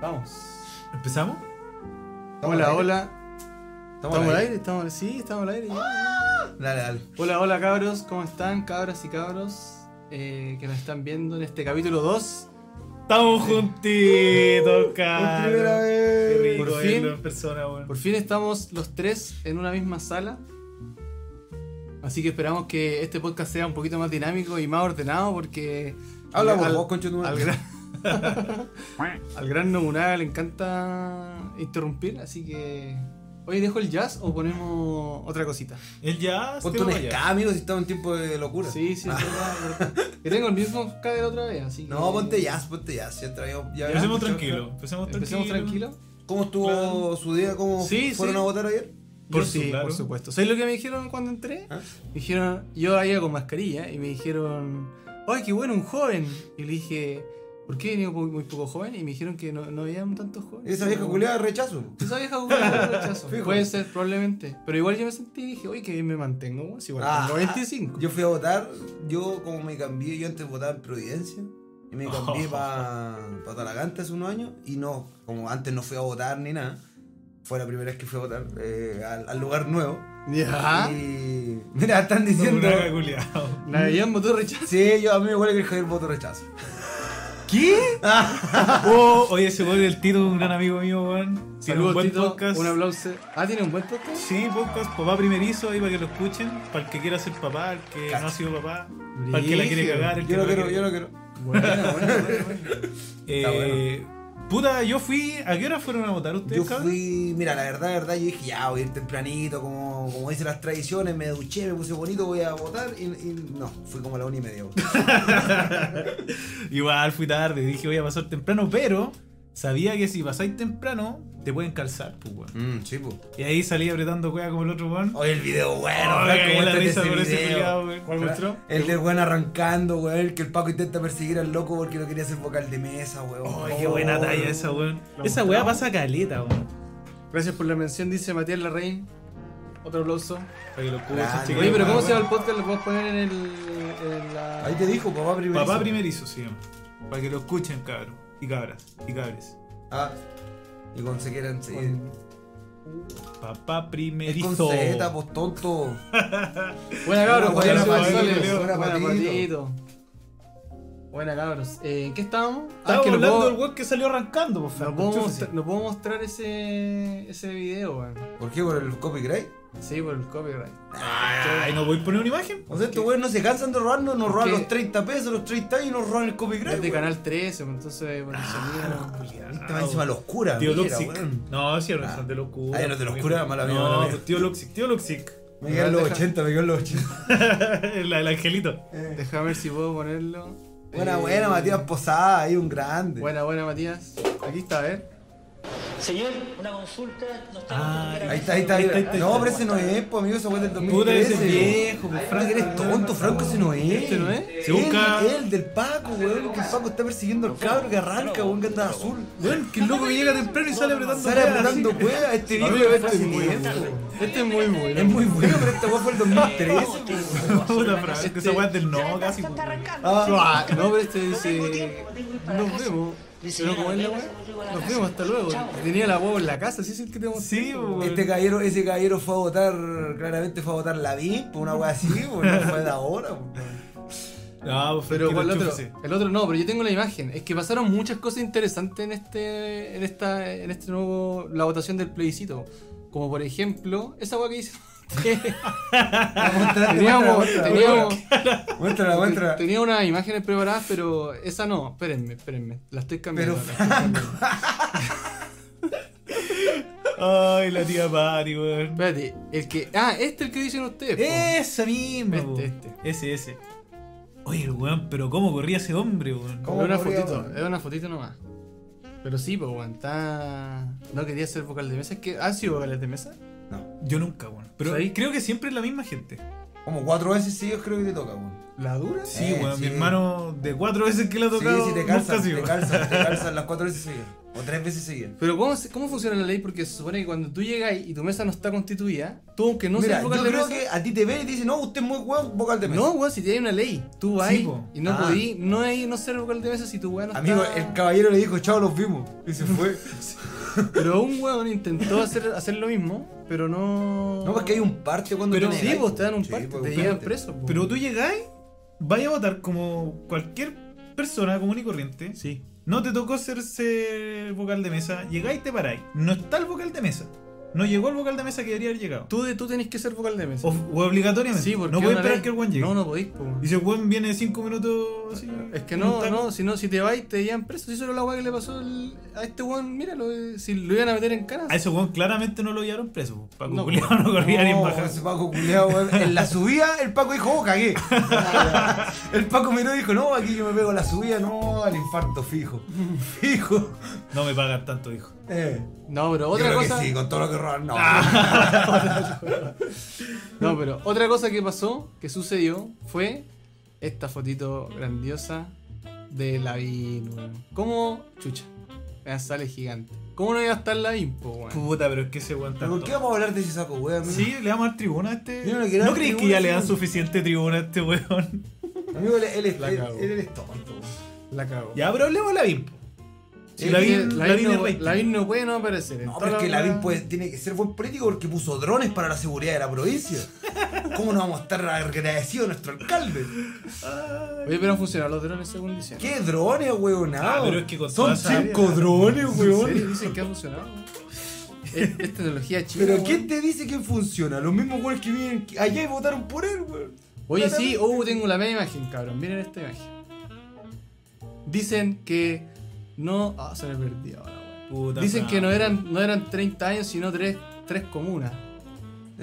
Vamos. ¿Empezamos? Estamos al Hola, aire. hola. ¿Estamos Estamos al aire. Ah. aire? ¿Estamos... Sí, estamos al aire. ya. Dale, dale. Hola, hola cabros, ¿cómo están? Cabras y cabros eh, que nos están viendo en este capítulo 2. Estamos juntitos, cara. Por Ah, primera vez. Qué rico Por verlo fin. en persona, weón. Por fin estamos los tres en una misma sala. Así que esperamos que este podcast sea un poquito más dinámico y más ordenado porque... Habla al- vos, al- vos, concha de tu al madre. gran, al gran Nobunaga le encanta interrumpir, así que... Oye, ¿dejo el jazz o ponemos otra cosita? El jazz. Ponte tío, un vaya. ska, amigo, si estamos en tiempo de locura. Sí, sí, es verdad, es verdad. Que tengo el mismo K de la otra vez, así que... No, ponte jazz, ponte jazz. Ya traíamos- ya habíamos Empecemos escuchado- tranquilo. Empecemos tranquilo. Empecemos tranquilo. ¿Cómo estuvo Claro. su día? ¿Cómo Sí, fueron sí. a votar ayer? Por Yo sí, su- claro. por supuesto. ¿Sabes lo que me dijeron cuando entré? ¿Ah? Me dijeron, yo iba con mascarilla y me dijeron, ¡ay, qué bueno, un joven! Y le dije, ¿por qué he venido muy, muy poco joven? Y me dijeron que no, no habían tantos jóvenes. Esa vieja Como- culiada rechazo. Esa vieja culiada rechazo. Fijo. Puede ser, probablemente. Pero igual yo me sentí y dije, oye, que bien me mantengo, weón, si igual Ah, tengo 25. Yo fui a votar, yo como me cambié, yo antes votaba en Providencia y me cambié para pa Talagante hace unos años y no, como antes no fui a votar ni nada, fue la primera vez que fui a votar eh, al, al lugar nuevo. Ya. Y mira, están No, diciendo... braga, culiao. La veían votó rechazo. Sí, yo a mí me huele que el Javier voto rechazo. ¿Qué? Oh, oye, ese weón del Tito, un gran amigo mío, weón. Tiene un Saludos, buen Tito. podcast. Un aplauso. Ah, ¿tiene un buen podcast? Sí, podcast, papá primerizo, ahí para que lo escuchen. Para el que quiera ser papá, el que no ha sido papá, para el que la quiere Brígido. cagar, el que Yo lo no la quiero, quiere- yo lo quiero. Bueno, bueno, bueno, bueno. Eh, Está Puta, yo fui. ¿A qué hora fueron a votar ustedes, Yo cabrón? fui, mira, la verdad, la verdad, yo dije, ya, voy a ir tempranito, como, como dicen las tradiciones, me duché, me puse bonito, voy a votar y, y no, fui como a la una y media. weón. Igual fui tarde, dije voy a pasar temprano, pero sabía que si pasáis temprano, te pueden calzar, pues, weón. Mm, sí, pues. Y ahí salí apretando cueva como el otro weón. Oye, el video bueno, Oh, me Franco, cagué la muéstrate risa ese por ese video. culiao, weón. ¿Cuál mostró? El del weón arrancando, weón, el que el Paco intenta perseguir al loco porque no quería ser vocal de mesa, weón. Oh. Ay, qué buena talla esa weón. Lo Esa mostramos. weá pasa caleta, weón. Gracias por la mención, dice Matías Larraín. Otro aplauso. Para que lo Grande. escuchen, chicos. Oye, pero ¿cómo Bueno, se llama el podcast? Lo podemos poner en el. en la- Ahí te dijo, papá bueno. primero. Papá primerizo se llama. Para que lo escuchen, cabrón. Y cabras. Y cabres. Ah, y con se quieran seguir. Con- Papá Es con primerizo. Z, pues tonto. Buena cabros, Juan Buena, Ignacio buena, González. buena, Buena Patito. patito. Buena cabros. Eh, ¿En qué estábamos? Ah, Estábamos que no hablando puedo- del weón que salió arrancando, por no favor. puedo, mostrar- no puedo mostrar ese, ese video, weón. ¿Por qué? ¿Por el copyright? Sí, por el copyright. Ay, ¿no voy a poner una imagen? O sea, estos weones no se cansan de robarnos, nos roban ¿Qué? los 30 pesos, los 30 y nos roban el Es copyright. de weón. Canal 13, entonces, bueno, el Ah, sonido. Este va encima a la oscura, Tío mira, Luxic. weón. No, sí, no Ah. son de locura. Ah, eran de locura, mala mía, mala No, mía. pues tío Luxic, tío Luxic. Me quedan los 80, me quedan los 80. La del angelito. Déjame ver si puedo ponerlo. Buena, Eh, buena, Matías Posada, ahí un grande. Buena, buena, Matías. Aquí está, ¿eh? a ver. Señor, una consulta. No está Ah, Ahí está, ahí está. Ahí está, ahí está, no, ahí pero ese no es, pues amigo, ese fue del Puta, ese 2013. es viejo, pues, Franco, eres tonto, Franco, ese no es. ¿Este no es? Se busca- Él, él, del Paco, weón, que el Paco está persiguiendo al cabro que arranca, weón, que anda azul. Weón, que el loco que llega temprano y sale apretando. Sale ruedas, apretando así. cueva, este Amigo, video este es muy bueno. Este es muy bueno. Es muy bueno, pero esta weá fue el 2013. Puta frase, que esa weá es del no, casi. pues, weón. Ah, no, pero este dice. Nos vemos. Pero como es la weá, nos vemos hasta luego. Tenía la huevo en la casa, sí es el que tenemos. Sí, weón. Este caballero, ese caballero fue a votar, claramente fue a votar la VIP, por una weá así, weón, no fue de ahora. No, weón. pues, Pero Franquito, ¿cuál otro? chúfese. El otro no, pero yo tengo la imagen. Es que pasaron muchas cosas interesantes en este. en esta. en este nuevo. la votación del plebiscito. Como por ejemplo, esa weá que dice. Muéstrala, teníamos, muéstrala, teníamos, Muéstrala, muéstrala. tenía unas imágenes preparadas, pero esa no, espérenme, espérenme, la estoy cambiando. Pero la estoy cambiando. Ay, la tía Mari, weón. Espérate, el que. Ah, este es el que dicen ustedes. po. Eh, Esa misma, Este, weón. este. Ese, ese. Oye, weón, pero cómo corría ese hombre, weón. ¿Cómo es una corría, fotito, weón? es una fotito nomás. Pero sí, pues, weón, está. No quería ser vocal de mesa. ¿Es que ¿Han sido vocales de mesa? No. Yo nunca, weón. Pero ¿Sabéis? creo que siempre es la misma gente. Como cuatro veces seguidos creo que te toca, weón. ¿La dura? Sí, Eh, weón, sí. mi hermano de cuatro veces que le ha Sí, tocado. sí, te nunca calzan, ha sido. te calzan, te calzan las cuatro veces seguidas. O tres veces seguidas. Pero ¿cómo, se- ¿cómo funciona la ley? Porque se supone que cuando tú llegas y tu mesa no está constituida, tú aunque no Mira, seas yo vocal de creo mesa... que a ti te ven y te dicen, no, usted es muy weón, vocal de mesa. No, weón, si te hay una ley, tú vas Sí, ahí po. y no Ah. podí, no hay no ser vocal de mesa si tu weón no Amigo, está- el caballero le dijo, chao, los vimos. Y se fue. Pero un weón intentó hacer, hacer lo mismo, pero no... no, pues que hay un parte cuando Pero te Sí, negáis, vos te dan un Sí, parte, pues, te un llevan parte. preso. po. Pero tú llegáis, vais a votar como cualquier persona común y corriente. Sí. No te tocó hacerse vocal de mesa. Llegáis y te paráis. No está el vocal de mesa. No llegó el vocal de mesa que debería haber llegado. Tú, de, tú tenés que ser vocal de mesa. O, o obligatoriamente. Sí, porque no puedes una esperar ley- que el buen llegue. No, no podís, po. Y si el buen viene cinco minutos así. Es que no, está- no, si no, si te vais, te llevan preso. Si solo la weá que le pasó al- a este weón, míralo, eh, si lo iban a meter en cana. A ese weón claramente no lo llevaron preso. Paco No. Culeado no corría ni en No, bajar. ese Paco culiao, weón. En la subida, el Paco dijo, oh, cagué. el Paco miró y dijo, no, aquí yo me pego la subida, no, al infarto fijo. Fijo. No me pagan tanto, hijo. Eh, No, pero yo otra creo que cosa. sí, con todo lo que roban, no. No, pero otra cosa que pasó, que sucedió, fue esta fotito grandiosa de Lavín, weón. ¿Cómo? Chucha. Me sale gigante. ¿Cómo no iba a estar Lavín, po, weón? Puta, pero es que ese weón Pero ¿Por qué tanto. vamos a hablar de ese saco, weón? amigo? Sí, le vamos a dar tribuna a este. Yo no le quiero ¿No dar crees que tribuna, ya le dan sí. suficiente tribuna a este weón? Amigo, él, él es, La él- cago. él es tonto. weón. La cago. Ya, pero hablemos de Lavín. po. Si Lavín, Lavín es no, rating. Lavín no puede no aparecer. en Eh, No, toda pero es que la- Lavín puede- tiene que ser buen político porque puso drones para la seguridad de la provincia. ¿Cómo no vamos a estar agradecidos a nuestro alcalde? Oye, pero no funcionan los drones según dicen. ¿Qué drones, weón? Ah, pero es que con toda Son esa cinco área- drones, ¿En serio? weón. Dicen que ha funcionado. weón. Es, es tecnología china. Pero weón. ¿quién te dice que funciona? Los mismos weones que vienen allá y votaron por él, weón. Oye, sí, oh, tengo la media imagen, cabrón. Miren esta imagen. Dicen que no. Ah, se me perdió ahora, weón. Puta Dicen que no madre. eran, no eran 30 años, sino 3, comunas.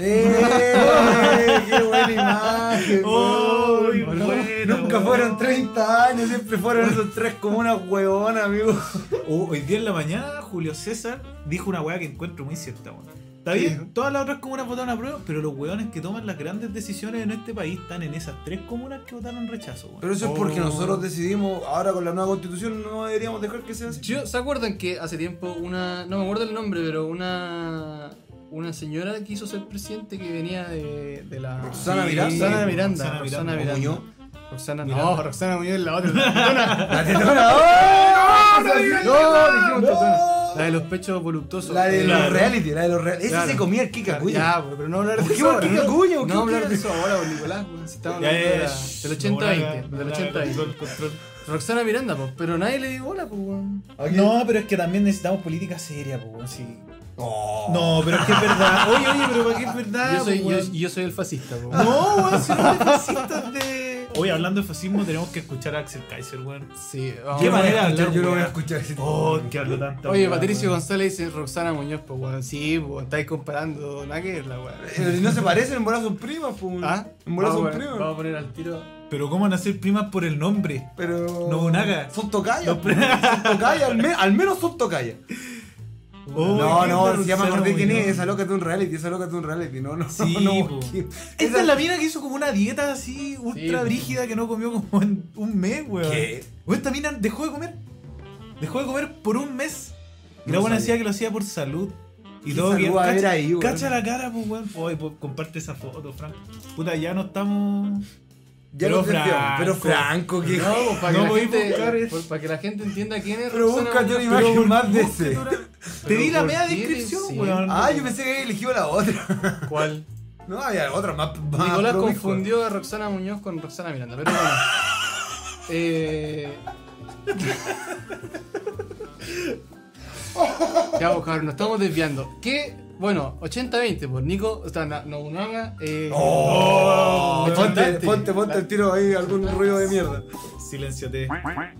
¡Eh! ¡Qué buena imagen, ¡Oh, weón! muy buena, Nunca weón. fueron 30 años, siempre fueron esos tres como una huevona, amigo. Oh, hoy día en la mañana, Julio César dijo una weá que encuentro muy cierta, weón. Está bien, todas las otras comunas votaron a prueba, pero los weones que toman las grandes decisiones en este país están en esas tres comunas que votaron rechazo, weón. Pero eso es porque Oh. nosotros decidimos, ahora con la nueva constitución, no deberíamos dejar que sea así. Yo- ¿Se acuerdan que hace tiempo una. No me acuerdo el nombre, pero una. Una señora quiso ser presidente que venía de, de la. Roxana Sí, Miranda. Roxana Miranda. Roxana Roxana Miranda. Miranda. Muñoz. Roxana, Miranda. no, Roxana Muñoz es la otra. la tetona. La tetona, ¡oh! No, digas dijimos ¡No! tetona. La de los pechos voluptuosos. Eh, La de Claro. los reality, la de los reality. Ese Claro. se comía el Kika Cuya. Ya, pero no hablar ¿Por de qué eso. ahora, Martín Acuña? ¿Por qué No hablar de Martín? eso ahora, boludo, Nicolás. weón, si estamos Ya, hablando de ya, la- shh, del no, 80-20. no, Del no, 80-20. control, control. Roxana Miranda, pues, pero nadie le dio bola, pues, weón. No, pero es que también necesitamos política seria, po, weón, sí. No. No, pero es que es verdad. Oye, oye, pero ¿para qué es Ah, verdad? Oh. Yo soy, po, yo, weón? yo soy el fascista, pues. No, weón, si no te fascistas de. Oye, hablando de fascismo, tenemos que escuchar a Axel Kaiser, weón. Sí, vamos. ¿Qué Yo no voy a manera de escuchar, hablar, Yo no voy a weón. escuchar ese tipo. Oh, que hablo tanto. Oye, Patricio González dice Roxana Muñoz, pues, weón. Sí, pues, estáis comparando. Nada que ver, la weón. Eh, No se parecen, en bolas son primas, pues. ¿Ah? En bolas son vamos, a- vamos primas. a poner al tiro. Pero ¿cómo van a ser primas por el nombre? Pero. Nobunaga. Son tocayas. No, pues, Son tocayas, al, me- al menos son tocayas. Oh, no, no, qué si ya me Roxana acordé quién es. Muñoz. Esa loca de un reality, esa loca de un reality. No, no, Sí, no. po. ¿quién? Esta es la mina que hizo como una dieta así ultra Sí, brígida que no comió como en un mes, weón. pues. ¿Qué? Weón, esta mina dejó de comer. Dejó de comer por un mes. Y No la buena sabía. decía que lo hacía por salud. Y ¿Qué todo bien. salud va a haber Cacha, ahí, weón? cacha la cara, pues, weón. Oye, pues, comparte esa foto, Franco. Puta, ya no estamos. Ya Pero lo entendíamos, Pero Franco. Franco, que. No, pues, para, No que la podéis gente, buscar eso. por- para que la gente entienda quién es Pero Roxana búscate una Muñoz. imagen más de búscate ese. Te di la ¿por media qué descripción, sí? weón. Ah, yo pensé que había elegido la otra. ¿Cuál? No, había otra más. más Nicolás Ah, promiscua. confundió a Roxana Muñoz con Roxana Miranda, pero bueno. eh... ya, pues, cabrón, nos estamos desviando. ¿Qué? Bueno, 80-20, pues Nico, o sea, Na- Nobunaga. Eh, Oh, Oh, ponte, chantante. ponte, ponte el tiro ahí, algún ruido de mierda. Silenciate.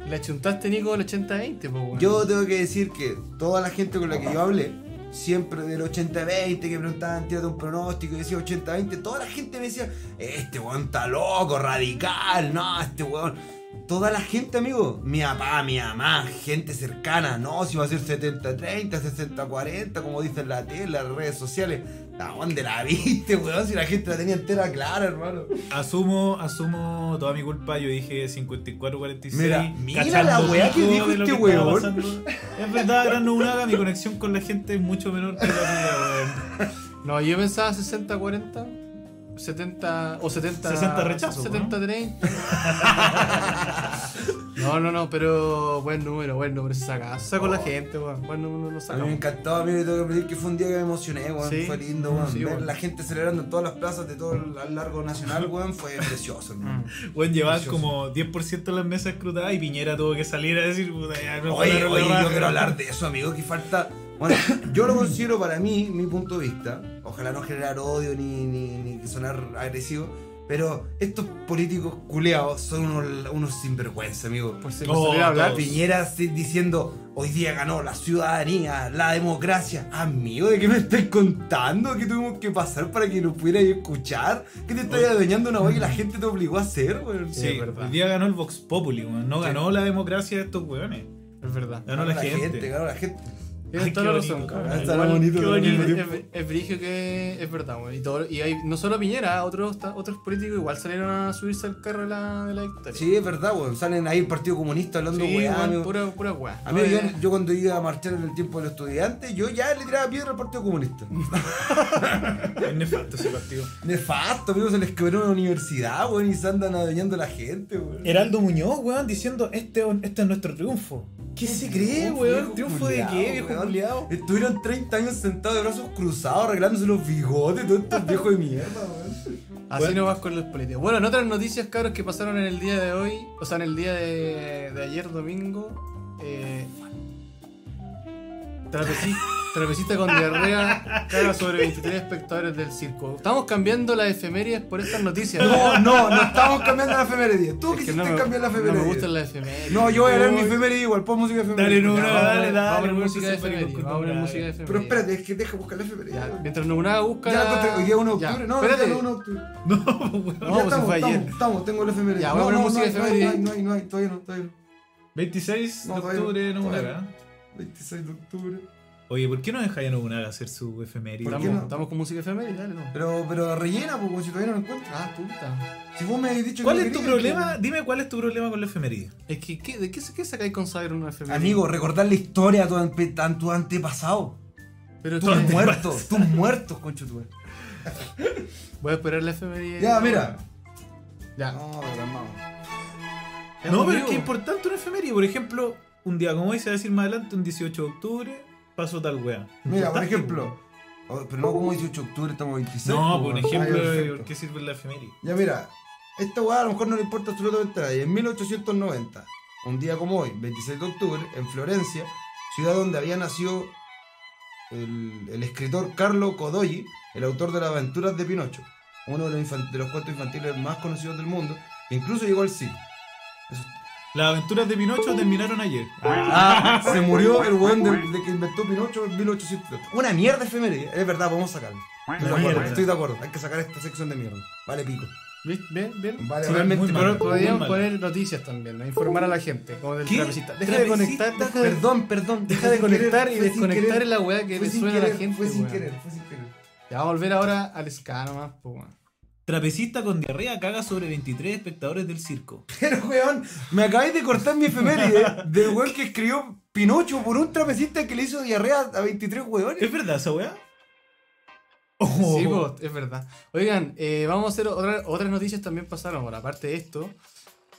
Le achuntaste, Nico, el 80-20, pues, weón. Yo tengo que decir que toda la gente con la que yo hablé, siempre del 80-20, que preguntaban, tírate un pronóstico, y decía 80-20, toda la gente me decía, este weón está loco, radical, no, este weón. Toda la gente, amigo, mi papá, mi mamá, gente cercana, no, si va a ser 70-30, 60-40, como dicen la tele, las redes sociales. ¿A dónde la viste, weón? Si la gente la tenía entera clara, hermano. Asumo, asumo toda mi culpa. Yo dije 54-46. Mira, mira cachando la weá que pico dijo de lo este que estaba weón. pasando. Es verdad, Gran Nobunaga, mi conexión con la gente es mucho menor que la tuya, weón. No, yo pensaba 60, 40, 70 o 70. 60 rechazo, 70, 30. No, no, no, pero buen número, buen número se saca. Se sacó la gente, weón. Buen número lo A mí sacamos. me encantó, a mí me tengo que pedir que fue un día que me emocioné, weón. Sí. Fue lindo, weón. Sí, Ver weón. la gente celebrando en todas las plazas de todo el a lo largo nacional, weón, fue precioso, hermano. Mm. Weón, llevas Precioso. como 10% de las mesas escrutadas y Piñera tuvo que salir a decir, puta, ya Mm. no Oye, pararon la oye, raja. yo quiero hablar de eso, amigo, que falta. Bueno, yo lo considero para mí, mi punto de vista. Ojalá no generar odio ni, ni, ni sonar agresivo. Pero estos políticos culeados son unos, unos sinvergüenza, amigo. Por si Oh, no a hablar. todos. Piñera sí, diciendo, hoy día ganó la ciudadanía, la democracia. Amigo, ¿de qué me estás contando? ¿Qué tuvimos que pasar para que nos pudieras escuchar? ¿Qué te estás Oye. adueñando una weá que la gente te obligó a hacer, weón? Sí, es verdad. hoy día ganó el Vox Populi, weón. No Sí. ganó la democracia de estos weones. Es verdad. Ganó la, gente. claro, la gente. Ay, Tienes toda qué la bonito, razón, cabrón. cabrón. Está Igual, bonito, qué pero al mismo bonito, Es es brillo que es verdad, weón. Y, todo- y hay, no solo Piñera, otros, ta- otros políticos igual salieron a subirse al carro de la, de la dictadura. Sí, es verdad, weón. Salen ahí el Partido Comunista hablando, Sí, weá, weón, amigo. pura, pura weá. A mí, No, yo, eh, yo cuando iba a marchar en el tiempo de los estudiantes, yo ya le tiraba piedra al Partido Comunista. Es nefasto ese partido. Nefasto, amigo, se les quebró una universidad, weón, y se andan adueñando a la gente, weón. Heraldo Muñoz, weón, diciendo, este, este es nuestro triunfo. ¿Qué se cree, weón? viejo ¿Triunfo de culiao, qué, viejo weón? culiao? Estuvieron 30 años sentados de brazos cruzados, arreglándose los bigotes, todos estos viejos de mierda, weón. Así no vas con los políticos. Bueno, en otras noticias, cabros, que pasaron en el día de hoy, o sea, en el día de, de ayer domingo, eh, trapeci- trapecista con diarrea caga sobre 23 espectadores del circo. Estamos cambiando las efemérides por estas noticias. No, no, no estamos cambiando la efeméride. Es Tú que quisiste no me- cambiar la No efeméride. me gustan las efemérides. No, yo voy a leer mi Uy. efeméride igual, pon música Dale, efeméride. no, Ya, no, vamos. dale, dale, Vamos a poner dale, música de entonces, efemérides. maricón, Vamos a poner dale. música de efemérides. Pero espérate, es que deja buscar la efeméride. Ya, weón. mientras Nobunaga busca. Ya, la- encontré, hoy día 1 de Ya, octubre. No, espérate. ya no, 1 de octubre. No, weón. No, Ya pues estamos, fue ayer. estamos, estamos, tengo la efeméride. Ya, no, voy a poner no, música no, efeméride. No, hay, no hay, no hay, todavía no, todavía no. 26 No, de todavía no, octubre, no, todavía Nobunaga. 26 de octubre. Oye, ¿por qué no dejáis a Nobunaga hacer su efeméride? ¿Por Estamos, qué no? estamos con música efeméride, dale, no. Pero, pero rellena, pues, como si todavía no lo encuentro. Ah, puta. Si vos me habéis dicho ¿Cuál que no es tu querías, problema? Dime cuál es tu problema con la efeméride. Es que, ¿qué, ¿de qué, qué sacáis con saber una que- efeméride? Amigo, recordar la historia a tu, ante- a tu antepasado. pero Tus ¿qué? muertos, tus muertos, concho tu madre. Voy a esperar la efeméride. Ya, mira. Ya. No, calmado. Ya, No, pero es amigo. que es importante una efeméride. Por ejemplo, un día como hoy se va a decir más adelante, un 18 de octubre, pasó tal weá. Mira, por Importante, ejemplo. oh, Pero no como 18 de octubre, estamos 26. No, pues, por bueno. Ah, ejemplo, ya, de perfecto. ¿por qué sirve la efeméride? Ya mira, esta weá a lo mejor no le importa absolutamente a nadie. En 1890, un día como hoy, 26 de octubre, en Florencia, ciudad donde había nacido el, el escritor Carlo Godoy, el autor de las aventuras de Pinocho, uno de los, infan- de los cuentos infantiles más conocidos del mundo, que incluso llegó al cine. Las aventuras de Pinocho terminaron ayer. Ah, se murió el weón de, de que inventó Pinocho en 1830. Una mierda efeméride, es verdad, podemos sacarlo. Estoy de acuerdo, Mierda. estoy de acuerdo, hay que sacar esta sección de mierda. Vale pico. ¿Ves? ¿Ven? ¿Ven? Vale, Sí, realmente, muy pero- mal. Pero podríamos mal. poner noticias también, ¿no? informar a la gente, como del ¿Qué? trapecista. Deja de ¿Trapecista? conectar, deja de, Perdón, perdón. deja fue de sin conectar querer, y fue sin desconectar querer. en la weá que Fue le sin suena a la querer, gente. Fue sin weón. querer, fue sin querer. Ya vamos a volver ahora al ska nomás, po, weón. Trapecista con diarrea caga sobre 23 espectadores del circo. Pero, weón, me acabáis de cortar mi efeméride del weón que escribió Pinocho por un trapecista que le hizo diarrea a 23 weones. ¿Es verdad esa weá? Oh. Sí, pues. po, es verdad. Oigan, eh, vamos a hacer otra- otras noticias también pasaron, bueno, aparte de esto.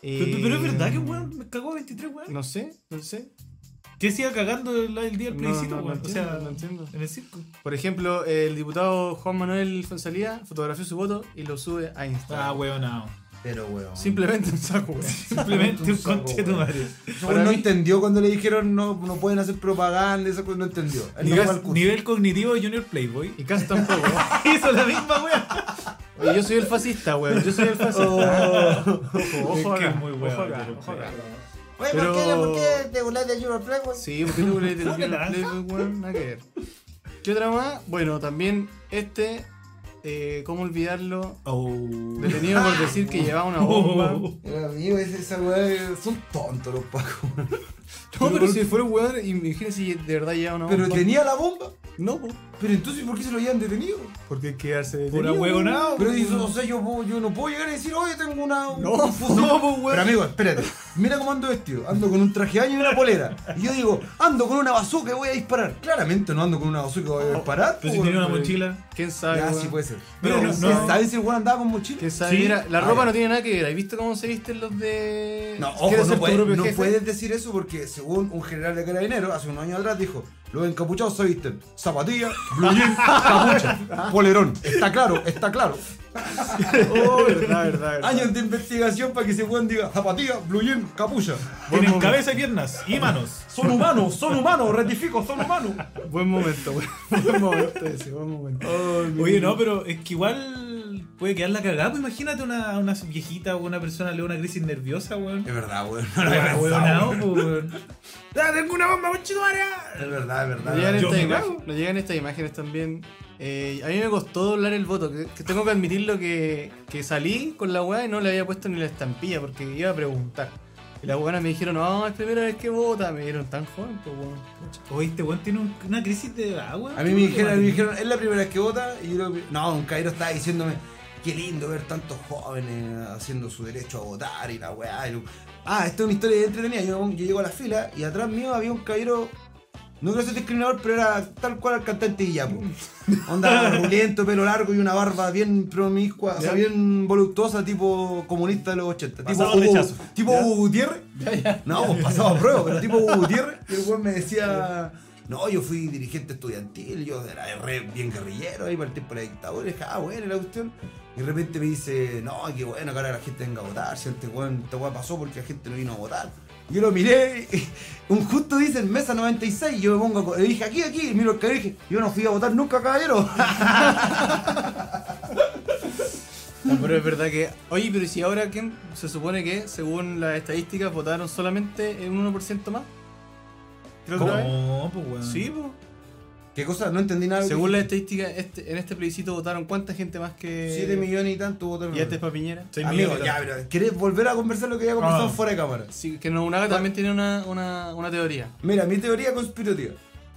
Pero, Eh, pero es verdad que weón me cagó 23 weón. No sé, no sé. Que siga cagando el, el día del No, plebiscito, no, no weón. o entiendo, sea, no entiendo. en el circo. Por ejemplo, el diputado Juan Manuel Fonsalía fotografió su voto y lo sube a Instagram. Ah, weón, no. Pero, weón. Simplemente un saco, weón. Simplemente un conche tu madre. Ese para weón no mí- entendió cuando le dijeron no, no pueden hacer propaganda, esa cosa no entendió. Él no fue al Nivel, curso. nivel cognitivo de Junior Playboy. Y Cass tampoco. Hizo la misma weá. Oye, yo soy el fascista, weón. Yo soy el fascista. Oh, Ojo, Es ojo que acá, es muy weón, ojo acá, pero- ojo acá. Oye, Pero- te burlas de Junior Flag, weón? Sí, porque tú le Una naranja. weón. Nada que ver. ¿Qué otra más? Bueno, también este. Eh, ¿Cómo olvidarlo? Oh. Detenido por decir que llevaba una bomba. Oh. Pero, amigo, esa, esa weá son tontos los pacos. No, pero si fuera un weón, imagínense si de verdad llevaba una bomba. Pero tenía la bomba. No, po, Pero entonces, ¿por qué se lo habían detenido? porque hay que quedarse detenido. Pura huevonao. Pero eso, o sea, yo, puedo- yo no puedo llegar y decir, oye, tengo una. un No, confusión". no, pues, weón. Pero amigo, espérate. Mira cómo ando vestido. Ando con un traje de baño y una polera. Y yo digo, ando con una bazooka y voy a disparar. Claramente no ando con una bazooka y voy a disparar. Pero si pues, tenía una weón. mochila. ¿Quién sabe? Ya, weón? sí puede ser. Pero Pero, no- no, no. ¿sabes si el weón andaba con mochila? ¿Quién sabe? Sí. Mira, la Ah, ropa ya. no tiene nada que ver. ¿Has visto cómo se viste los de. No, si ojo, quieres no, ser tu puede- propio no jefe? puedes decir eso porque según un general de carabineros hace unos años atrás dijo, los encapuchados se visten zapatillas, blue jean, capucha, polerón. Está claro, está claro. Oh, verdad, verdad, verdad. Años de investigación para que se puedan diga zapatillas, blue jean, capucha. Tienen cabeza y piernas y manos. Son humanos, son humanos, rectifico, son humanos. Buen momento, buen, buen momento ese, buen momento. Oh, Oye, no, pero es que igual puede quedar la cagada. Pues imagínate una, una viejita o una persona le da una crisis nerviosa, weón. Es verdad, weón. No lo había Ah, pensado, huevonao, weón. pues, weón. ¡Ah, tengo una bomba, conchetumare! Es verdad, es Nos verdad. llegan, Yo estas me imágenes- cago. nos llegan estas imágenes también. Eh, a mí me costó doblar el voto, que, que tengo que admitirlo que, que salí con la weá y no le había puesto ni la estampilla porque iba a preguntar. Y las weonas me dijeron, no, es primera vez que vota, me dieron tan joven, pues weón. pucha. Oye, este weón tiene un- una crisis de agua. A mí me dijeron, me dijeron, es la primera vez que vota. Y yo lo- no, un Cairo estaba diciéndome, qué lindo ver tantos jóvenes haciendo su derecho a votar y la weá. y lo- ah, esta es una historia entretenida. Yo, yo llego a la fila y atrás mío había un Cairo. No creo ser discriminador, pero era tal cual el cantante Guillapo. Onda ruliento, pelo largo y una barba bien promiscua, o sea, bien voluptuosa, tipo comunista de los 80. Tipo Pasado Hugo- rechazo. tipo Hugo Gutiérrez. No, pues pasaba prueba, pero tipo Hugo Gutiérrez, y el weón me decía, no, yo fui dirigente estudiantil, yo era re bien guerrillero, ahí partí por la dictadura, y dije, ah, bueno, la cuestión. Y de repente me dice, no, qué bueno que ahora la gente venga a votar, si este weón, esta weá pasó porque la gente no vino a votar. Yo lo miré, y un justo dice en mesa 96, y yo me pongo, a co- le dije, aquí, aquí, y miro el caballero y dije, yo no fui a votar nunca, caballero. No, pero es verdad que. Oye, pero ¿y si ahora quién se supone que, según las estadísticas, votaron solamente un 1% más. Creo que otra vez. No, pues weón. Sí, pues. ¿Qué cosa? No entendí nada. Según las estadísticas, este- en este plebiscito votaron cuánta gente más que. 7 millones y tanto votaron. ¿Y este es para Piñera? Seis Amigo, millones. ya, pero ¿querés volver a conversar lo que ya conversado Ah. fuera de cámara? Sí, que Nobunaga también tiene una, una, una teoría. Mira, mi teoría conspirativa.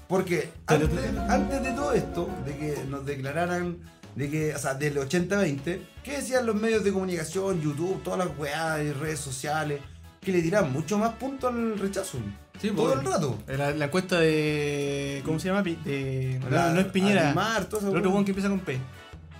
Porque antes, antes de todo esto, de que nos declararan, de que, o sea, del 80-20, ¿qué decían los medios de comunicación, YouTube, todas las weadas y redes sociales? Que le dirán mucho más punto al rechazo. Sí, todo pues. el rato. La, la encuesta de. ¿Cómo se llama? Pi- de- no, La- no es Piñera. Aymar, todo eso, el otro weón. hueón que empieza con P.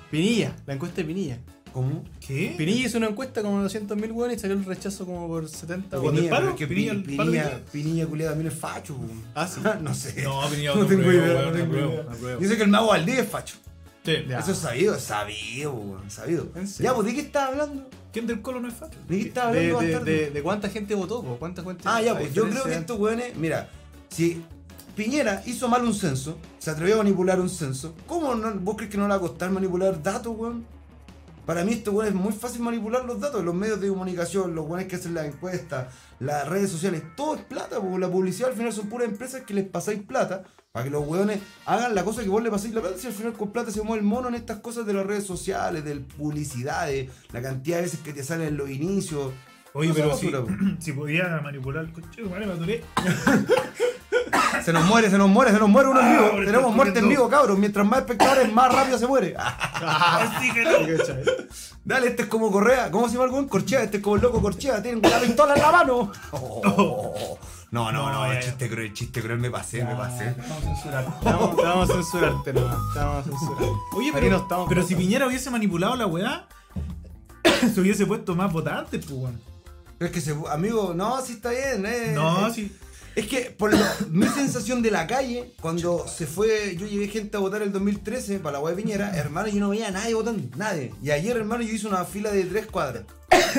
Pinilla, la encuesta de Pinilla. ¿Cómo? ¿Qué? Pinilla hizo una encuesta como de 200.000 hueones y salió el rechazo como por 70 Pinilla. hueones. Pinilla, palo? pero es que ¿Pinilla Pi- al Pinilla, palo Pinilla, Pinilla? culiao también es facho. weón. Ah, sí. no sé. No, ha venido No otro tengo prueba, idea, weón, no tengo apruebo, idea. apruebo. Dice que el mago Valdés es facho. Sí. Ya. Eso es sabido, sabido, weón, sabido. ¿En serio? Ya, pues, ¿de qué estás hablando? ¿Quién del colo no es fácil? ¿De qué estás De, hablando, de- bastardo? de- de cuánta gente votó, po, cuánta gente Ah, ya, la pues yo creo que diferencia. estos weones, mira, si Piñera hizo mal un censo, se atrevió a manipular un censo, ¿cómo no, vos crees que no le va a costar manipular datos, weón? Para mí esto, weón, es muy fácil manipular los datos, los medios de comunicación, los weones que hacen las encuestas, las redes sociales, todo es plata, porque la publicidad al final son puras empresas que les pasáis plata para que los weones hagan la cosa que vos le pasáis la plata, si al final con plata se mueve el mono en estas cosas de las redes sociales, de publicidades, la cantidad de veces que te salen en los inicios. Oye, Cosa pero si, basura, si podía manipular el coche, vale, me atoré. Se nos muere, se nos muere, se nos muere uno en vivo. ahora Tenemos estoy muerte en corriendo. vivo, cabros. Mientras más espectadores, más rápido se muere. Así que no. Dale, este es como Correa. ¿Cómo se llama el weón? Corchea, este es como el loco Corchea. Tienen la pistola en la mano. Oh. No, no, no, eh. No, el ya, ya. chiste cruel, el chiste cruel. Me pasé, me pasé. Ah, Vamos a censurar. Te vamos, te vamos a censurarte nomás, te vamos a censurar. Oye, Aquí pero, no estamos pero con si eso. Piñera hubiese manipulado la weá, se hubiese puesto más votantes, pues weón. Es que, se, amigo, no, sí está bien. Eh, No, eh. sí. Es que, por lo, mi sensación de la calle, cuando se fue, yo llevé gente a votar el 2013 para la hueá de Piñera, hermano, yo no veía a nadie votando, nadie. Y ayer, hermano, yo hice una fila de tres cuadras.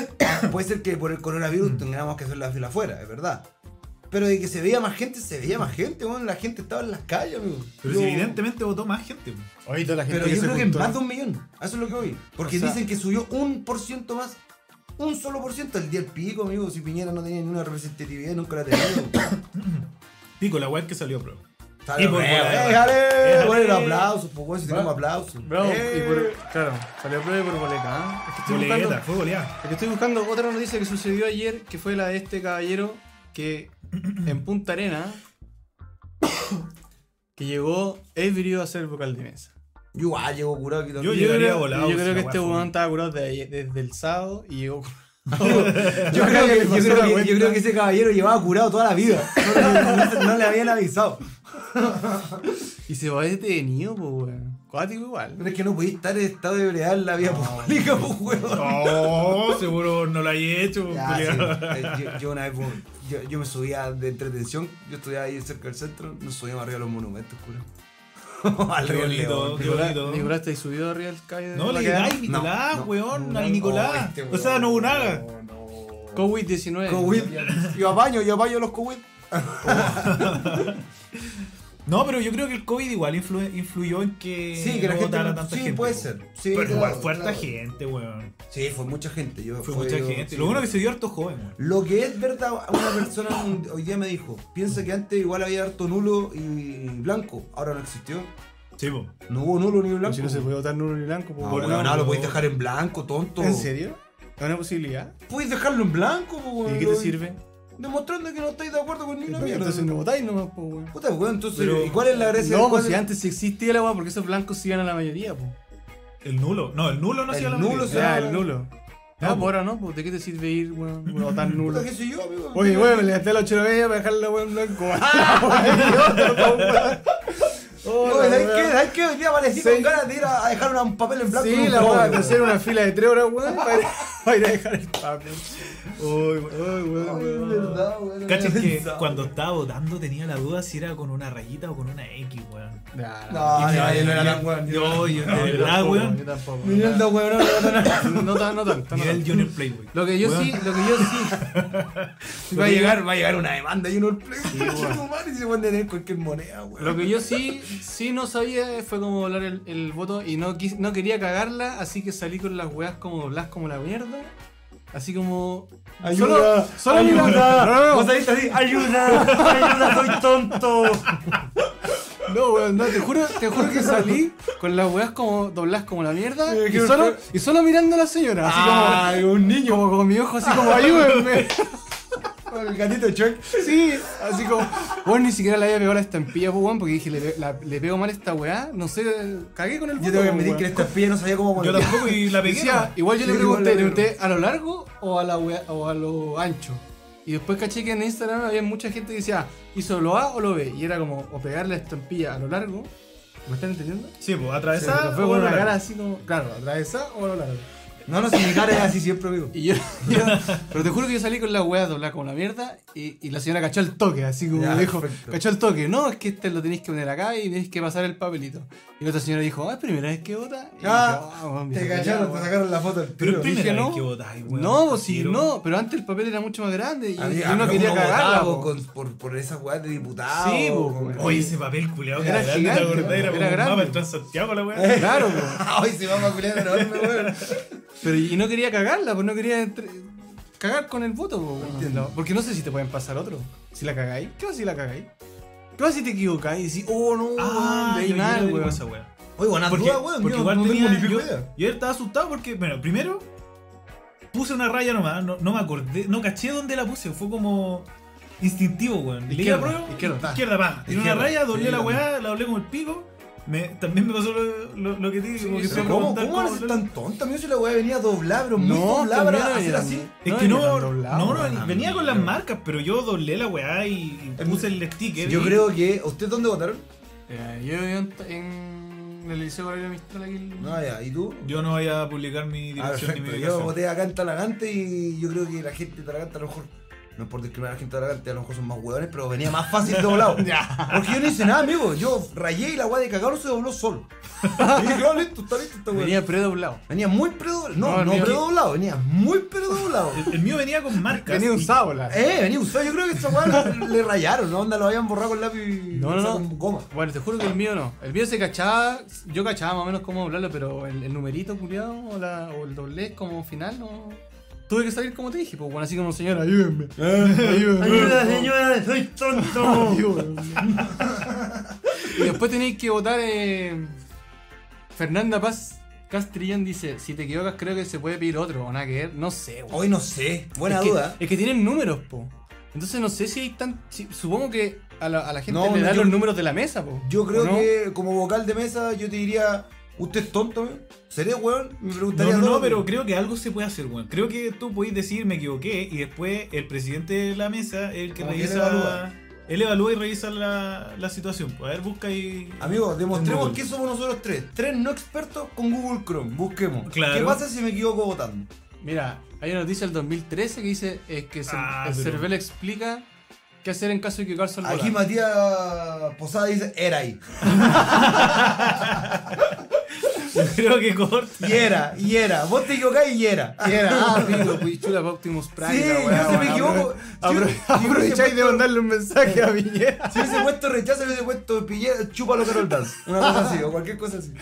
Puede ser que por el Mm. coronavirus tengamos que hacer la fila afuera, es verdad. Pero de que se veía más gente, se veía más gente, bueno, la gente estaba en las calles, amigo. Pero Yo- si evidentemente votó más gente. pues. Oye, toda la gente Pero que yo se creo que juntó. más de un millón, a eso es lo que voy. Porque O sea- dicen que subió un por ciento más, un solo por ciento, el día del pico, amigo, si Piñera no tenía ninguna representatividad, nunca la tenía. Pico, la weá que salió a prueba. Sale, Y por eh, volar. eh, jale, Eh, bueno, el jale. aplauso, pues bueno, si tenemos aplauso. Bravo, Eh. y por- claro, salió a prueba y por boleta, ¿ah? Es que estoy Boleta, buscando- fue goleada. Porque estoy buscando otra noticia que sucedió ayer, que fue la de este caballero que en Punta Arena que llegó ebrio a ser vocal de mesa. Yo igual llego curado aquí también. Yo llegaría creo, volado, yo creo que si la este weá fue weón un- estaba curado de- desde el sábado y llegó Yo Yo creo, creo que, que yo pasó creo la que- yo cuenta. creo que ese caballero llevaba curado toda la vida. No, le- no le habían avisado. y se va detenido, pues weón. Cuático igual. Pero es que no podía estar en estado de ebriedad en la vida pública, pues, weón. No, Oh, seguro no lo hay hecho. Ya, sí. culiao. Eh, yo, yo una vez, pues, yo, yo me subía de entretención, yo estudiaba ahí cerca del centro, nos subíamos arriba de los monumentos, culo. Al Qué río bonito, León. qué Nicolás, bonito. Nicolás, ¿estáis subido arriba del calle? de No le Malacaña? digáis Nicolás, No, no. weón, Nunaga. al Oh, Nicolás. este o sea, weón. no Bunaga. COVID-19. Covid. Yo apaño, yo apaño los COVID. No, pero yo creo que el COVID igual influ- influyó en que Sí, que la no gente. votara tanta sí, gente. puede weón. ser. Sí, pero igual claro, fue harta claro. gente, weón. Sí, fue mucha gente. Yo, Fue mucha yo- gente. sí. Lo bueno que se dio harto joven, weón. Lo que es verdad, una persona un- hoy día me dijo, piensa que antes igual había harto nulo y blanco, ahora no existió. Sí, po. No hubo nulo ni Pero blanco. Si no se puede votar nulo ni blanco, pues, No, weón. weón, no, pero- lo podéis dejar en blanco, tonto. ¿En serio? ¿Es una posibilidad? Podéis dejarlo en blanco, po, weón, ¿Y qué lo- te sirve? Demostrando que no estáis de acuerdo con ni una mierda. Entonces no votáis nomás, pues, weón. Puta, weón, entonces, Pero- ¿y cuál es la No, gracia del pues cuadro? si antes existía la weá, porque esos blancos sí a la mayoría, pues. El nulo. No, el nulo no El hacía la nulo mayoría. se- Ya, el nulo. No, No, pues ahora no, pues ¿de qué te sirve ir, weón, a votar nulo? Puta, qué sé yo, amigo. Oye, Yo- weón, me levanté a las 8 de la mañana para dejar la weón blanco. ¡Ah, weón! Oye, ¿sabes qué? Hola, ¿Sabes qué? Hoy día aparecí Sí. con ganas de ir a, a dejar una- un papel weón. en blanco. en Sí, un la sobre, weón, weón. hacer una fila de 3 horas, weón, para ir- para ir a dejar el papel. Uy, weón, Ay, weón, es weón. verdad, weón, no Cacha, es había que pensado. cuando estaba votando tenía la duda si era con una rayita o con una X, weón. Nah, No, no, yo no era tan weón. Yo, yo- yo, no, de yo verdad, tampoco, weón. yo tampoco. Miguel, no, weón, no, no, no, no. No tan, no tanto. no Nivel tanto. Junior Playboy. Lo que yo Weón, sí, lo que yo sí. Va a llegar, va a llegar una demanda y uno el play. Sí, weón. Y se van a tener cualquier moneda, weón. Lo que yo sí, sí no sabía fue cómo doblar el, el voto y no, quis- no quería cagarla, así que salí con las weas como doblas como la mierda. Así como. Ayuda, solo solo ayuda. ayuda. No, Vos no, saliste así, ayuda, ayuda, soy tonto. no, no, weón, no, te juro, te juro que salí con las weas como doblas como la mierda Sí, y que- solo, y solo mirando a la señora. Así Ay, como un niño. Como con mi ojo, así como ayúdenme. Con el gatito Chuck. Sí, así como. Weón, ni siquiera le había pegado la estampilla, po, weón, porque dije, le, pe- la- le pego mal esta weá. No sé, cagué con el Yo voto. tengo que po, admitir weón. que en esta pilla no sabía cómo Yo poner. tampoco y la pegué. Decía, weón. igual yo le Sí, igual pregunté, la le veo. pregunté a lo largo o a la wea- o a lo ancho. Y después caché que en Instagram había mucha gente que decía, ¿hizo lo A o lo B? Y era como, o pegar la estampilla a lo largo. ¿Me están entendiendo? Sí, pues Se me atravesada. fue o con la la- cara así como, claro, atravesada o a lo largo. No, no, si mi cara es así siempre, amigo. Y yo, yo- pero te juro que yo salí con la wea doblada como la mierda y, y la señora cachó el toque, así como Ya, dijo, perfecto. cachó el toque, no, es que este lo tenéis que poner acá y tenéis que pasar el papelito. Y la otra señora dijo, ah, es primera vez que vota. Y Ah, yo, weón, Te vieja cacharon, culiao, te sacaron la foto del Pero es tiro. primera dije, vez no. que votáis, weón. No, Te pues sí, quiero. no, pero antes el papel era mucho más grande y, y Había- uno pero quería uno cagarla. votaba po. con- por, por esa weá de diputado. Sí, po, con- weón. Oye, ese papel culiado que Era era grande, gigante, ¿te acordás? Era, era como un grande. mapa el Transantiago, la weá. Eh, Claro, po. Ay, se va a culiar enorme, weón. pero y no quería cagarla, pues no quería entre- cagar con el voto, po, weón. Entiendo. porque no sé si te pueden pasar otro. Si la cagáis, ¿qué va si la cagáis? ¿Qué va si te equivocáis y decís, oh no, Ah, de yo- yo mal, le digo weón? esa weá. Oye, buenas Porque, dudas, weón. porque yo igual no tenía. tengo ni yo, pico idea. yo estaba asustado porque, bueno, primero puse una raya nomás, no, no me acordé, no caché dónde la puse, fue como instintivo, weón. Leí la Izquierda, prueba, izquierda, ta. izquierda, pa. Tiré una Izquierda, raya, doblé sí, la también. weá, la doblé con el pico. Me, también me pasó lo, lo- lo que te digo. como que fui a Pero ¿Cómo, preguntar ¿Cómo eres hablar. tan tonta? A mí se la weá venía doblada, pero muy No, doblada también para la hacer venía así. doblada. Es No, que ni no, tan doblado, no, no, weón. venía con las marcas, pero yo doblé la weá y, y puse el sticker. Yo y- creo que. ¿Ustedes dónde votaron? Eh, yo vivo en, en el Liceo Gabriel Mistral aquí. en- No, ya, ¿y tú? Yo no voy a publicar mi Ah, dirección ni mi perfecto. Yo ubicación. voté acá en Talagante y yo creo que la gente de Talagante a lo mejor. No es por discriminar a la gente de Talagante, a lo mejor son más hueones, pero venía más fácil doblado. Porque yo no hice nada, amigo. Yo rayé y la weá de cagado se dobló solo. Y dije, "Ah, listo, está listo esta weá". Venía, Venía predoblado. muy predoblado. No, No, no, el mío- predoblado, venía muy predoblado. El, el mío venía con marcas. Venía y- usado, la. eh, venía usado. Yo creo que esa weá le- le rayaron, ¿no? Onda, lo habían borrado con lápiz. No, o sea, no, no. Con goma. Bueno, te juro que el mío no. El mío se cachaba, yo cachaba más o menos cómo doblarlo, pero el, el numerito culiado o, la- o el doblez como final no. Tuve que salir como te dije, pues bueno, así como señora, ayúdenme. Ayúdenme. señora, soy tonto. Ayúdenme. y después tenéis que votar. eh, Fernanda Paz Castrillón dice: Si te equivocas, creo que se puede pedir otro. O nada que ver. No sé, weón. Hoy no sé. Buena Es que- duda. es que tienen números, po. Entonces no sé si hay tan. si- supongo que a la, a la gente No, le no, da yo- los números de la mesa, po. Yo creo ¿O no? que como vocal de mesa yo te diría, ¿usted es tonto? weón? ¿Seré weón? Me No, preguntaría. no, no, todo. pero creo que algo se puede hacer, weón. Creo que tú podés decir me equivoqué y después el presidente de la mesa, el que Como que él revisa. evalúa. él evalúa y revisa la, la situación. A ver, busca y. Amigos, demostremos Google. que somos nosotros tres. Tres no expertos con Google Chrome. Busquemos. Claro. ¿Qué pasa si me equivoco votando? Mira, hay una noticia del 2013 que dice es que Cer- Ah, el pero- Cervel explica qué hacer en caso de que Carson Aquí Matías Posada dice, era ahí. creo que corta. Y era, y era. Vos te equivocás y era. Y era, ah, digo, pues, chula pa' Optimus Prime. Sí, la yo weá, si me weá, equivoco. weá. yo- Apro- yo Aprovecháis hubiese de puesto- mandarle un mensaje a Piñera. Si hubiese puesto rechazo, hubiese puesto pillera, chúpalo Carol Dance. Una cosa así, o cualquier cosa así.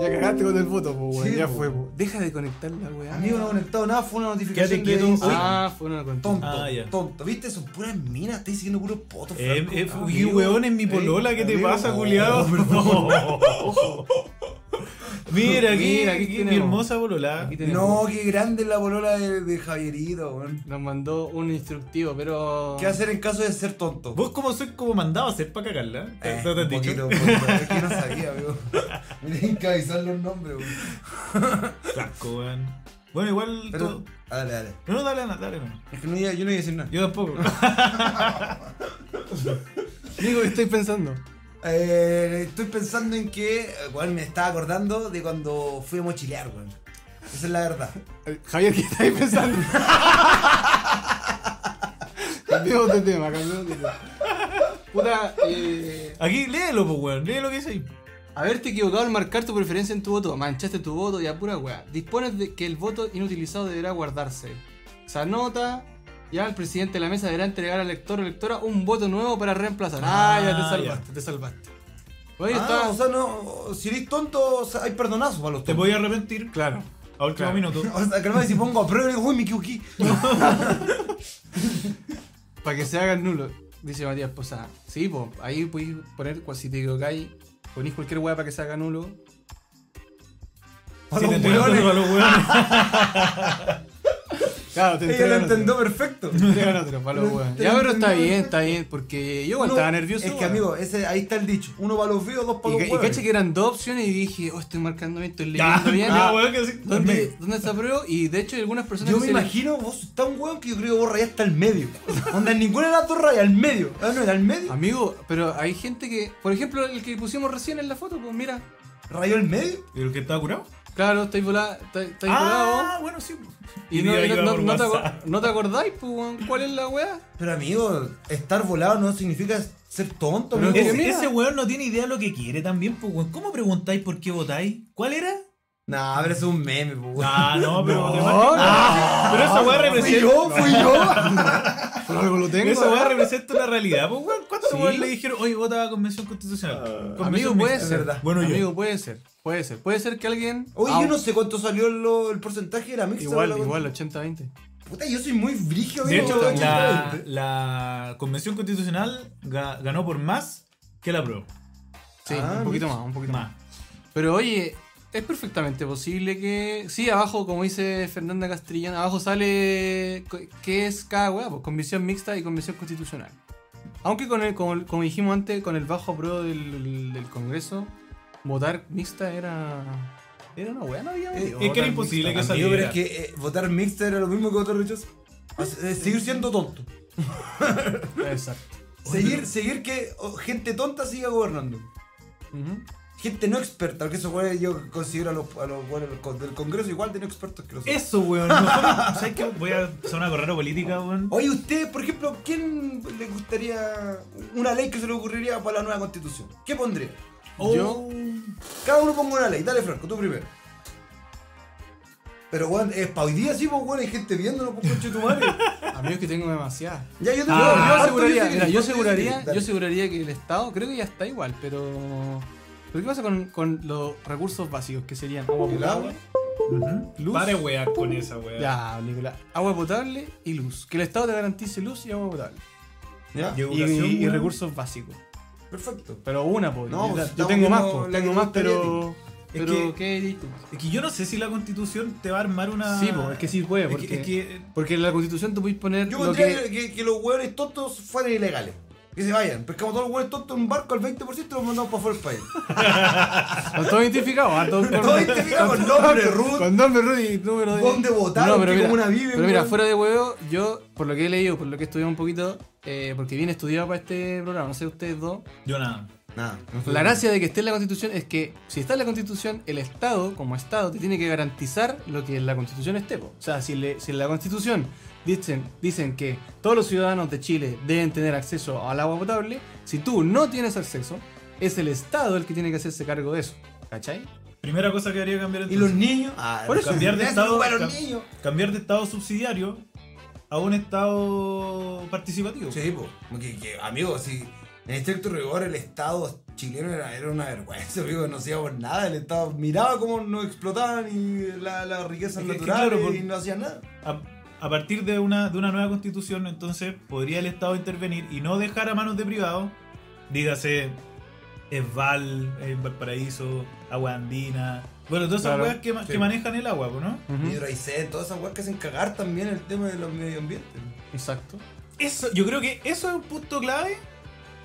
Ya cagaste con el voto, po, weón. Sí, ya po. fue, po. Deja de conectar la weá. Amigo, no ha conectado nada, fue una notificación Quédate de quieto. Instagram. Ah, fue una Tonto, contada. Ah, ya. tonto. ¿Viste? Son puras minas, estoy siguiendo puros potos. Eh, Franco. eh, Ah, uy, amigo. weón, es mi Eh, polola, ¿qué te amigo, pasa, no, culiado? por favor. Mira, aquí, Mira, aquí aquí, mi tenemos. hermosa polola. Aquí No, tenemos. qué grande la polola de, de Javierito, weón. Nos mandó un instructivo, pero. ¿Qué hacer en caso de ser tonto? Vos como soy como mandado a hacer para cagarla. ¿Te, Eh, te un has dicho? poquito, un poquito. Es que no sabía, amigo. Me tienen que avisar los nombres, weón. Flasco, weón. Bueno, igual Pero, todo- ah, dale, dale. No, no, dale, Ana, dale, Ana. Es que no, iba- yo no iba a decir nada. Yo tampoco. Digo, ¿qué estoy pensando? Eh, estoy pensando en que, eh, weón, me estaba acordando de cuando fui a mochilear, weón. Esa es la verdad. Eh, Javier, ¿qué estáis pensando? Cambiamos de tema, cambiamos de tema. Puta, eh, Aquí, léelo, pues, weón. Léelo que dice ahí. haberte equivocado al marcar tu preferencia en tu voto, manchaste tu voto y a pura weá. Dispones de que el voto inutilizado deberá guardarse. Se anota, ya el presidente de la mesa deberá entregar al lector o lectora un voto nuevo para reemplazar. Ah, ya te Ah, salvaste, te salvaste. Oye, Ah, está- o sea, no, si eres tonto, o sea, hay perdonazo para los Te tontos. voy a arrepentir. Claro. A último Claro. minuto. O sea, calma, si pongo a prueba, digo, uy, me equivoqué. Para que se hagan nulo, dice Matías Posada. Sí, po, ahí podéis poner, cual- si te equivocáis, ponís cualquier weá para que se haga nulo. Para Si los te entregas hueones. todo a los weones. Claro, te Ella lo entendió perfecto. Entregan otro palo, Lo weón. Ya, entendió pero está perfecto. bien, está bien, porque yo igual Uno- estaba nervioso. Es que, weón. amigo, ese, ahí está el dicho. Uno para los vivos, dos para Y, los ca- y hueones. caché que eran dos opciones y dije, oh, estoy marcando bien, estoy Ya, leyendo bien. ya, Ah, weón, que sí. ¿Dónde, ¿Dónde está prueba? Y de hecho hay algunas personas Yo que me se le- imagino, vos está un hueón que yo creo que vos rayaste al medio. Onda, ninguna de las dos rayas, al medio. Ah, no, era al medio. Amigo, pero hay gente que, por ejemplo, el que pusimos recién en la foto, pues mira, ¿Rayó al medio? ¿Y el que estaba curado? claro, estáis volado, estáis estáis Ah, bueno, sí. volado, y digo, no, iba no- por no te, WhatsApp. acor- no te acordáis, pues, weón, cuál es la weá. Pero amigo, estar volado no significa ser tonto. Pero amigo. es- Ese, mira. ese weón no tiene idea de lo que quiere también, pues, weón. ¿Cómo preguntáis por qué votáis? ¿Cuál era? Nah, pero eso es un meme, pues. weón. Ah, no, pero. No, te- no. Ah, pero esa weá Fui representa. yo, fui yo. Por algo lo tengo. Esa weá representa una realidad, pues, weón. ¿Cuántos Sí. Ah, weón le dijeron, oye, vota a la convención constitucional? Amigo, Convención puede mixta. ser. verdad. Bueno, yo. Amigo, puede ser. Puede ser. Puede ser que alguien. Oye, Ah, yo no sé cuánto salió lo- el porcentaje de la mixta. Igual, la- igual, 80-20. Puta, yo soy muy pues, brígido. De amigo, hecho, weón. Ah, la, la convención constitucional ga- ganó por más que la prueba. Sí, Ah, un poquito más, un poquito más. Más. Pero oye, es perfectamente posible que. Sí, abajo, como dice Fernanda Castrillán, abajo sale. co- ¿Qué es cada hueá? Pues convención mixta y convención constitucional. Aunque, con el, como, como dijimos antes, con el bajo apruebo del, del Congreso, votar mixta era. Era una hueá, no había. Eh, medio es que era votar imposible mixta. que Amigo, pero saliera. es que eh, votar mixta era lo mismo que votar rechazo. O sea, eh, seguir siendo tonto. Exacto. Seguir, seguir que oh, gente tonta siga gobernando. Ujú. Gente no experta, porque eso güey, yo considero a los, a los güeyes del con- del Congreso igual de no expertos que los otros. Eso, weón. Nosotros, ¿Sabes qué? Voy a hacer una carrera política, weón. Oh, Oye, usted, por ejemplo, ¿quién le gustaría una ley que se le ocurriría para la nueva constitución? ¿Qué pondría? Oh, Yo- Cada uno ponga una ley. Dale, Franco, tú primero. Pero, weón, es pa' hoy día sí, pues, weón, hay gente viéndonos, pues, coche tu madre. Amigos, que tengo demasiadas. Ya, yo te Yo, Ah, yo harto aseguraría, dice que- mira, yo harto dice aseguraría, que- yo dale. aseguraría que el Estado, creo que ya está igual, pero. ¿Pero qué pasa con, con los recursos básicos que serían agua El agua. potable, luz? Pare, weas con esa, weón. Ya, Nicolás. Agua potable y luz. Que el Estado te garantice luz y agua potable. Ya, Yo- Y, Educación, y- y weón. recursos básicos. perfecto. Pero una, pues. No, yo- pues, yo estamos tengo más, viendo pues. la Tengo que más, nos pero. Es Pero, que- ¿qué dices tú? Es que yo no sé si la constitución te va a armar una. Sí, pues, es que sí puede, Es que- porque. es que- Porque en la constitución tú puedes poner. Yo lo pondría que- que... Que, que los hueones tontos fueran ilegales. Que se vayan. Pescamos todos los huevos tontos en un barco al 20% y los mandamos para afuera del país. Están todos identificados. ¿ah? Todos Todos identificados con nombre, Ruth. Con nombre Ruth y número de. ¿Dónde votaron? ¿Qué comuna viven, Pero mira, weón? fuera de huevo, yo, por lo que he leído, por lo que he estudiado un poquito, eh, porque bien estudiado para este programa, no sé ustedes dos. Yo nada. Nada. La gracia de que esté en la constitución es que si está en la constitución, el Estado, como Estado, te tiene que garantizar lo que en la constitución esté. po. O sea, si, le- si en la constitución dicen, dicen que todos los ciudadanos de Chile deben tener acceso al agua potable, si tú no tienes acceso, es el Estado el que tiene que hacerse cargo de eso. ¿Cachai? Primera cosa que debería cambiar ¿Y entonces. los niños? Ah, Por eso, cambiar de ¿Te hacen estado- jugar a los cam- niños. Cambiar de estado subsidiario a un estado participativo. Sí, po. Como que- que, amigo, si en estricto rigor el Estado chileno era, era una vergüenza, amigo, no hacíamos nada. El Estado miraba cómo nos explotaban y la, la riqueza Es que- es que natural claro, por- y no hacía nada. A, a partir de una, de una nueva constitución, entonces podría el Estado intervenir y no dejar a manos de privados, dígase Esval, eh, Valparaíso, Agua Andina. Bueno, todas esas Claro, weas que, ma- sí. que manejan el agua, pues, ¿no? Hidroicén, todas esas weas que hacen cagar también el tema de los medio ambiente. Exacto. Eso, yo creo que eso es un punto clave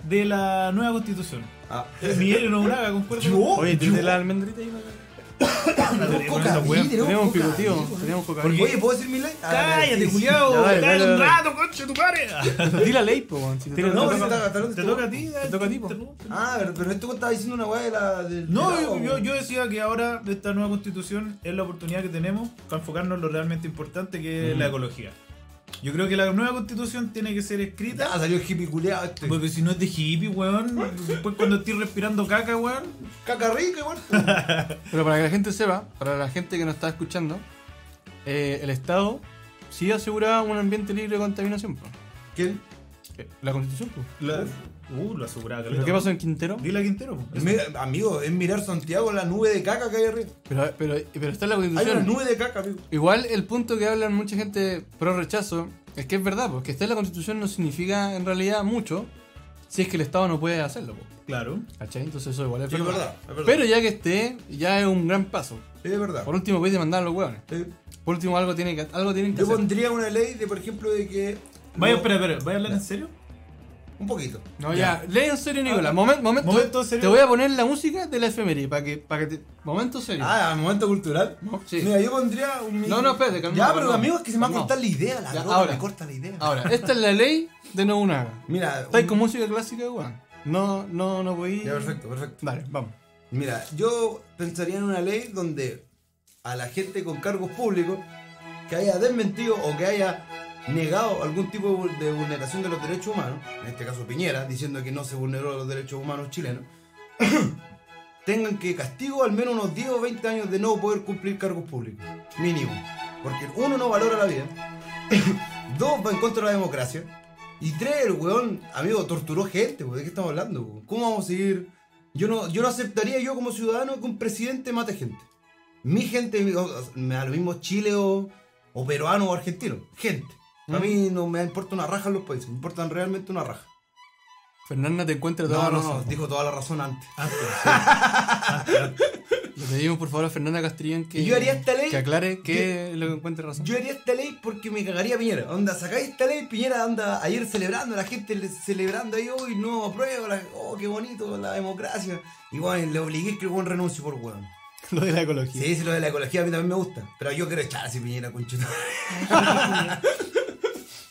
de la nueva constitución. Ah, Miguel Nobraga concuerda. Yo, con- Oye, yo- ¿tienes la almendrita ahí? tenemos con esa cocaína, wea. Tenemos un cocaína, picoteo, weón. tenemos coca. Porque- Oye, ¿puedo decir mi like? Ah, Cállate, sí. Juliado, Ya, dale, cállate dale, un dale. rato, conche tu madre. Di la ley, po, weón, si te Pero toca- te No, pero toca- está- está- Te toca a ti, Te toca a ti, po. Ah, pero, pero este weón estaba diciendo una wea de la. de- No, del yo, agua, yo- weón. yo decía que ahora esta nueva constitución es la oportunidad que tenemos para enfocarnos en lo realmente importante que es la ecología. Yo creo que la nueva constitución tiene que ser escrita. Ah, salió el hippie culeado este. Porque si no es de hippie, weón. Después cuando estoy respirando caca, weón. Caca rica, igual. Pero para que la gente sepa, para la gente que nos está escuchando, eh, el Estado sí aseguraba un ambiente libre de contaminación. po. ¿Quién? Eh, La constitución. po. La, uh, lo aseguraba, ¿Pero qué pasó en Quintero? Dile a Quintero. po. Es mi- amigo, es mirar Santiago la nube de caca que hay arriba. Pero, pero, pero está en la Hay una constitución. nube de caca, amigo. Igual el punto que hablan mucha gente pro rechazo es que es verdad, porque está en la constitución no significa en realidad mucho si es que el Estado no puede hacerlo. po. Claro. ¿Cachai? Entonces eso igual es Sí, es verdad. verdad, es verdad. Pero ya que esté, ya es un gran paso. Sí, Es verdad. Por último, puedes demandar a los hueones. Sí. Por último, algo, tiene que, algo tienen que Yo hacer. pondría una ley de, por ejemplo, de que. Vaya, lo- espera, espera. ¿Vaya a hablar en serio? Un poquito. No, ya, lee en serio, Ah, Nicolás. Momen- momento, Momento serio. Te voy a poner la música de la efeméride para que, para que te. Momento serio. Ah, momento cultural. Mo- sí. Mira, yo pondría un. No, no, espérate, calma, Ya, pero calma. amigo, es que se me va a Calma. cortar la idea. La Ya, droga ahora. me corta la idea. Ahora, esta es la ley de Nobunaga. Mira. Estáis un- con música clásica, weón. No, no, no voy. Ya, perfecto, perfecto. Dale, vamos. Mira, yo pensaría en una ley donde a la gente con cargos públicos que haya desmentido o que haya negado algún tipo de vul- de vulneración de los derechos humanos, en este caso Piñera, diciendo que no se vulneró los derechos humanos chilenos, tengan que castigo al menos unos 10 o 20 años de no poder cumplir cargos públicos, mínimo. Porque uno no valora la vida, dos va en contra de la democracia, y tres, el weón, amigo, torturó gente, weón, ¿de qué estamos hablando? weón? ¿Cómo vamos a seguir? Yo no, yo no aceptaría yo como ciudadano que un presidente mate gente. Mi gente, mi- o- me da lo mismo Chile o, o peruano o argentino. Gente. A mí no me importa una raja en los países, me importan realmente una raja. Fernanda te encuentra toda la No, no, no, razón. dijo toda la razón antes. Antes, Le pedimos por favor a Fernanda Castrillán que, Y yo haría esta ley- que aclare que lo que encuentre razón. Yo haría esta ley porque me cagaría Piñera. Onda, sacáis esta ley, Piñera anda ayer celebrando, la gente le- celebrando ahí, hoy no aprueba, la- oh, qué bonito, la democracia. Y bueno, le obligué a escribir un renuncio por weón. lo de la ecología. Sí, sí, lo de la ecología a mí también me gusta. Pero yo quiero echar así Piñera con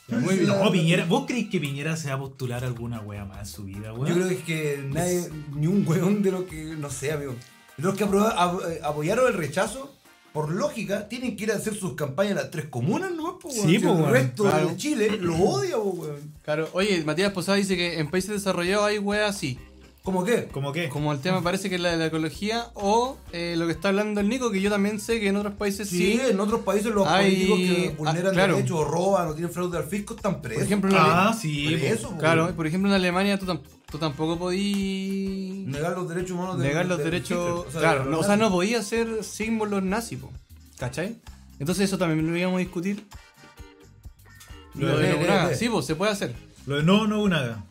Muy bien. No, Piñera. ¿Vos creéis que Piñera se va a postular alguna wea más en su vida, weón? Yo creo que es que nadie, ni un weón de los que, no sé, amigo. De los que apro- ab- eh, apoyaron el rechazo, por lógica, tienen que ir a hacer sus campañas en las tres comunas, ¿no? Po, weón. Sí, Si po, el weón, resto claro. de Chile lo odia, po, weón. Claro, oye, Matías Posada dice que en países desarrollados hay weas así. ¿Cómo qué? ¿Cómo qué? Como el tema parece que es la de la ecología o eh, lo que está hablando el Nico, que yo también sé que en otros países Sí, sí. en otros países los Hay- políticos que vulneran ah, claro. derechos o roban o tienen fraude al fisco están presos. Por ejemplo, en Ah, Ale- sí. Por po. eso, po, claro, weón. por ejemplo en Alemania tú, tam- tú tampoco podías negar los derechos humanos. del- negar los del derechos. Hitler, o sea, claro, de los no, o sea, nazis. no podía ser símbolos nazi, po, ¿cachai? Entonces eso también lo íbamos a discutir. Lo Lo de- de lo de- Nobunaga. de- Sí, po, se puede hacer. Lo de no, no, una.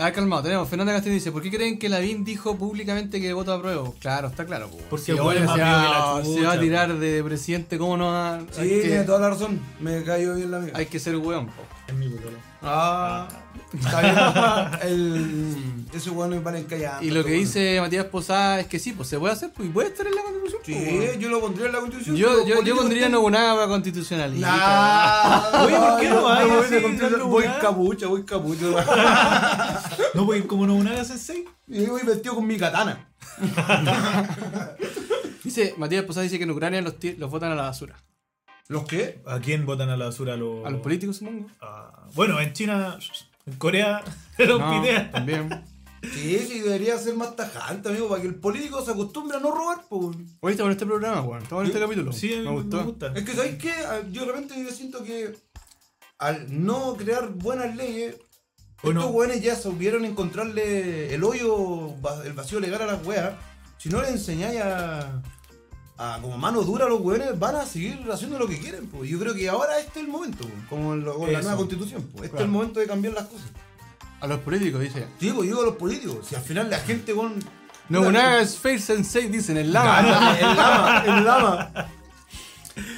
Ah, calmado, tenemos. Fernanda Castillo dice, ¿por qué creen que Lavín dijo públicamente que voto apruebo? Claro, está claro. po. Porque Si el ahora weón es más se, vivo va, que la chucha, se va a po. tirar de presidente, ¿cómo no va? Sí, hay, tiene que, toda la razón. Me cayó bien la mía. hay que ser weón. po. Es mi botolo. Ah, está bien. El, esos hueones valen callar. Ah, Y lo que dice Matías Posada es que sí, pues se puede hacer, pues y puede estar en la constitución. Sí, pues, weón. yo lo pondría en la constitución. yo, pero yo, yo político pondría está- Nobunaga constitucionalista. Nah, Oye, ¿por qué no yo- hay yo voy así, de constitución- dando Voy una? capucha, voy capucha. No, porque como no una sensei. Y voy vestido con mi katana. Dice, Matías Posada dice que en Ucrania los, ti- los votan a la basura. ¿Los qué? ¿A quién votan a la basura los. A los políticos, supongo. Ah, bueno, en China, en Corea, los No, pitean. también. Sí, sí, debería ser más tajante, amigo, para que el político se acostumbre a no robar, pues. Hoy estamos en este programa, weón. Estamos en este capítulo. Sí, me gustó. Es que, ¿sabéis qué? Ah, Yo de repente yo siento que al no crear buenas leyes, Bueno. estos weones ya supieron encontrarle el hoyo, va- el vacío legal a las weas. Si no le enseñáis a, a como mano dura a los weones, van a seguir haciendo lo que quieren. Pues. Yo creo que ahora este es el momento, pues, como en lo- con la Eso. nueva constitución. Pues. Este Claro. es el momento de cambiar las cosas. A los políticos, dice. Sí, pues, digo a los políticos. Si al final la gente con... Nobunaga es Face Sensei, dicen el lama. El lama, el lama.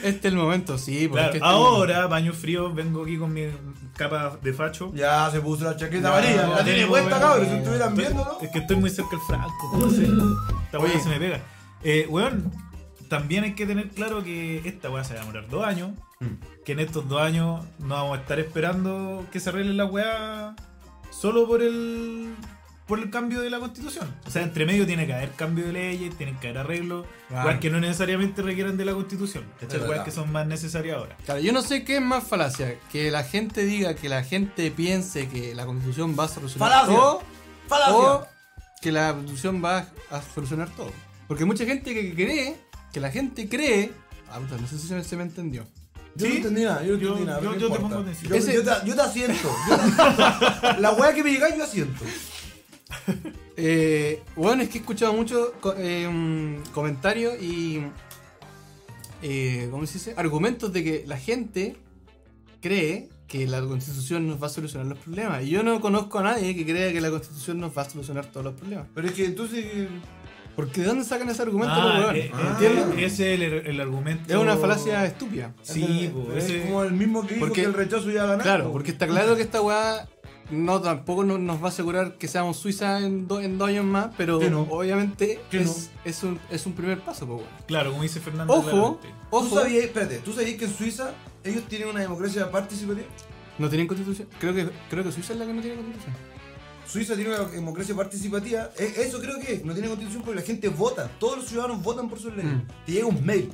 Este es el momento, sí. porque Claro, este- ahora, baño frío, vengo aquí con mi capa de facho. Ya se puso la chaqueta Ya, amarilla. ya La tiene tengo, puesta, weón. cabrón. Si estuvieran Estoy- viendo, ¿no? Es que estoy muy cerca del franco, no sé. Esta weá Oye. se me pega. Eh, weón, también hay que tener claro que esta weá se va a demorar dos años. Que en estos dos años no vamos a estar esperando que se arregle la weá solo por el. por el cambio de la constitución. O sea, entre medio tiene que haber cambio de leyes, tienen que haber arreglos, Claro. weas que no necesariamente requieran de la constitución. Estas weas verdad. que son más necesarias ahora. Claro, yo no sé qué es más falacia. Que la gente diga, que la gente piense que la constitución va a solucionar Falacia. todo. Falacia. O que la constitución va a solucionar todo. Porque mucha gente que cree, que la gente cree. Ah, puta, no sé si se me entendió. Yo ¿Sí? no entendí nada, yo no Yo- entendí nada. yo- yo pero no te importa. pongo atención. Yo, Ese- yo te, yo te asiento. yo te- la weá que me llega yo asiento. Eh, bueno, es que he escuchado muchos co- eh, comentarios y. eh, ¿Cómo se dice? Argumentos de que la gente cree que la constitución nos va a solucionar los problemas. Y yo no conozco a nadie que crea que la constitución nos va a solucionar todos los problemas. Pero es que entonces. Porque ¿de dónde sacan ese argumento Ah, los eh, oh. eh, huevones? ¿entiendes? Ese es el, el argumento. Es una falacia estúpida. Sí, po, es ese- como el mismo que dijo Porque- que el rechazo ya ganó. Claro, porque está claro que esta weá no tampoco no- nos va a asegurar que seamos Suiza en, do- en dos años más, pero Que no. obviamente Que es, es, un, es un primer paso, po, weón. Claro, como dice Fernando. Ojo, claramente. ¿Tú ojo. sabías, espérate, ¿tú sabías que en Suiza ellos tienen una democracia participativa? ¿No tienen constitución? Creo que, creo que Suiza es la que no tiene constitución. Suiza tiene una democracia participativa. E- Eso creo que es, no tiene constitución porque la gente vota. Todos los ciudadanos votan por sus leyes. Mm. Te llega un mail.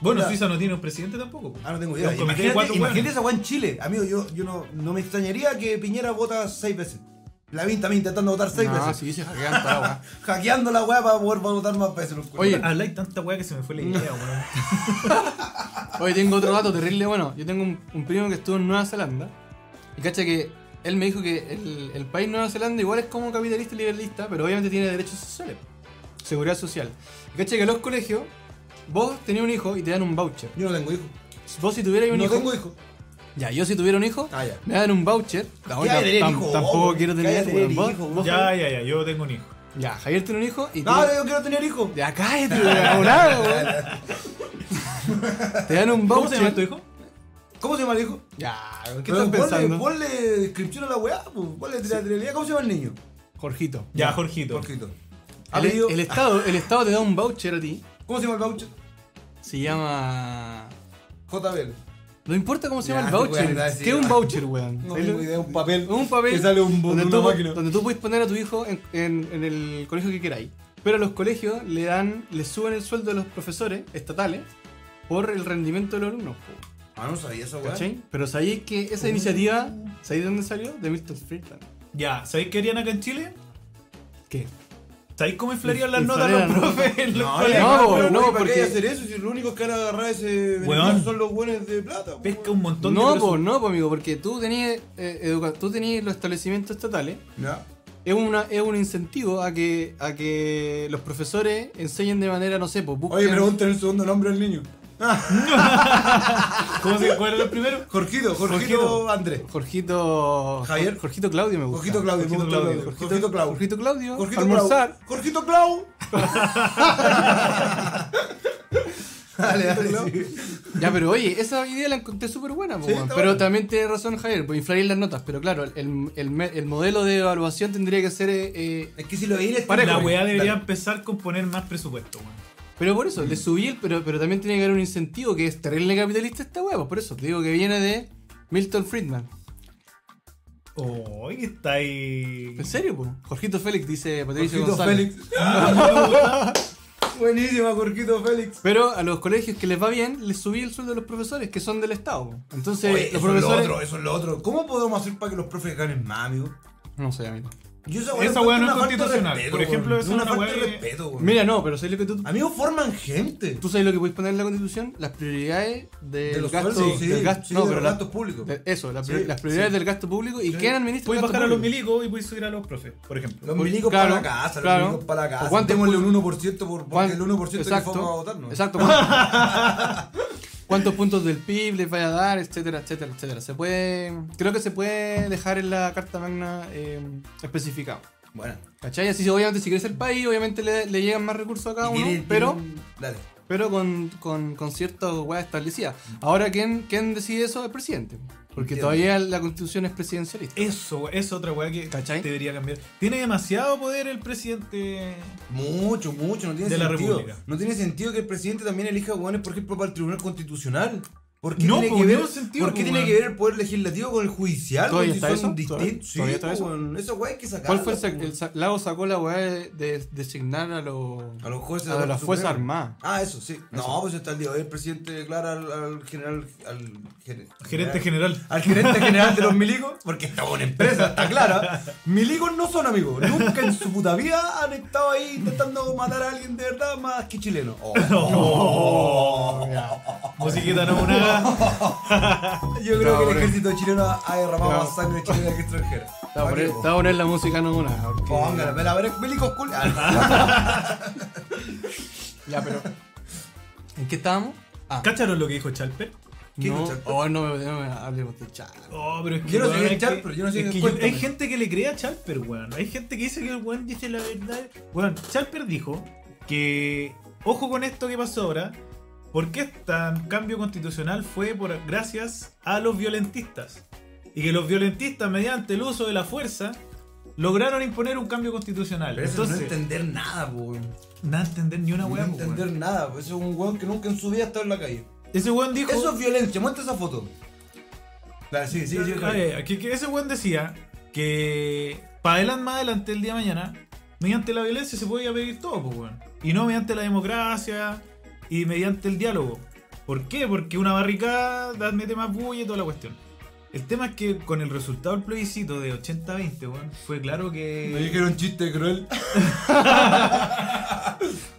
Bueno, Claro. Suiza no tiene un presidente tampoco. Ah, no tengo idea. Los comités Imagínate, cuatro imagínate hueones. esa weá en Chile. Amigo, yo, yo no, no me extrañaría que Piñera vota seis veces. La Vin también intentando votar seis No, veces. si dice hackean toda la weá. Hackeando la weá para poder votar más veces. los culiados. Oye. Habláis tanta weá que se me fue la idea, weón. Oye, tengo otro dato terrible. Bueno, yo tengo un, un primo que estuvo en Nueva Zelanda. Y cacha que él me dijo que el, el país Nueva Zelanda igual es como capitalista y liberalista, pero obviamente tiene derechos sociales. Seguridad social. Y cacha que en los colegios, vos tenés un hijo y te dan un voucher. Yo no tengo hijo. Vos si tuvierais un no hijo... tengo hijo. Ya, yo si tuviera un hijo, Ah, ya. me dan un voucher. La Ya otra, tener tam- hijo, tampoco vos, quiero ya tener, tener weón. Vos- hijo, vos- Ya, ya, ya, yo tengo un hijo. Ya, Javier tiene un hijo y No, tiene- yo quiero tener hijo. Ya cállate, weón, enamorado, weón. Te dan un ¿Cómo voucher. se llama tu hijo? ¿Cómo se llama el hijo? Ya, ¿qué Pero estás ponle- pensando? Ponle descripción a la weá, pues. Ponle teatralidad. ¿Cómo se llama el niño? Jorgito. Ya, Jorgito. Jorgito. El, Apellido. el estado, el Estado te da un voucher a ti. ¿Cómo se llama el voucher? Se llama. JBL. No importa cómo se llama Ya, el te voucher. voy a dar, sí, ¿Qué es un va. voucher, weón? No Es tengo lo- idea, un papel. un papel Que sale un, donde, una tú, máquina. donde tú puedes poner a tu hijo en, en- en el colegio que queráis. Pero a los colegios le dan, le suben el sueldo a los profesores estatales por el rendimiento de los alumnos. po, Ah, no sabía esa weá. ¿Cachai? Pero sabéis que esa iniciativa, ¿sabéis de dónde salió? De Milton Friedman. Ya, ¿sabéis qué harían acá en Chile? ¿Qué? ¿Sabéis cómo inflarían las Inf- notas inflarían los las profes en los No, colegios? no, no, no, no, porque porque- qué hay que hacer eso si los únicos que van a agarrar ese Weón. beneficio son los buenos de plata. weón. Pesca un montón No, de po, presupuesto. no, po, amigo, porque tú tenías, eh, educa- tú tenías los establecimientos estatales. Ya. Es, una, es un incentivo a que, a que los profesores enseñen de manera, no sé, pues busquen... Oye, pregunten el segundo nombre al niño. ¿Cómo se acuerdan el primero? Jorgito, Jorgito Jorgito. Andrés. Jorgito... Javier. Jorgito Claudio me gusta. Jorgito Claudio, me Jorgito gusta Claudio, Claudio. Jorgito Jorgito Clau. Jorgito Claudio. Jorgito almorzar. Clau. Jorgito Clau. Dale, dale, Claro. sí. Ya, pero oye, esa idea la encontré súper buena, po, Sí, weón. está pero buena. también tiene razón Javier, por inflarir las notas, pero claro, el, el me- el modelo de evaluación tendría que ser... eh, eh, Es que si lo veis, Parejo. La weá debería empezar con poner más presupuesto, weón. pero por Mm. eso, le subí el, pero, pero también tiene que haber un incentivo que es terrible capitalista esta hueá, pues por eso, te digo que viene de Milton Friedman. Oye, está ahí. ¿En serio, po? Jorgito Félix dice Patricio Jorgito González. Félix. Buenísima, Jorgito Félix. Pero a los colegios que les va bien, les subí el sueldo de los profesores, que son del Estado. po. Entonces, Oye, los eso es lo profesores... otro, eso es lo otro. ¿Cómo podemos hacer para que los profes ganen más, amigo? No sé, amigo. Yo Esa encuentro weá no una es falta de constitucional. respeto, Por ejemplo, weón. esa es una una falta weá de que- respeto, weón. Mira, no, pero ¿sabes lo que tú... Amigos forman gente. ¿Tú sabes lo que puedes poner en la constitución? Las prioridades del De los gasto, sueldos, sí, del gasto, sí, no, de pero los la- gastos públicos. de- eso, la Sí, prior- las prioridades sí. del gasto público y Sí. quién administra Puedes el gasto bajar a los público? milicos y puedes subir a los profes, por ejemplo. Los Pues, milicos claro, para la casa, claro. los milicos para la ¿O casa. cuánto- Démosle un 1% por, porque ¿Cuán- el 1% exacto, que fue a votar, ¿no? Exacto. ¿cuán- ¿Cuántos puntos del PIB les vaya a dar? Etcétera, etcétera, etcétera. Se puede... Creo que se puede dejar en la Carta Magna eh, especificado. Bueno. ¿Cachai? Así obviamente si crece el país, obviamente le, le llegan más recursos a cada Y uno, tiene- tiene pero... un- Dale. pero con, con, con ciertas weas establecidas. Ahora, ¿quién, ¿quién decide eso? El presidente. Porque Entiendo. todavía la constitución es presidencialista. Eso, weón, es otra weá que ¿Cachai? debería cambiar. Tiene demasiado poder el presidente. Mucho, mucho, no tiene De la sentido. República. no tiene sentido que el presidente también elija hueones, por ejemplo, para el Tribunal Constitucional. ¿Por qué No, tiene po, que no ver, tiene sentido, ¿por qué po, tiene weón. que ver el poder legislativo con el judicial? ¿Todavía weón? está son eso? distintos. Sí, ¿Todavía está eso? weón, esa weá hay que sacarla, ¿Cuál fue el, sac- po, el sa- Lago sacó la wea de, de designar a los A los jueces a de las fuerzas Suprema. armadas? Ah, eso, sí. No, pues está el día de hoy el presidente declara al, al general. Al gere- Gerente general. Al gerente general de los milicos, porque esta es una empresa, está clara. Milicos no son amigos. Nunca en su puta vida han estado ahí intentando matar a alguien de verdad más que chileno. Oh. Musiquita no una. Yo creo No, que el hombre. ejército chileno ha derramado No. más sangre chilena que extranjera. Te voy a poner- Aquí, te voy a poner la música no una. porque- Póngala, vela, ver, Ah, milicos cul. Ah. Ya, pero. ¿En qué estábamos? Ah, ¿Cacharon lo que dijo Chalper? ¿Qué no, dijo Charco? oh, no, me- no me este hablemos de Charco. Oh, pero es que. Yo no sé weón, quién es es que- Chalper, yo no sé es que quién es, yo- cuéntame. Hay gente que le crea a Chalper, weón. Hay gente que dice que el weón dice la verdad. Weón, Chalper dijo que. Ojo con esto que pasó ahora. Porque este cambio constitucional fue por gracias a los violentistas. Y que los violentistas, mediante el uso de la fuerza, lograron imponer un cambio constitucional. Pero eso es no Entonces, entender nada, po. weón. nada entender ni una No weá. po, weón. entender nada, po. Eso es un weón que nunca en su vida ha estado en la calle. Ese weón dijo. Eso es violencia, muestra esa foto. Dale, sí, sí, sí. Ah, eh, que, que ese weón decía que para adelante más adelante el día de mañana, mediante la violencia se podía pedir todo, pues weón. Y no mediante la democracia y mediante el diálogo. ¿Por qué? Porque una barricada da- mete más bulla y toda la cuestión. El tema es que con el resultado del plebiscito de 80-20, weón, fue claro que. Me dijeron chiste cruel.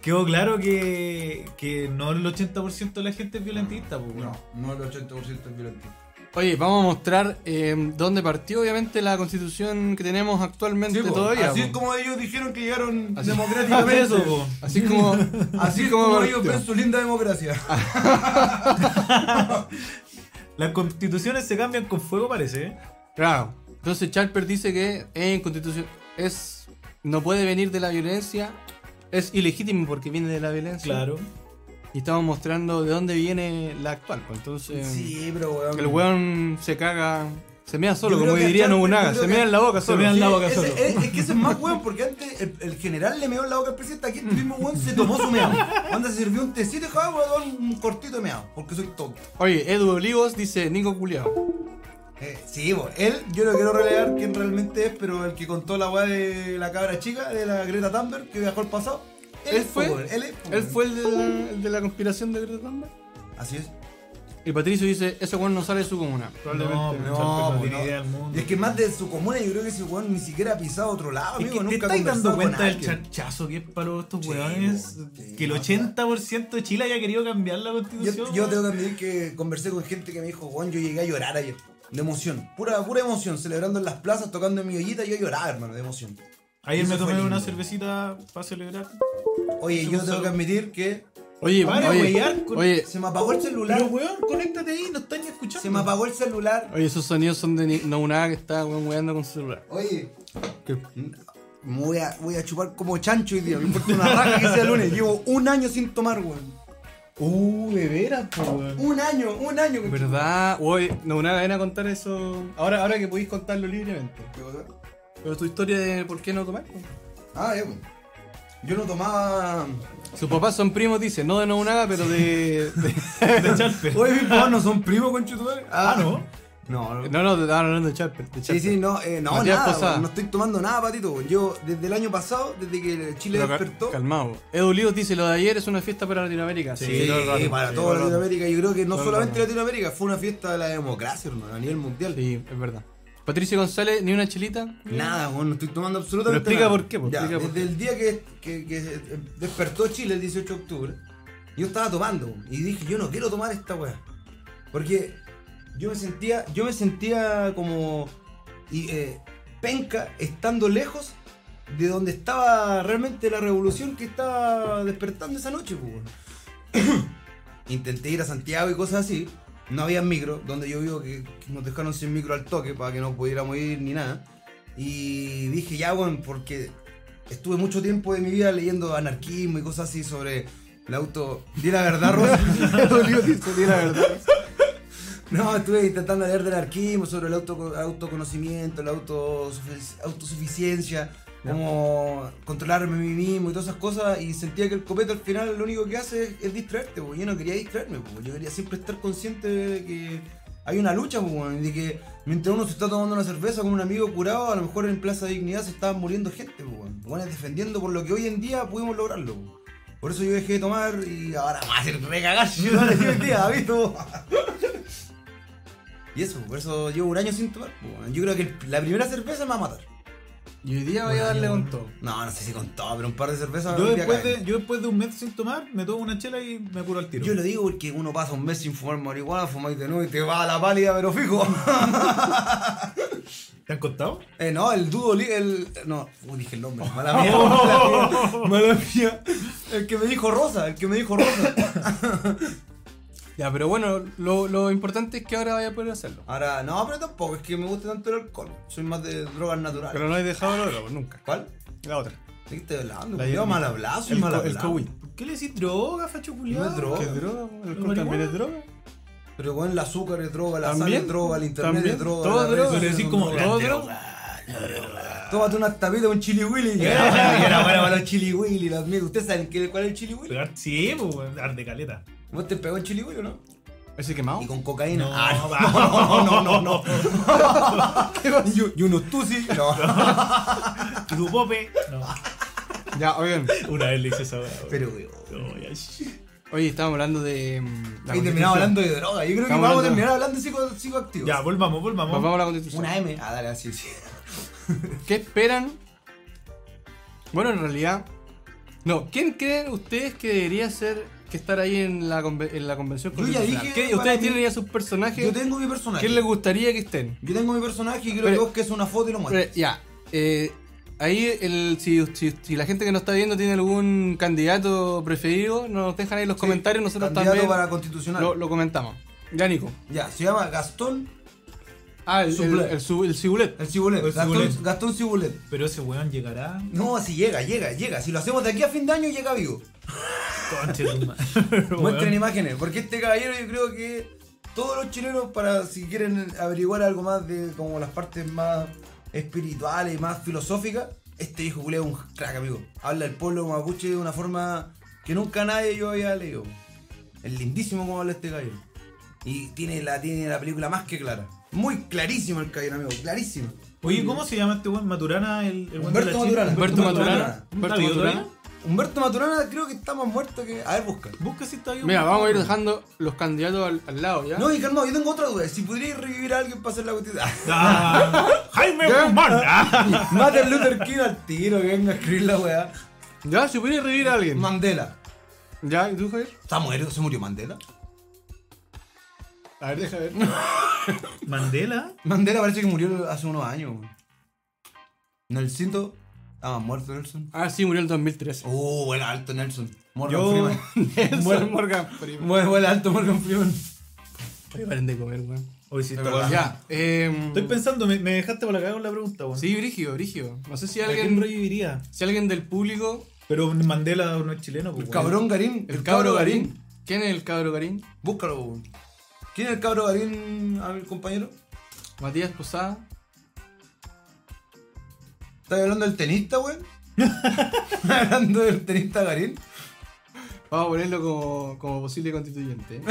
Quedó claro que, que no el 80% de la gente es violentista, pues weón. No, no el 80% es violentista. Oye, vamos a mostrar eh, dónde partió, obviamente, la constitución que tenemos actualmente Sí, po. todavía. así po. es como ellos dijeron que llegaron Así- democráticamente. Eso, po. Así es como. Así es como ellos partió. Ah, ven su linda democracia. Las constituciones se cambian con fuego, parece, ¿eh? Claro. Entonces Charper dice que es inconstitucional. Es. No puede venir de la violencia. Es ilegítimo porque viene de la violencia. Claro. Y estamos mostrando de dónde viene la actual. pues, Entonces. Sí, pero weón. El weón se caga. Se mea solo, Yo como creo que diría Charper- yo Nobunaga. creo Se que- mea en la boca se solo. mea en la Sí, boca ese- solo. Es, es que ese es más weón porque antes el, el general le meó en la boca al presidente. Aquí este mismo weón se tomó su meado. Cuando se sirvió un tecito, dijo, ah, weón, un cortito de meado. Porque soy tonto. Oye, Edu Olivos dice Nico Culeado. Eh, sí, bo, él, yo no quiero relegar quién realmente es, pero el que contó la weá de la cabra chica, de la Greta Thunberg, que viajó al pasado. Él, Él fue. po, weón, él, es, Él po, weón. fue el de la, el de la conspiración de Greta Thunberg. Así es. Y Patricio dice, ese weón no sale de su comuna. Probablemente Chalper No, no, no tiene no. idea del mundo. Y es que más de su comuna, yo creo que ese weón ni siquiera ha pisado otro lado, Es amigo. que te nunca ha estáis dando conversado con cuenta del alguien. chachazo que es para estos Sí, weones. weón, sí, que el no, 80% de Chile haya querido cambiar la constitución. Yo, yo weón. tengo que admitir que conversé con gente que me dijo, weón, yo llegué a llorar ayer. De emoción. Pura, pura emoción. Celebrando en las plazas, tocando en mi ollita, yo lloraba, hermano, de emoción. Ayer Eso me tomé fue una lindo. cervecita para celebrar. Oye, yo tengo que admitir que pues. Oye, Para, oye, weyar, con- oye, se me apagó el celular. weón, conéctate ahí, no están ni escuchando. Se me apagó el celular. Oye, esos sonidos son de Ni- Nobunaga que está weón, weando con su celular. Oye, ¿Qué? me voy a, voy a chupar como chancho hoy día. Me importa una raja que sea lunes. Llevo un año sin tomar, weón. Uh, de veras, po, weón. Un año, un año. conche- ¿Verdad? Uy, no, una vez a contar eso. Ahora, ahora que podéis contarlo libremente. ¿Qué cosa? Pero tu historia de por qué no tomar. Ah, ya, pues. Yo no tomaba. Sus papás son primos, dice. No de no nada, pero de. de- De Charper. Oye, mis papás no son primos, conchetumare. Ah, no. No, no. no, no, te estaban hablando de Charper. de Sí, Charper. sí, no, eh, no, Matías nada, Posada. weón, no estoy tomando nada, patito. weón. Yo, desde el año pasado, desde que Chile Pero cal- despertó. Calmado. Edu Líos dice: Lo de ayer es una fiesta para Latinoamérica. Sí, eh, todo el rato. para Sí, toda el rato. Latinoamérica. Yo creo que no Todo el solamente rato. Latinoamérica, fue una fiesta de la democracia, hermano, a nivel mundial. Sí, es verdad. Patricio González, ni una chelita. Nada, weón, no estoy tomando absolutamente Pero explica nada. por qué, pues, Ya, explica por desde el día que, que- que se- eh, despertó Chile el 18 de octubre, yo estaba tomando weón, y dije, yo no quiero tomar esta weá. Porque yo me sentía, yo me sentía como y, eh, penca estando lejos de donde estaba realmente la revolución que estaba despertando esa noche, pues, weón. Intenté ir a Santiago y cosas así. No había micro, donde yo vivo que, que nos dejaron sin micro al toque para que no pudiéramos ir ni nada. Y dije, ya, bueno, porque estuve mucho tiempo de mi vida leyendo anarquismo y cosas así sobre el auto. Di la verdad, Rubén. Dolió eso, di la verdad. No, estuve intentando leer del anarquismo, sobre el autoco- autoconocimiento, la autosufic- autosuficiencia, como controlarme a mí mismo y todas esas cosas. Y sentía que el copete al final lo único que hace es, es distraerte, porque yo no quería distraerme, porque yo quería siempre estar consciente de que hay una lucha, pues, weón, de que mientras uno se está tomando una cerveza con un amigo curado, a lo mejor en Plaza Dignidad se estaba muriendo gente, pues, weón. Weones defendiendo por lo que hoy en día pudimos lograrlo. pues. Por eso yo dejé de tomar y ahora me va a hacer recagar si yo no le digo el día, ¿visto? Y eso, por eso llevo un año sin tomar. pues, weón. Yo creo que el- la primera cerveza me va a matar. Y hoy día voy a darle con todo. No, no sé si con todo, pero un par de cervezas. Yo un día después, caen. de, yo después de un mes sin tomar, me tomo una chela y me curo al tiro. Yo lo digo porque uno pasa un mes sin fumar marihuana, fumáis de nuevo y te va a la pálida, pero fijo. ¿Te han contado? Eh, no, el dúo, li- el... No, uy, dije el nombre, mala mía, mala mía, mala mía. El que me dijo Rosa, el que me dijo Rosa. Ya, pero bueno, lo, lo importante es que ahora vaya a poder hacerlo. Ahora, no, pero tampoco, es que me gusta tanto el alcohol. Soy más de drogas naturales. Pero no he dejado la otra, pues, nunca. ¿Cuál? La otra. ¿De qué estoy hablando? La Yo hierbita. mal hablado, soy El, mal co el hablado. Covid. ¿Por qué le decís droga, facho culiado? No es droga. ¿Qué es droga? ¿El alcohol marihuana? también es droga? Pero bueno, el azúcar es droga, la sal ¿También? es droga, el internet ¿También? es droga. Todo las redes droga. sociales Pero decís son como, droga. la ¿Todo droga. droga? Tómate unas tapitas, un chili willy. Y era bueno, y era bueno para los chili willy, los amigos. ¿Ustedes saben qué- cuál es el chili willy? Pegar- Sí, pues, weón, arde caleta. ¿Vos te pegó el chili willy o no? ¿Ese quemado? Y con cocaína. No, Ah, va. no, no, no, no, no. y, un- y unos tusi. No. Tu pope. No. Ya, oigan. Una vez le hice esa weá, weón. Pero, weón. No, ya, shh. Oye, estábamos hablando de. mm, la Y Constitución. terminamos hablando de droga. Yo creo que Estamos vamos a hablando- terminar hablando de psico- psicoactivos. Ya, volvamos, volvamos. Nos Pues, vamos a la constitución. Una M. Ah, dale, así, sí. ¿Qué esperan? Bueno, en realidad. No, ¿quién creen ustedes que debería ser que estar ahí en la, conve- en la convención? Yo ya constitucional? dije, ¿Qué- para ¿Ustedes mí- tienen ya sus personajes? Yo tengo mi personaje. ¿Quién les gustaría que estén? Yo tengo mi personaje y creo Pero- que vos que es una foto y lo Pero, muestras. ya. eh, ahí, el, si, si- si la gente que nos está viendo tiene algún candidato preferido, nos dejan ahí los comentarios. Nosotros Candidato también para constitucional. lo, lo comentamos. Ya, Nico. Ya, se llama Gastón Ah, el, el, Sublet. el su- el cibulet. El Cibulet. El Gastón, Cibulet. Gastón Cibulet. Pero ese weón llegará. No, si llega, llega, llega. Si lo hacemos de aquí a fin de año, llega vivo. Conche tu madre. Muestren Weón. imágenes, porque este caballero yo creo que todos los chilenos, para si quieren averiguar algo más de como las partes más espirituales y más filosóficas, este hijo culé es un crack, amigo. Habla el pueblo mapuche de una forma que nunca nadie yo había leído. Es lindísimo como habla este caballero. Y tiene la, tiene la película más que clara. Muy clarísimo el caballero, amigo, clarísimo. Oye, ¿cómo se llama este weón? Maturana, el, el weón de la Humberto chica. Maturana. Humberto Maturana. Maturana. Humberto ¿Está vivo Maturana. todavía? Humberto Maturana creo que está más muerto que... A ver, busca. Busca si está vivo. Mira, vamos a ir dejando los candidatos al, al lado, ¿ya? No, y calmado, yo tengo otra duda. Si pudierais revivir a alguien para hacer la cuestión. Ah, Jaime Guzmán. Ah. Martin Luther King al tiro, que venga a escribir la weá. Ya, si pudiera revivir a alguien. Mandela. Ya, ¿y tú, Javier? ¿Está muerto? ¿Se murió Mandela? A ver, deja ver. Mandela. Mandela parece que murió hace unos años. weón. Nelsito. Ah, muerto Nelson. Ah, sí, murió en el 2013. Uh, vuela alto Nelson. Morgan Yo- Freeman. Nelson Morgan Freeman. Vuela- Vuela alto Morgan Freeman. Oye, paren de comer, weón. Hoy sí está Pero vivo. Ya, eh. Estoy pensando, me, me dejaste para la cagada con la pregunta, weón. Sí, Brigio, Brigio. No sé si ¿A quién alguien, reviviría? si alguien del público. Pero Mandela no es chileno, pues. El weón. cabrón Garín. El cabro Garín. ¿Quién es el cabro Karim? Búscalo, weón. ¿Quién es el cabro Garín, a ver, compañero? Matías Posada. ¿Estás hablando del tenista, weón? ¿Estás hablando del tenista Garín? Vamos a ponerlo como, como posible constituyente. ¿eh?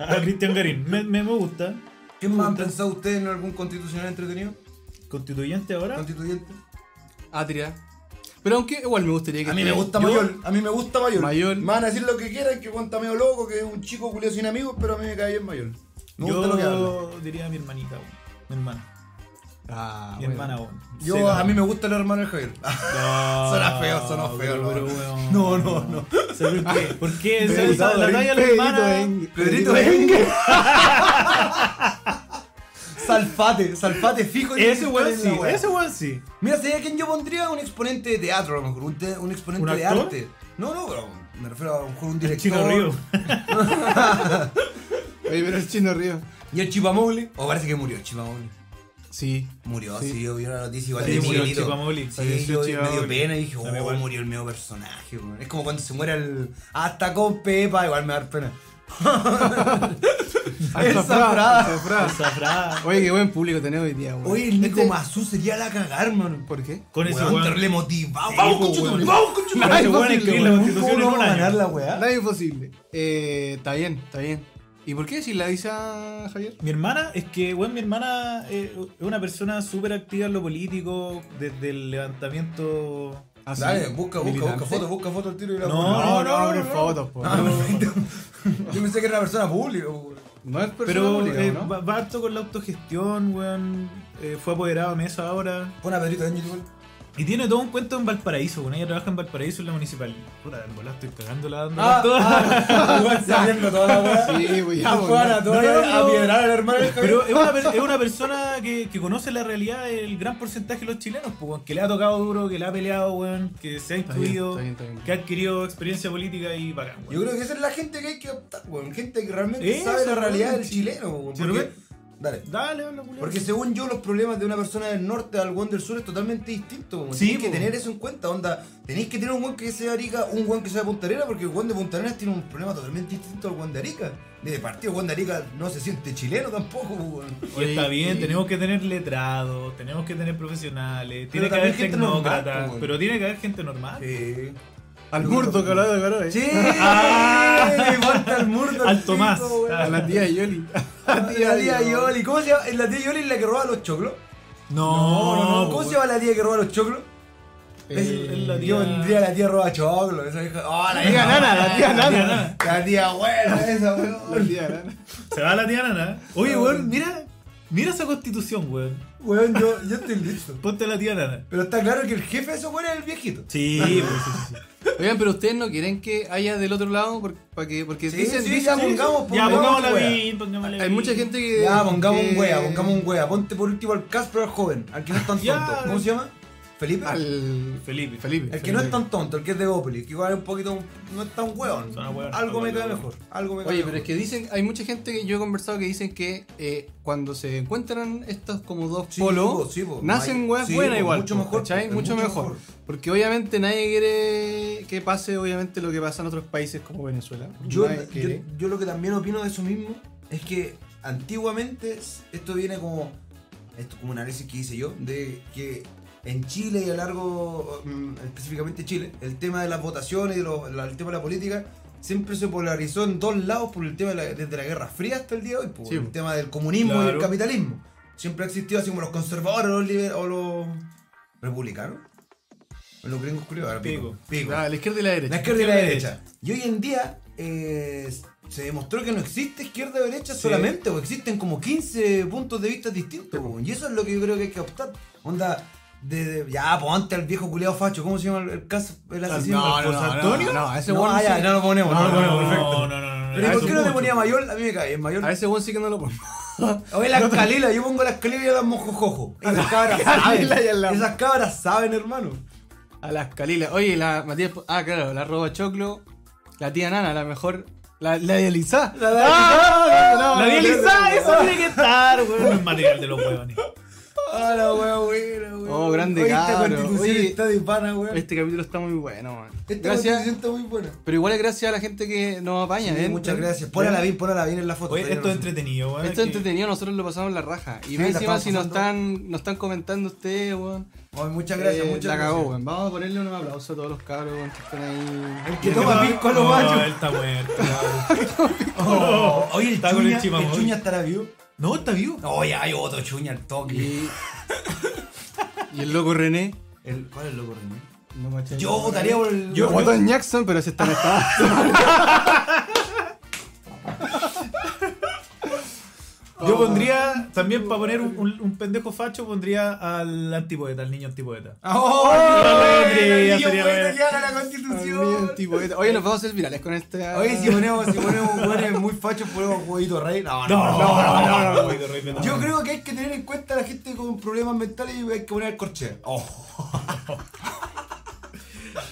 A Ah, Cristian Garín, me, me, me gusta. ¿Quién más han pensado ustedes en algún constitucional entretenido? Constituyente ahora. ¿Constituyente? Atria. Pero aunque igual me gustaría que A mí me esté- gusta ¿Ah? Yo- Mayol, a mí me gusta Mayol. Mayol. Me van a decir lo que quieran, que cuenta medio loco, que es un chico culiado sin amigos, pero a mí me cae bien Mayol. Me gusta lo que habla. Yo diría a mi hermanita, weón. Mi hermana. Ah, mi bueno. hermana, weón. Yo, Cero. a mí me gusta el hermano del Javier. No, Suena feo, suena feo, pero, no. pero, weón. No, no, no. O sea, ¿Por qué? ¿Por qué? Pedrito ¿Sabes? La Garín, talla de la Pedrito hermana. Eng- Pedrito Enge. Salfate, salfate fijo. y Ese weón en la sí, wea. ese weón sí. Mira, ¿sabía quién yo pondría? Un exponente de teatro, a lo mejor. Un, te- un exponente ¿Un de actor? arte. No, no, pero me refiero a lo mejor un El director. Chino Río. Oye, pero el chino río. Y el Chipamole. O parece que murió Chipamole. Sí. Murió, Sí. sí, yo vi una noticia igual Sí, de murió chiquitito. Chipamoli. Sí, yo Sí, me dio Chipamoli. pena y dije, A mí oh, igual. murió el medio personaje, weón. Es como cuando se muere el. Hasta con Pepa, igual me va a dar pena. Alza Fra, Alza Fra. Alza Fra. Zafrá. Oye, qué buen público tenemos hoy día, weón. Oye, el Nico Este- Mazú sería la cagar, mano. ¿Por qué? Con ese Weón, weón. terrible motivado. Sí, Vamos, pues, conchetumare, weón. vamos, conchetumare. Ese weón imposible, escribe la weón. constitución en ¿Cómo no un vamos a año. ganar la weá? Nada imposible. Eh, Está bien, está bien. ¿Y por qué si la dice a Javier? Mi hermana, es que, weón, mi hermana eh, es una persona súper activa en lo político, desde el levantamiento. Ah, sí. Dale, busca, busca, Militante. busca fotos, busca fotos al tiro y la No, No, ponemos. no, no, no, no, no, no, no. fotos, po. Ah, perfecto. Yo pensé que era una persona pública, weón. No es persona Pero pública, eh, ¿no? va, va harto con la autogestión, weón. eh, fue apoderado a mesa ahora. Pon a Pedrito Ángel igual. Y tiene todo un cuento en Valparaíso, weón. Ella trabaja en Valparaíso en la municipal. Puta, en volada estoy cagándola dando Ah, cuentos. ah, igual sabiendo toda la weá. Sí, pues ya, Ah, pues, Juana, no. toda la- No, no, no. a piedrar al hermano del Javier. Pero es una, per- es una persona que, que conoce la realidad del gran porcentaje de los chilenos, pues, weón, que le ha tocado duro, que le ha peleado, weón, que se ha Está bien, incluido, está bien, está bien. que ha adquirido experiencia política y bacán, weón. Yo creo que esa es la gente que hay que optar, weón. Gente que realmente Eso, sabe la weón, realidad del sí. chileno, weón. Sí, Porque, pero dale. Dale, habla, culiao. Porque según yo, los problemas de una persona del norte al weón del sur es totalmente distinto, weón. Sí, Tenéis que po. tener eso en cuenta, onda. Tenéis que tener un weón que sea de Arica, un weón que sea de Punta Arenas, porque el weón de Punta Arenas tiene un problema totalmente distinto al weón de Arica. De partido, el weón de Arica no se siente chileno tampoco, weón. Y está Oye, bien, y- tenemos que tener letrados, tenemos que tener profesionales, tiene que haber también gente normal, tecnócratas, pues, pero tiene que haber gente normal. Eh. Al murdo que hablaba de Caro, eh. ¡Sí! Ah. Falta el murdo. Al el Tomás. chico, weón. Ah. A la tía Yoli. La tía, Yoli. ¿Cómo se llama? ¿La tía Yoli es la que roba los choclos? ¿Cómo se llama la tía que roba los choclos? pues. Eh, Es- es la tía- Yo vendría la tía roba choclos. Esa vieja. ¡Ah, la La tía Nana, la tía Nana. La tía buena esa, La weón. tía Nana. Se va la tía Nana. Oye, weón, mira, mira esa constitución, weón. Weón, yo, yo estoy listo. Ponte la tía Nana. Pero está claro que el jefe de esos weones es el viejito. Sí, pues, sí, sí, sí. Oigan, pero ustedes no quieren que haya del otro lado por- para que, porque Sí, dicen, sí, dicen- ya pongamos, Ya, pongamos pongámosla wea. bien, pongámosla hay bien. mucha gente que. Ya, pongamos un que- wea, pongamos un wea. Ponte por último al Casper al joven, al que no es tan Ya. tonto. ¿Cómo se llama? ¿Felipe? Al Felipe. Felipe. El que no es tan tonto, el que es de Opel, que igual es un poquito. no es tan hueón. Suena hueón. Algo me cae mejor. Algo me cae Oye, mejor. pero es que dicen, hay mucha gente que yo he conversado que dicen que eh, cuando se encuentran estos como dos Sí, polos, po, sí, po. nacen Hay- weas sí, buenas po, igual. mucho po, mejor, ¿cachai? po, es Mucho, mucho mejor. mejor. Porque obviamente nadie quiere que pase, obviamente, lo que pasa en otros países como Venezuela. yo, Nadie yo, quiere. yo lo que también opino de eso mismo es que antiguamente es- esto viene como. Esto como un análisis que hice yo, de que en Chile y a largo, mm, específicamente Chile, el tema de las votaciones y lo- la- el tema de la política siempre se polarizó en dos lados por el tema de la- desde la Guerra Fría hasta el día de hoy, por Sí, el po. tema del comunismo y Claro. el capitalismo. Siempre ha existido así como los conservadores los liber- o los republicanos. Los gringos curiosos, ahora pico. Pico. pico. Ah, la izquierda y la derecha. La izquierda y la derecha. Y hoy en día eh, se demostró que no existe izquierda o derecha solamente, o existen como 15 puntos de vista distintos. po, Y eso es lo que yo creo que hay que optar. Onda, de, de- ya, pues antes el viejo culeado facho, ¿cómo se llama el, el caso? El asesino. No, no, ¿José no, no, Antonio? no, ese no, weón ah, ya, sí. no lo ponemos. No, No, no, lo ponemos, no, no, perfecto. no, no, no. Pero ¿y Eso ¿por qué no es le mucho. ponía mayor? A mí me cae en mayor. A ese weón sí que no lo pongo. Oye, las calilas, yo pongo las calilas y las mojojojo. Esas cabras saben. Calila y al lado. Esas cabras saben, hermano. A las Calilas. Oye, la Matías. Po- Ah, claro, la roba Choclo. La tía Nana, la mejor. La, la de Elisa. La de Ah, Elisa. no, no, La no, Dielisa, no, no, eso tiene que estar, weón. No es material de los weones. Hola, weón, weón, weón. Oh, grande Oye, cabro. Esta constitución Oye. está de pana, weón. Este capítulo está muy bueno, man. Esta Gracias. constitución está muy buena. Pero igual es gracias a la gente que nos apaña, Sí, ¿eh? muchas gracias. Pónala bien, pónala bien en la foto. Oye, esto es entretenido, weón. Esto es que- entretenido, nosotros lo pasamos la raja. Y Sí, más la encima estamos si nos pasando. están, nos están comentando ustedes, weón. Oye, muchas gracias, eh, muchas La gracias. cagó, weón. Vamos a ponerle un aplauso a todos los cabros, weón, que están ahí. El que toma pisco lo No, macho. él está muerto. Oh, Oye, el Está con el chuña, Chimamón. el chuña estará vivo. No, está vivo. Oye, hay otro chuña al toque. Y, y el loco René. El- ¿Cuál es el loco René? No caché. Yo votaría por el. Yo- Votó en Jackson, pero ese está en estado. Yo pondría, también para poner un, un- un pendejo facho, pondría al antipoeta, al niño antipoeta. ¡Oh! no, el no, niño sería bueno, bueno. ya gana la Al constitución. tipo de- Oye, nos vamos a hacer virales con este. Oye, si ponemos, si ponemos hueones muy fachos, ponemos jueguito rey. No, no, no, no. no, Yo creo que hay que tener en cuenta a la gente con problemas mentales y hay que poner el corchea. Oh,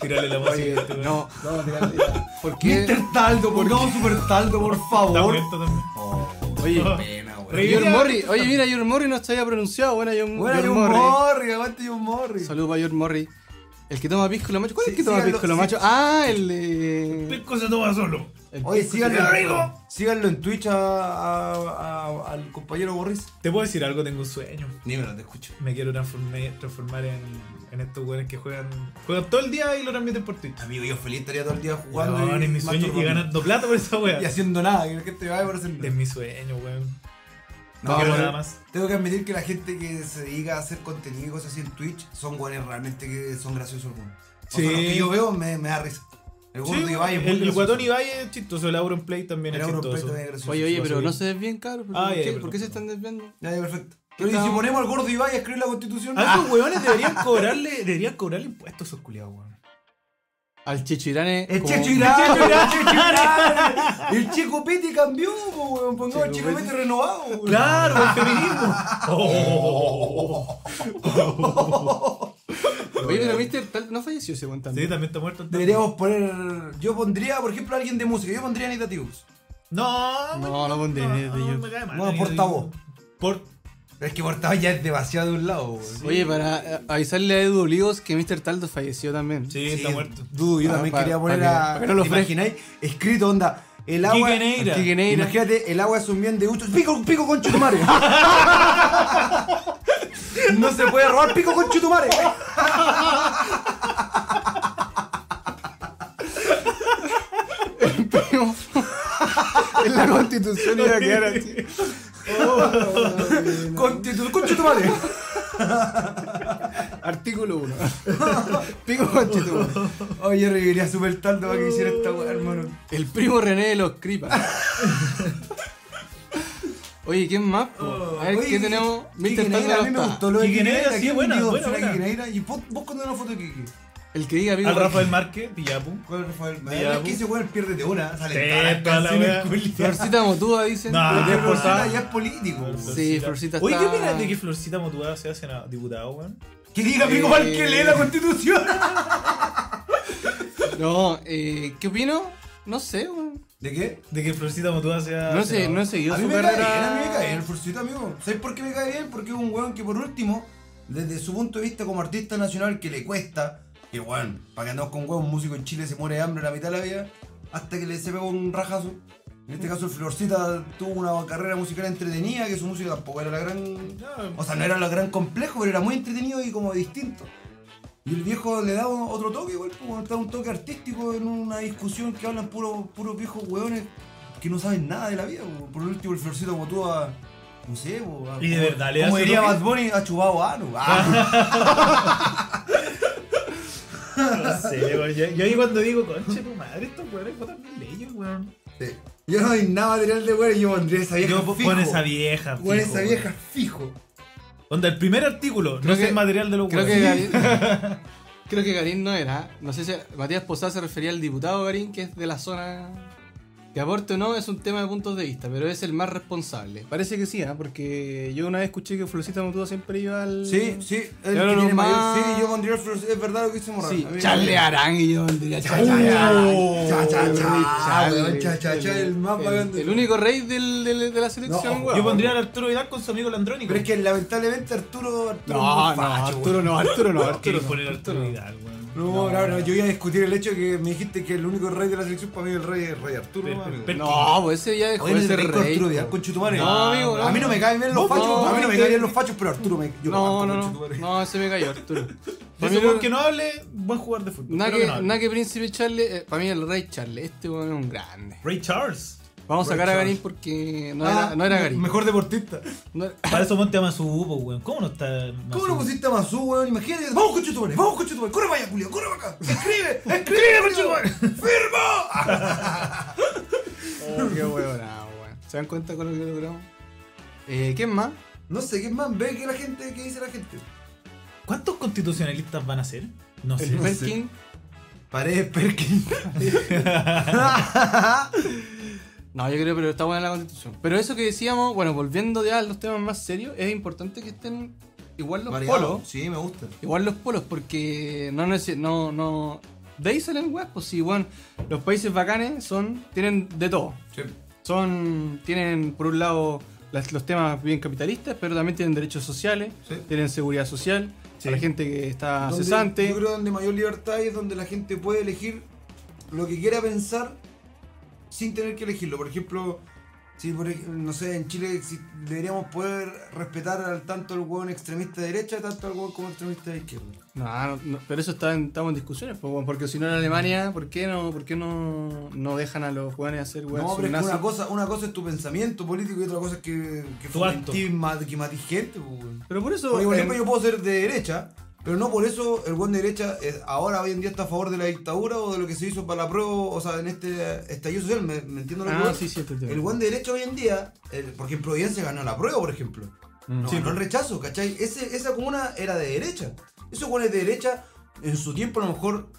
Tirarle la Oye, música. este, No, no, no, tirarle- ¿Por qué? Mr. Taldo, pongamos Super Taldo, por está favor. muerto también. Oh, Oye, qué pena, weón. Rey- John Morri. Oye, mira, John Morri no se había pronunciado. Buena, John, Bueno, John hay un Morri. Morri, aguante hay un Morri. Saludos para John Morri. El que toma pisco lo macho. ¿Cuál es el Sí, que toma síganlo, pisco lo sí. macho? Ah, el de. Pisco se toma solo. el Oye, pisco síganlo, ¡Qué rico! síganlo en Twitch a, a- a- al compañero Borris. Te puedo decir algo, tengo un sueño. Dímelo, te escucho. Me quiero transformar, transformar en, en estos weones que juegan, juegan todo el día y lo transmiten por Twitch. Amigo, yo feliz estaría todo el día jugando Weón, y, es mi sueño y masturbando. ganando plata por esa wea. Y haciendo nada, que la gente vaya por hacer nada. Es mi sueño, weón. No Vamos, quiero weón. nada más. Tengo que admitir que la gente que se dedica a hacer contenido y cosas así en Twitch son buenes realmente que son graciosos algunos. O sea, Sí. los que yo veo me, me da risa. El Sí, gordo Ibai es muy el, el gracioso. guatón Ibai es chistoso, el Auronplay también El es Auron chistoso. Play también es gracioso. Oye, oye, pero subir. no se desvíen, cabros. pero Ah, ¿por, ya, qué? ya, ¿Por qué se perfecto. están desviando? Ya, ya, perfecto. Pero ¿y si tal? ponemos al gordo Ibai a escribir la constitución. A Ah, esos weones deberían cobrarle, deberían cobrarle impuestos a esos culiados, weón. Al Chichirane. El como- Checho Irán, el Checho Irán. El Checo Pete cambió, po, weón. Pongamos el Checo Checo Pete renovado, weón. Claro, el feminismo. Oye, pero Mr. Tal no falleció ese buen Sí, también. también está muerto. el Tano. Deberíamos poner. Yo pondría, por ejemplo, a alguien de música. Yo pondría a Anita Tijoux. No, No, no pondré ni de yo. me cae mal. No, portavoz. Por. Pero es que portaba ya es demasiado de un lado, weón. Oye, para eh, avisarle a Edu Olivos que Mr. Taldo falleció también. Sí, está muerto. Dudo, yo Ah, también pa- quería pa poner que- a. pa que no lo ¿te fre- imagináis? Escrito, onda. El agua. Quique Neira. Quique Neira. Imagínate, el agua es un bien de ucho. Pico, pico con chutumare. no se puede robar pico con chutumare. en la constitución iba a quedar así. Constitu- con chutumare. Artículo 1. Pico Conchetumare. Oye, reviviría súper tanto para que hiciera esta weá, hermano. El primo René de los Cripas. Oye, ¿quién más? po? A ver, Oye, ¿qué tenemos? Quique Mr. Neira, Taldo a no mí me está. gustó lo de Quique Quique Neira, Neira. sí, ¿quién buena, digo, buena, será buena. Quique Neira? ¿Y vos, vos cuando una foto de Quique? El que diga pico Al Rafael Conchetumare. Márquez, Pillapu. ¿Cuál fue el Ya, Es que ese weón pierde de una. Sale Sí, todas las toda la canciones, weá. culiao. Florcita Motúa dicen. No. Pero Ah, Florcita ah. ya es político. weón. Sí, Florcita Oye, ¿qué está- opinas de que Florcita Motuada se hace a diputado, weón? Que diga Eh. amigo al que lee la constitución. No, eh, ¿qué opino? No sé, weón. ¿De qué? De que Florcita Motuada sea. No sé, no he seguido a mí su me carrera. cae bien, a mí me cae bien el Furcito, amigo. ¿Sabes por qué me cae bien? Porque es un weón que por último, desde su punto de vista como artista nacional que le cuesta, que weón, para que andamos con weón, un músico en Chile se muere de hambre la mitad de la vida, hasta que le se pega un rajazo. En este caso el Florcita tuvo una carrera musical entretenida, que su música tampoco era la gran... O sea, no era lo gran complejo, pero era muy entretenido y como distinto. Y el viejo le da un- otro toque, igual, pues, como está un toque artístico en una discusión que hablan puros puros viejos hueones que no saben nada de la vida. po. Por último, el florcito como tú a. No sé, po, a- Y de como- verdad le da Como su diría toque. Bad Bunny, ha chubado ano. Ah, No sé, weón. Yo, yo ahí cuando digo, conche tu madre, estos weones votan mil leyes, weón. sí. Yo no hay nada material de hueón y yo pondría esa vieja. Yo fijo. con esa vieja. Pon fijo, esa weón. vieja fijo. Onda, el primer artículo, Creo no sé que- el material de los Creo huevos. que Garín, creo que Garín no era. No sé si Matías Posada se refería al diputado Garín, que es de la zona Que aborte o no es un tema de puntos de vista, pero es el más responsable. Parece que sí, ¿ah? porque yo una vez escuché que Florcita Mutuda siempre iba al. Sí, sí, el Claro, que tiene nomás. mayor- Sí, yo pondría el Flor- es verdad lo que dice Morral. Sí, A mí- Charlie Aranguillo. Cha, cha, Oh. cha, Charlie, weón, cha, cha, cha, el más bacán El, de- el único rey del, del- de la selección, No, weón. Yo pondría al Arturo Vidal con su amigo el Andrónico. Pero es que lamentablemente Arturo. Arturo No, es no, un facho, Arturo no, Arturo no, ¿Por qué Arturo no. poner al Arturo Arturo no. Vidal, weón? No, no, no, yo iba a discutir el hecho de que me dijiste que el único rey de la selección para mí es el rey, el rey Arturo. Pero- no, amigo. pero- No, pues ese ya dejó Oye, de el ser rey con rey. Arturo Vidal, con Chutumare. No, amigo, no. A mí no me caen bien los Vos, fachos, no, a mí no me te- caen bien los fachos, pero Arturo me. Yo No, banco no, con no, Chutumare. no, ese me cayó Arturo. De Para ese mí weón no- que no hable, buen jugador de fútbol. Nada Pero que, no hable. nada que Príncipe Charles, eh, para mí el rey Charles, este weón es un grande. Ray Charles. Vamos a Rey sacar a Charles. Garín porque no Ah, era, no era Garín. Mejor deportista. No era- Para eso ponte a Masubú, po, weón. ¿Cómo no está Masubú? ¿Cómo lo pusiste a Mazú, weón? Imagínate. Vamos con Chutumare, vamos con Chutumare. Corre vaya, Julio, corre para acá. Escribe, escribe con Chutumare. ¡Firma! Oh, qué huevonao, weón. ¿Se dan cuenta con lo que logramos? Eh, ¿Quién más? No sé, ¿qué más ve que la gente, qué dice la gente? ¿Cuántos constitucionalistas van a ser? No sé. El Perkin. Paredes Perkins. No, yo creo, pero está buena la constitución. Pero eso que decíamos, bueno, volviendo ya a los temas más serios, es importante que estén igual los polos. Sí, me gusta. Igual los polos, porque no neces- no, no. De ahí salen weas, pues sí, weón. Los países bacanes son. tienen de todo. Son. tienen por un lado las- los temas bien capitalistas, pero también tienen derechos sociales, Sí. tienen seguridad social, Sí. para la gente que está Donde- Ah, cesante. Yo creo donde mayor libertad es donde la gente puede elegir lo que quiera pensar sin tener que elegirlo. Por ejemplo, si por ej- no sé, en Chile exi- deberíamos poder respetar al tanto al hueón extremista de derecha, tanto al hueón como extremista de izquierda. No, no, no, pero eso está en, estamos en discusiones, pues, weón, porque si no en Alemania, ¿por qué no, por qué no, no dejan a los jóvenes hacer weas no, pero es que nazis? una cosa, una cosa es tu pensamiento político y otra cosa es que, que Tu fomentís acto. ma- que matís gente, pues, hueón. Pero por eso. eh, Porque, por en- ejemplo, yo puedo ser de derecha, pero no por eso el buen de derecha eh, ahora hoy en día está a favor de la dictadura o de lo que se hizo para la prueba, o sea, en este estallido social, ¿me, me entiendo lo que Ah, voy? sí, sí, te entiendo. El buen de derecha hoy en día, el- porque en Providencia ganó la prueba, por ejemplo. Mm. No, ganó el rechazo, ¿cachai? Ese- esa comuna era de derecha. Esos buenos de derecha, en su tiempo a lo mejor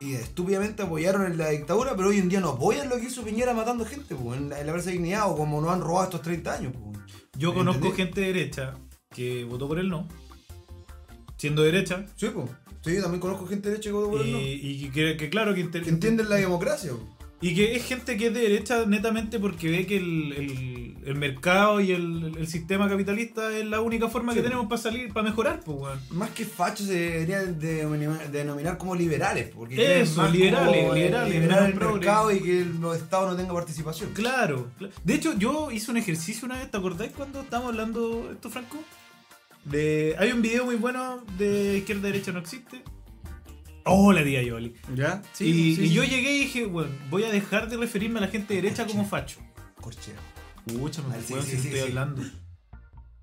y estúpidamente apoyaron en la dictadura, pero hoy en día no apoyan lo que hizo Piñera matando gente, pues, en la, en la Plaza de Dignidad, o como nos han robado estos 30 años. pues. Yo ¿Me conozco entendí? gente derecha que votó por el no. Siendo derecha. Sí, pues. Sí, yo también conozco gente de derecha que votó por el no. Y, y que, que claro que, inter- que entienden la democracia. y que es gente que es de derecha netamente porque ve que el, el- el mercado y el, el sistema capitalista es la única forma que tenemos para salir, para mejorar, pues weón. Más que fachos se deberían denominar, denominar como liberales. Porque Eso, creen más liberales, como en liberales, Liberar menos el progres. mercado y que el- los estados no tengan participación. Claro, cla- De hecho, yo hice un ejercicio una vez, ¿te acordáis cuando estábamos hablando esto, Franco? De. Hay un video muy bueno de izquierda derecha no existe. Oh, la tía Yoli. ¿Ya? Sí, y, sí, y sí. yo llegué y dije, bueno, voy a dejar de referirme a la gente derecha como facho. Corcheo. Escúchame, Ah, sí, weón, sí, si sí, estoy sí. hablando.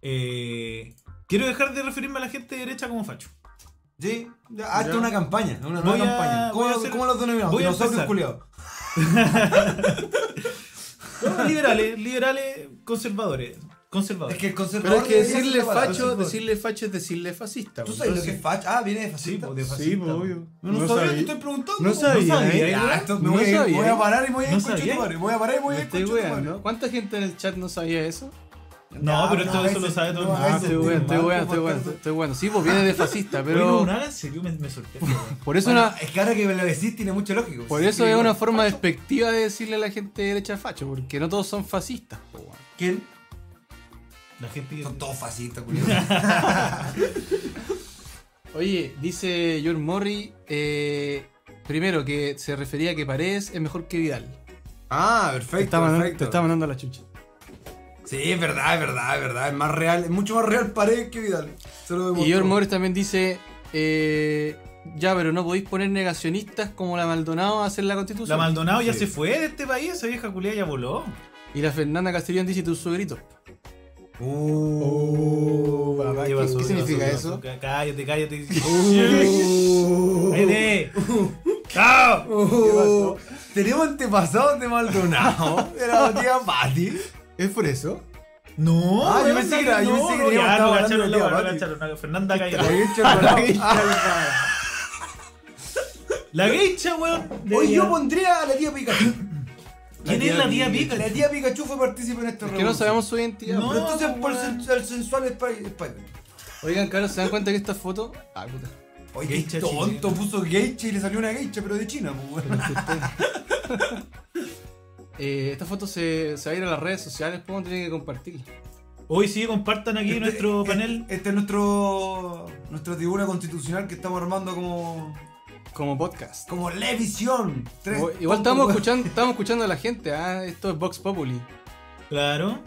Eh, quiero dejar de referirme a la gente derecha como facho. Sí, ya, hazte Ya. una campaña, una nueva Voy a- campaña. ¿Cómo, voy a lo- hacer- cómo los denominamos? voy a Dinosaurios empezar. culiados. No, liberales, liberales, conservadores. Conservadores. Es que el Pero conservador. es que debería decirle ser la palabra, facho, conservador. decirle facho es decirle fascista. ¿Tú pues. sabes lo que es facho? Ah, viene de Sí, fascista. pues, de Sí, fascista. pues, obvio. No, no, sabía, te estoy sabía. preguntando. No pues. sabía, sabía, ¿eh? ¿eh? Ya, esto- me No voy, a ir- sabía. voy a parar y me voy a ir No con sabía. Chetumare, Voy a parar y me voy Me a ir estoy con Chetumare. weando. ¿Cuánta gente en el chat no sabía eso? No, pero esto- a eso lo veces- sabe todo el no, a mundo. Ah, veces estoy weando, te estoy marco weando, estoy por weando. tanto. Estoy weando. Sí, pues viene de fascista, Oye, no, pero. nada, en serio me, me sorprende. weón. Por eso, Bueno, una, es que ahora que me lo decís tiene mucho lógico. por Sí, eso es que igual, una forma facho. despectiva de decirle a la gente derecha facho, porque no todos son fascistas, pues, weón. ¿Quién? La gente Son todos fascistas, culiao. Oye, dice John Morri, eh, primero que se refería a que Paredes es mejor que Vidal. ah, Te perfecto, está, mandando, te perfecto. está mandando a la chucha. Sí, es verdad, es verdad, es verdad. Es más real, es mucho más real Paredes que Vidal. Se lo demuestro. Y John Morris también dice, eh, ya, pero no podéis poner negacionistas como la Maldonado a hacer la La constitución. Maldonado ya Sí. se fue de este país, esa vieja culia ya voló. y la Fernanda Castellón dice tus suegritos. Uh, Oh. papá, ¿qué- qué significa eso? Ca- Cállate, cállate. ¡Cállate! ¡Chao! Uh, Tenemos antepasados de Maldonado. Era la tía Pati. ¿Es por eso? No, Ah, yo weón, pensé que era- yo no, pensé que no, teníamos- ya, estaba no hablando cacharon, de no, la no Pati. cacharon, no, Fernanda La cállate. guincha de Maldonado. La geisha, weón. Hoy debería- yo pondría a la tía Pikachu. ¿Quién es la tía Pikachu? La tía Pikachu fue partícipe en esta Es reunión. que no sabemos su identidad. No. Pero entonces por weón. sen- el sensual Spy- Spider. Oigan, Carlos, ¿se dan cuenta que esta foto. Ah, puta. Oye, qué Geisha tonto, puso geisha y le salió una geisha, pero de China, pues, weón. Eh, esta foto se, se va a ir a las redes sociales, pues vamos a tener que compartirla. Hoy sí, compartan aquí Este- nuestro este- panel. Este es nuestro, nuestro tribuna constitucional que estamos armando como, Como podcast. como Levisión. Tres- Como- Oh, igual tontos, estamos weón. escuchando, estamos escuchando a la gente, ah, esto es Vox Populi. Claro.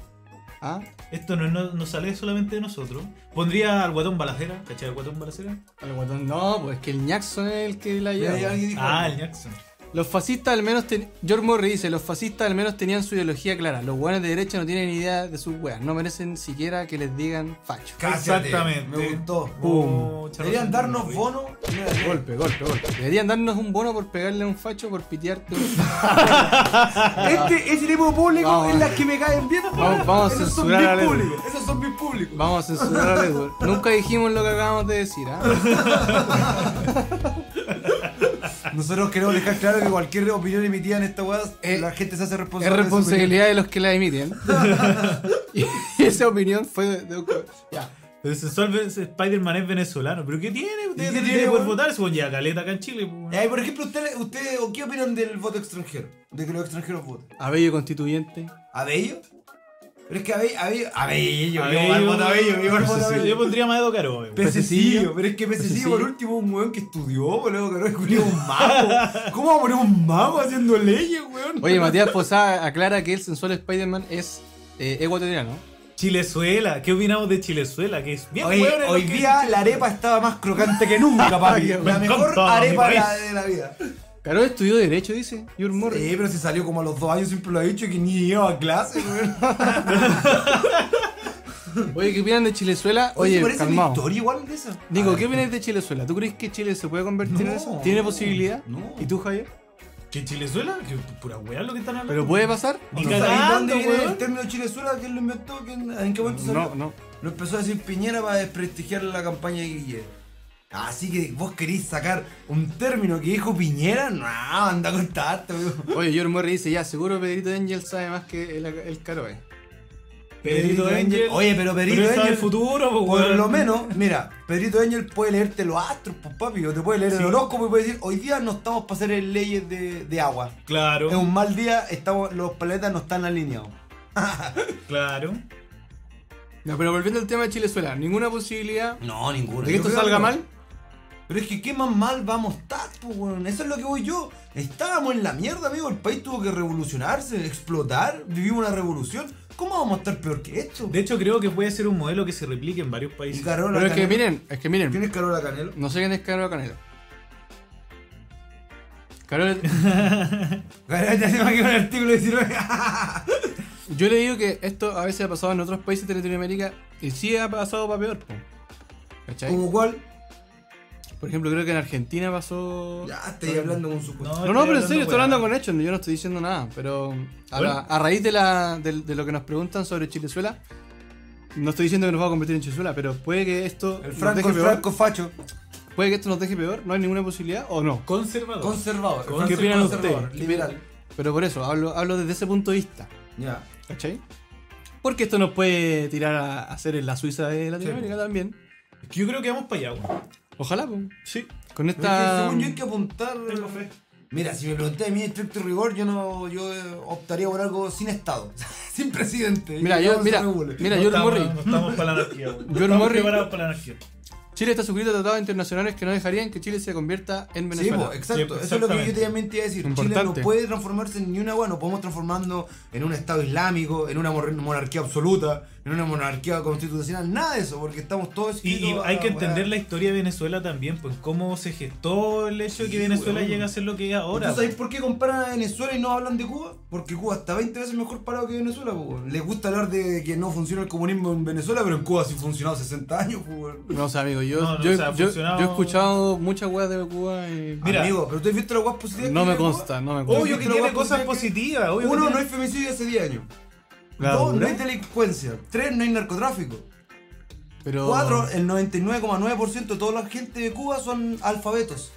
Ah, Esto no, no- no sale solamente de nosotros. Pondría al guatón balacera. ¿Cachai al guatón balacera? al guatón. No, pues es que el Jackson es el que la Mira, ahí lleva. alguien dijo, Ah, el Jackson. Los fascistas al menos ten... George Murray dice, los fascistas al menos tenían su ideología clara. Los buenos de derecha no tienen idea de sus weas. No merecen siquiera que les digan facho. "Cállate". Exactamente. Me gustó. Pum. Deberían darnos bonos. Mira, Golpe, golpe, golpe. Deberían darnos un bono por pegarle a un facho por pitearte un Este, ese tipo de público Vamos. es las que me caen bien. Vamos- vamos a Esos son mis censurar al Edu. públicos. Esos son mis públicos. Vamos a censurar a Edward. Nunca dijimos lo que acabamos de decir, ¿ah? Nosotros queremos dejar claro que cualquier opinión emitida en esta weá, Eh, la gente se hace Es responsable. de su responsabilidad de los que la emiten. y esa opinión fue de, de un co- Ya. El sensual ve- Spider-Man es venezolano. ¿Pero qué tiene? qué Ustedes tiene, tienen que poder weón? votar. Supongo ya caleta acá en Chile. pues. opinión. Eh, por ejemplo, ustedes, ustedes, ¿o ¿qué opinan del voto extranjero? De que los extranjeros voten. Abello constituyente. ¿Abello? Pero es que Abello. Abello. Abello. A Yo ver, igual voto Abello. Yo igual no sé voto si- Yo Abello. pondría Maedo Caro. weón. Pececillo, Pececillo. pero es que Pececillo Pececillo. por último es un weón que estudió, boludo, que no es culiao, un mago. ¿Cómo vamos a poner un mago haciendo leyes, weón? Oye, Matías Posada aclara que el sensual Spider-Man es eh, ecuatoriano. Chilezuela. ¿Qué opinamos de Chilezuela? Que es bien Oye, weón en lo hoy que- día la arepa estaba más crocante que nunca, papi. Me la encanta mejor mi arepa la- país. de la vida. Caro estudió Derecho, dice. Your Morris. Sí, pero si salió como a los dos años siempre lo ha dicho que ni iba a clase, weón. Oye, ¿qué opinan de Chilezuela? Oye, Oye, parece una calmado. historia igual de esa. Nico, ¿qué opinas de Chilezuela? ¿Tú crees que Chile se puede convertir en No, eso? ¿Tiene posibilidad? no. ¿Y tú, Javier? ¿Qué Chilezuela? Que pura weá lo que están hablando. ¿Pero puede pasar? Ni ¿No cagando, sabéis dónde viene weón. el término chilezuela? ¿Quién lo inventó? ¿Quién- ¿En qué momento salió? No, no. Lo empezó a decir Piñera para desprestigiar la campaña de Guille. Así que vos querís sacar un término que dijo Piñera, no, anda a contarte, weón. Oye, Your Morris dice, ya, seguro Pedrito Angel sabe más que el, el Caro, eh. Pedrito Angel. Oye, pero Pedrito Pero él sabe Angel. el futuro, pues, Por weón. lo menos, mira, Pedrito Angel puede leerte los astros, pues papi, o te puede leer Sí. el horóscopo y puede decir, hoy día no estamos para hacer leyes de, de agua. Claro, Es un mal día, estamos, los planetas no están alineados. claro. No, pero volviendo al tema de Chilezuela, ninguna posibilidad No, ninguno. de que Yo esto creo salga no. mal. Pero es que qué más mal vamos a estar, pues, weón. Eso es lo que voy yo. Estábamos en la mierda, amigo. El país tuvo que revolucionarse, explotar. Vivimos una revolución. ¿Cómo vamos a estar peor que esto? De hecho, creo que puede ser un modelo que se replique en varios Y países. Carola Pero es que Canelo. miren, es que miren, ¿Quién es Carola Canelo? no sé quién es Carola Canelo. Carola, Carola ya se me quedó el artículo 19. yo le digo que esto a veces ha pasado en otros países de Latinoamérica y sí ha pasado para peor. po. ¿Cachai? ¿Como cuál? Por ejemplo, creo que en Argentina pasó... Ya, estoy hablando con su No, no, pero en serio, estoy estoy hablando con hechos, yo no estoy diciendo nada. Pero a, la- Bueno. a raíz de, la, de, de lo que nos preguntan sobre Chilezuela, no estoy diciendo que nos va a convertir en Chilezuela, pero puede que esto El nos Franco, deje el peor. Franco Facho. Puede que esto nos deje peor, no hay ninguna posibilidad o no. Conservador. Conservador. el ¿Qué Franco opinan conservador, ustedes? Liberal. Pero por eso, hablo, hablo desde ese punto de vista. Ya. ¿Cachai? Porque esto nos puede tirar a hacer en la Suiza de Latinoamérica también. Es que Yo creo que vamos para allá, weón. Ojalá, pues. Sí, Con Pero es que esta. según yo hay que apuntar. tengo fe. Mira, si me preguntáis a mí estricto rigor, yo no, yo eh, optaría por algo sin Estado, sin presidente. Mira, Que yo- todo se mira, regule. mira, no George estamos, Murray. No estamos para la anarquía, weón. No George estamos Murray. preparados para la anarquía. Chile está suscrito a tratados internacionales que no dejarían que Chile se convierta en Sí, Venezuela. po, exacto. Sí, Eso es lo que yo exactamente. también te iba a decir. Chile Importante. no puede transformarse en ni una hueá. Nos podemos transformando en un Estado islámico, en una mor- monarquía absoluta, en una monarquía constitucional. Nada de eso, porque estamos todos. Y, y escritos a hay que la hueá. entender la historia de Venezuela también, pues cómo se gestó el hecho de que Sí, Venezuela weón. llega a ser lo que es ahora. pues. ¿Tú sabes weón. por qué comparan a Venezuela y no hablan de Cuba? Porque Cuba está 20 veces mejor parado que Venezuela, po, weón. Les gusta hablar de que no funciona el comunismo en Venezuela, pero en Cuba sí ha funcionado 60 años, po, weón. No, o sea, amigo, yo, No, no, yo, o sea, ha yo- funcionado- yo he escuchado muchas weas de Cuba y. Mira. Amigo, pero tú has visto las guas positivas. que No me tiene Cuba? consta, no me consta. Obvio que Pero tiene weón, cosas porque- positivas. Obvio que Uno, tiene- no hay femicidio hace 10 años. La Dos, no dura. hay delincuencia. Tres, no hay narcotráfico. Pero. eh. Cuatro, el 99,9% de toda la gente de Cuba son alfabetos.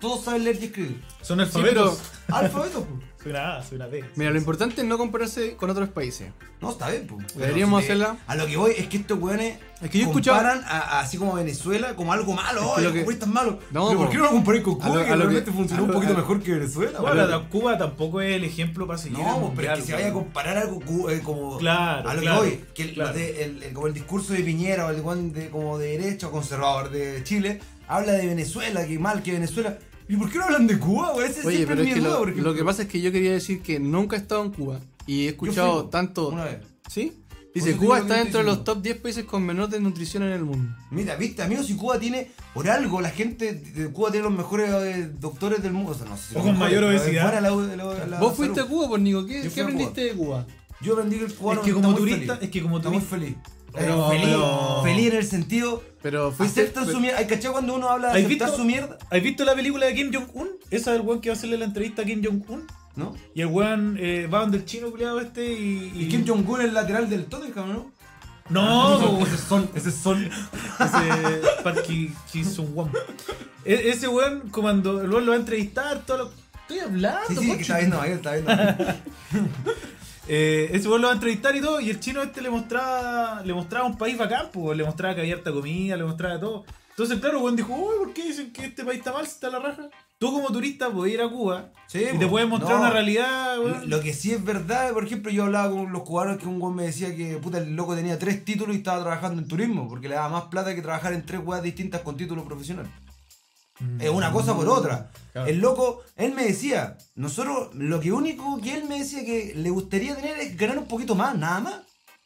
Todos saben leer y escribir. Son Sí, pero, alfabetos. Alfabeto, po. Soy una A, soy una B. mira, lo importante es no compararse con otros países. No, está bien, po. Deberíamos Eh, hacerla. A lo que voy es que estos weones Es que yo he escuchado- comparan a, a- así como a Venezuela como algo malo. que "Ay, lo los que- comunistas malos. No, Pero po. ¿por qué no lo comparé con A lo- Cuba? a Que lo que- realmente funcionó a un lo- poquito a lo- mejor que Venezuela. Bueno, po. la Cuba tampoco es el ejemplo para seguir. No, en el po, pero mundial, es que se vaya a weón. comparar algo cu- eh, como Claro, a lo claro, que voy, que el- claro. de- el- el- como el discurso de Piñera o el guan de, como de derecho conservador de Chile habla de Venezuela, que mal que Venezuela. ¿Y por qué no hablan de Cuba? güey? Ese Oye, siempre pero es mi que duda, lo, porque lo que pasa es que yo quería decir que nunca he estado en Cuba y he yo fui escuchado tanto. Una vez. ¿Sí? Por Dice, eso te Cuba digo lo está que dentro de estoy los diciendo. top 10 países con menor desnutrición en el mundo. Mira, viste, amigos, si Cuba tiene, por algo, la gente de Cuba tiene los mejores eh, doctores del mundo. O sea, no sé O si los con mejores, mayor pero obesidad. fuera la- la- la ¿Vos fuiste a salud. Cuba, pues Nico? ¿Qué, Yo qué fui a aprendiste de Cuba? Yo aprendí que el cubano Es que está como muy turista, feliz. es que como Está muy turista. feliz. Eh, Pero- feliz, pero- feliz en el sentido. Pero fuiste. Aceptan pero- su mierda. Ay, ¿cachai cuando uno habla de ¿Has aceptar visto? su mierda? ¿Has visto la película de Kim Jong-un? Esa del weón que va a hacerle la entrevista a Kim Jong-un. ¿No? Y el weón eh, va donde el chino culiado este y. Y Kim Ah, Jong-un es lateral del Tottenham, ¿no? No, Ese- weón. ese es Son, ese es Son. Ese Park Ki- Ki Sung Won. E- ese weón, comando, el weón lo va a entrevistar, todo lo. Estoy hablando, Sí, sí, que coche. está viendo ahí, está viendo. ahí. Eh, ese weón lo va a entrevistar y todo, y el chino este le mostraba, le mostraba un país bacán, pues, le mostraba que había harta comida, le mostraba todo. Entonces, claro, el weón dijo, uy, ¿por qué dicen que este país está mal? Si está la raja. Tú como turista podés ir a Cuba Sí, y te po. pueden mostrar No. una realidad, weón. Lo que sí es verdad, por ejemplo, yo hablaba con los cubanos que un güey me decía que puta, el loco tenía tres títulos y estaba trabajando en turismo, porque le daba más plata que trabajar en tres weas distintas con título profesional. Es una cosa por otra. El loco, él me decía, nosotros, lo que único que él me decía que le gustaría tener es ganar un poquito más, nada más.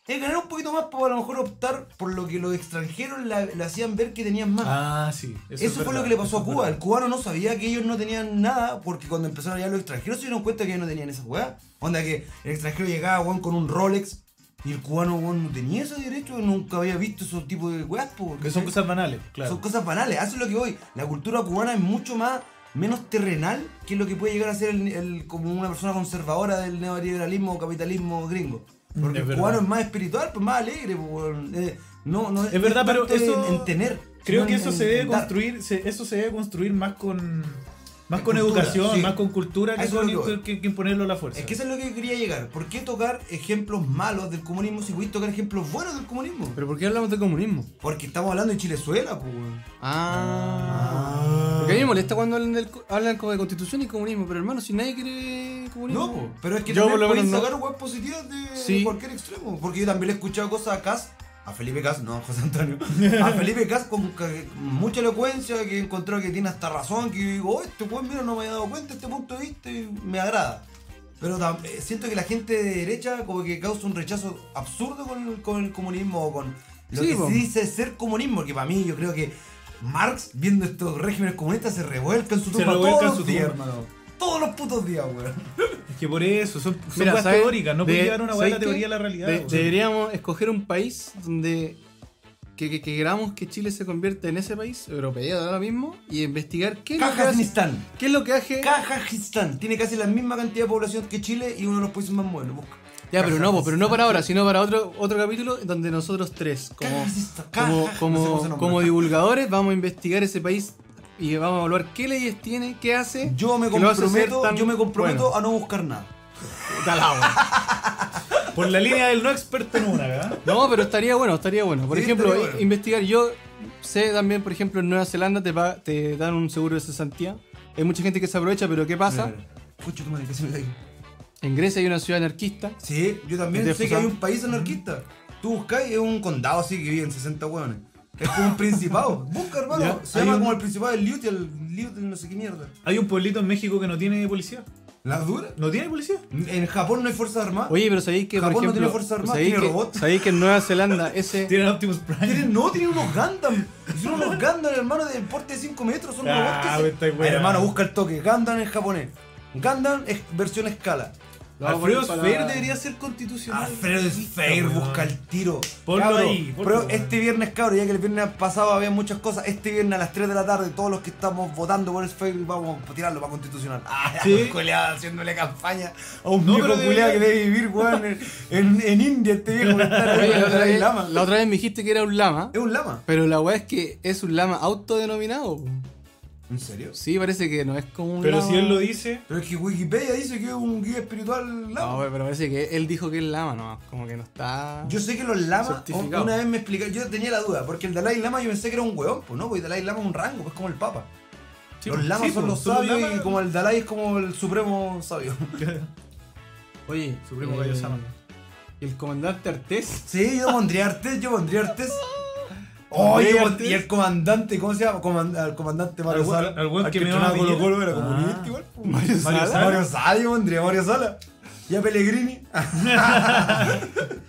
Es ganar un poquito más para a lo mejor optar por lo que los extranjeros la- le hacían ver que tenían más. Ah, sí. Eso, es fue verdad, lo que le pasó eso a es Cuba. verdad. El cubano no sabía que ellos no tenían nada porque cuando empezaron a llegar los extranjeros se dieron cuenta que ellos no tenían esas weas. Onda que el extranjero llegaba weón, con un Rolex y el cubano weón, no tenía ese derecho, nunca había visto esos tipos de weas. po, Que son ¿cachai? cosas banales, claro. Son cosas banales, eso es lo que voy. La cultura cubana es mucho más menos terrenal que lo que puede llegar a ser el, el- como una persona conservadora del neoliberalismo o capitalismo gringo. Porque Es el verdad. cubano es más espiritual, pues más alegre. pues, weón. Eh, no, no Es verdad, pero tanto en- eso- en, tener. Creo sino que en- eso en- se debe en dar. construir, se- eso se debe construir más con más En con cultura, educación, sí. más con cultura A que, eso es lo que con, que- que imponerlo a la fuerza. Es que eso es lo que quería llegar. ¿Por qué tocar ejemplos malos del comunismo si pudiste tocar ejemplos buenos del comunismo? ¿Pero por qué hablamos de comunismo? Porque estamos hablando de Chilezuela, pues. weón. Ah. Porque a mí me molesta cuando hablan, del co- hablan como de constitución y comunismo, pero hermano, si nadie quiere comunismo. No, po, pero es que Yo también por lo podéis menos no. sacar weas positivas de Sí. cualquier extremo. Porque yo también le he escuchado cosas a Cas, a Felipe Cas, no a José Antonio, a Felipe Cas con ca- mucha elocuencia, que he encontrado que tiene hasta razón, que yo digo, oh, este weón, mira, no me había dado cuenta este punto de vista y me agrada. Pero tam- eh, siento que la gente de derecha como que causa un rechazo absurdo con, el- con el comunismo o con lo Sí, que po. se dice ser comunismo, que para mí yo creo que Marx, viendo estos regímenes comunistas, se revuelca en su se tumba revuelca en todos su los días, tumba. hermano. Todos los putos días, weón. Es que por eso, son, son Mira, weas ¿sabes? teóricas, no De- puedes llevar una weá de la ¿sabes qué? teoría a la realidad. De- weón. deberíamos escoger un país donde que, que- que queramos que Chile se convierta en ese país europeo ahora mismo y investigar qué es lo que hace, Kazajistán. qué es lo que hace- Kazajistán tiene casi la misma cantidad de población que Chile y uno de los países más modernos. Busca. Ya, pero no, po, pero no para ahora, sino para otro otro capítulo donde nosotros tres como Kazajistán. como, Kazaj- como- no sé cómo se nombra. como divulgadores vamos a investigar ese país y vamos a evaluar qué leyes tiene, qué hace. Yo me que lo hace ser comprometo, tan yo me comprometo bueno. a no buscar nada. Puta la wea. Por la línea del no experto en una, ¿verdad? No, pero estaría bueno, estaría bueno. Por Sí, ejemplo, estaría bueno. i- investigar. Yo sé también, por ejemplo, en Nueva Zelanda te, pa- te dan un seguro de cesantía. Hay mucha gente que se aprovecha, pero ¿qué pasa? Pucho, tu madre, que se me da ahí. En Grecia hay una ciudad anarquista. Sí, yo también ¿Te sé que escuchas? hay un país anarquista. Tú buscáis, es un condado así que viven 60 hueones. Es como un principado. Busca, hermano. Ya, Se hay llama un- como el principado del Liutel, Liutel no sé qué mierda. Hay un pueblito en México que no tiene policía. ¿La dura? ¿No tiene policía? En Japón no hay fuerzas armadas. Oye, pero sabéis que, por Japón no ejemplo, tiene fuerzas armadas, sabéis tiene que- robots. sabéis que en Nueva Zelanda ese... Tienen Optimus Prime. Tienen- no, tienen unos Gundam. Son unos Gundam, hermano, de porte de 5 metros. Son Ah, robots que se- me estáis Ay, weando. hermano, busca el toque. Gundam en japonés. Gundam es versión escala. Lo vamos a Alfredo poner Sfer para- debería ser constitucional. Alfredo Sfeir weón. busca el tiro. Ponlo Cabro, ahí, ponlo, pero weón. este viernes, cabrón, ya que el viernes pasado había muchas cosas, este viernes a las 3 de la tarde, todos los que estamos votando por Sfeir vamos a tirarlo para constitucional. Ah, Sí. los culiados haciéndole campaña a un No, viejo pero debería- culiado que debe vivir, weón, en, en- en India, este viejo que está en Oye, el la, otra Dalai vez, Lama. la otra vez me dijiste que era un lama, Es un lama. pero la weá es que es un lama autodenominado. po. ¿En serio? Sí, parece que no es como un Pero lama. si él lo dice, Pero es que Wikipedia dice que es un guía espiritual No, Ah, lama. pero parece que él dijo que es lama, no, como que no está. yo sé que los lamas, Certificado. una vez me explicaron, yo tenía la duda, porque el Dalai Lama yo pensé que era un hueón, pues no, porque el Dalai Lama es un rango, pues como el Papa. Sí, los pues, lamas sí, son pues, los son los sabios y lamas. como el Dalai es como el supremo sabio. Oye, eh, Supremo Gallo Sama. y El comandante Artés. Sí, yo pondría Artés, yo pondría Artés. Oh, yo Pondría pon- y el Artés. comandante, ¿cómo se llama? Coman- al comandante Mario Al weón- Sala. al weón que me a meaba Colo Villa. Colo era Ah. comunista igual. po. Mario Mario Sala. Sala. Mario Sala, yo pondría Mario Sala. Y a Pellegrini.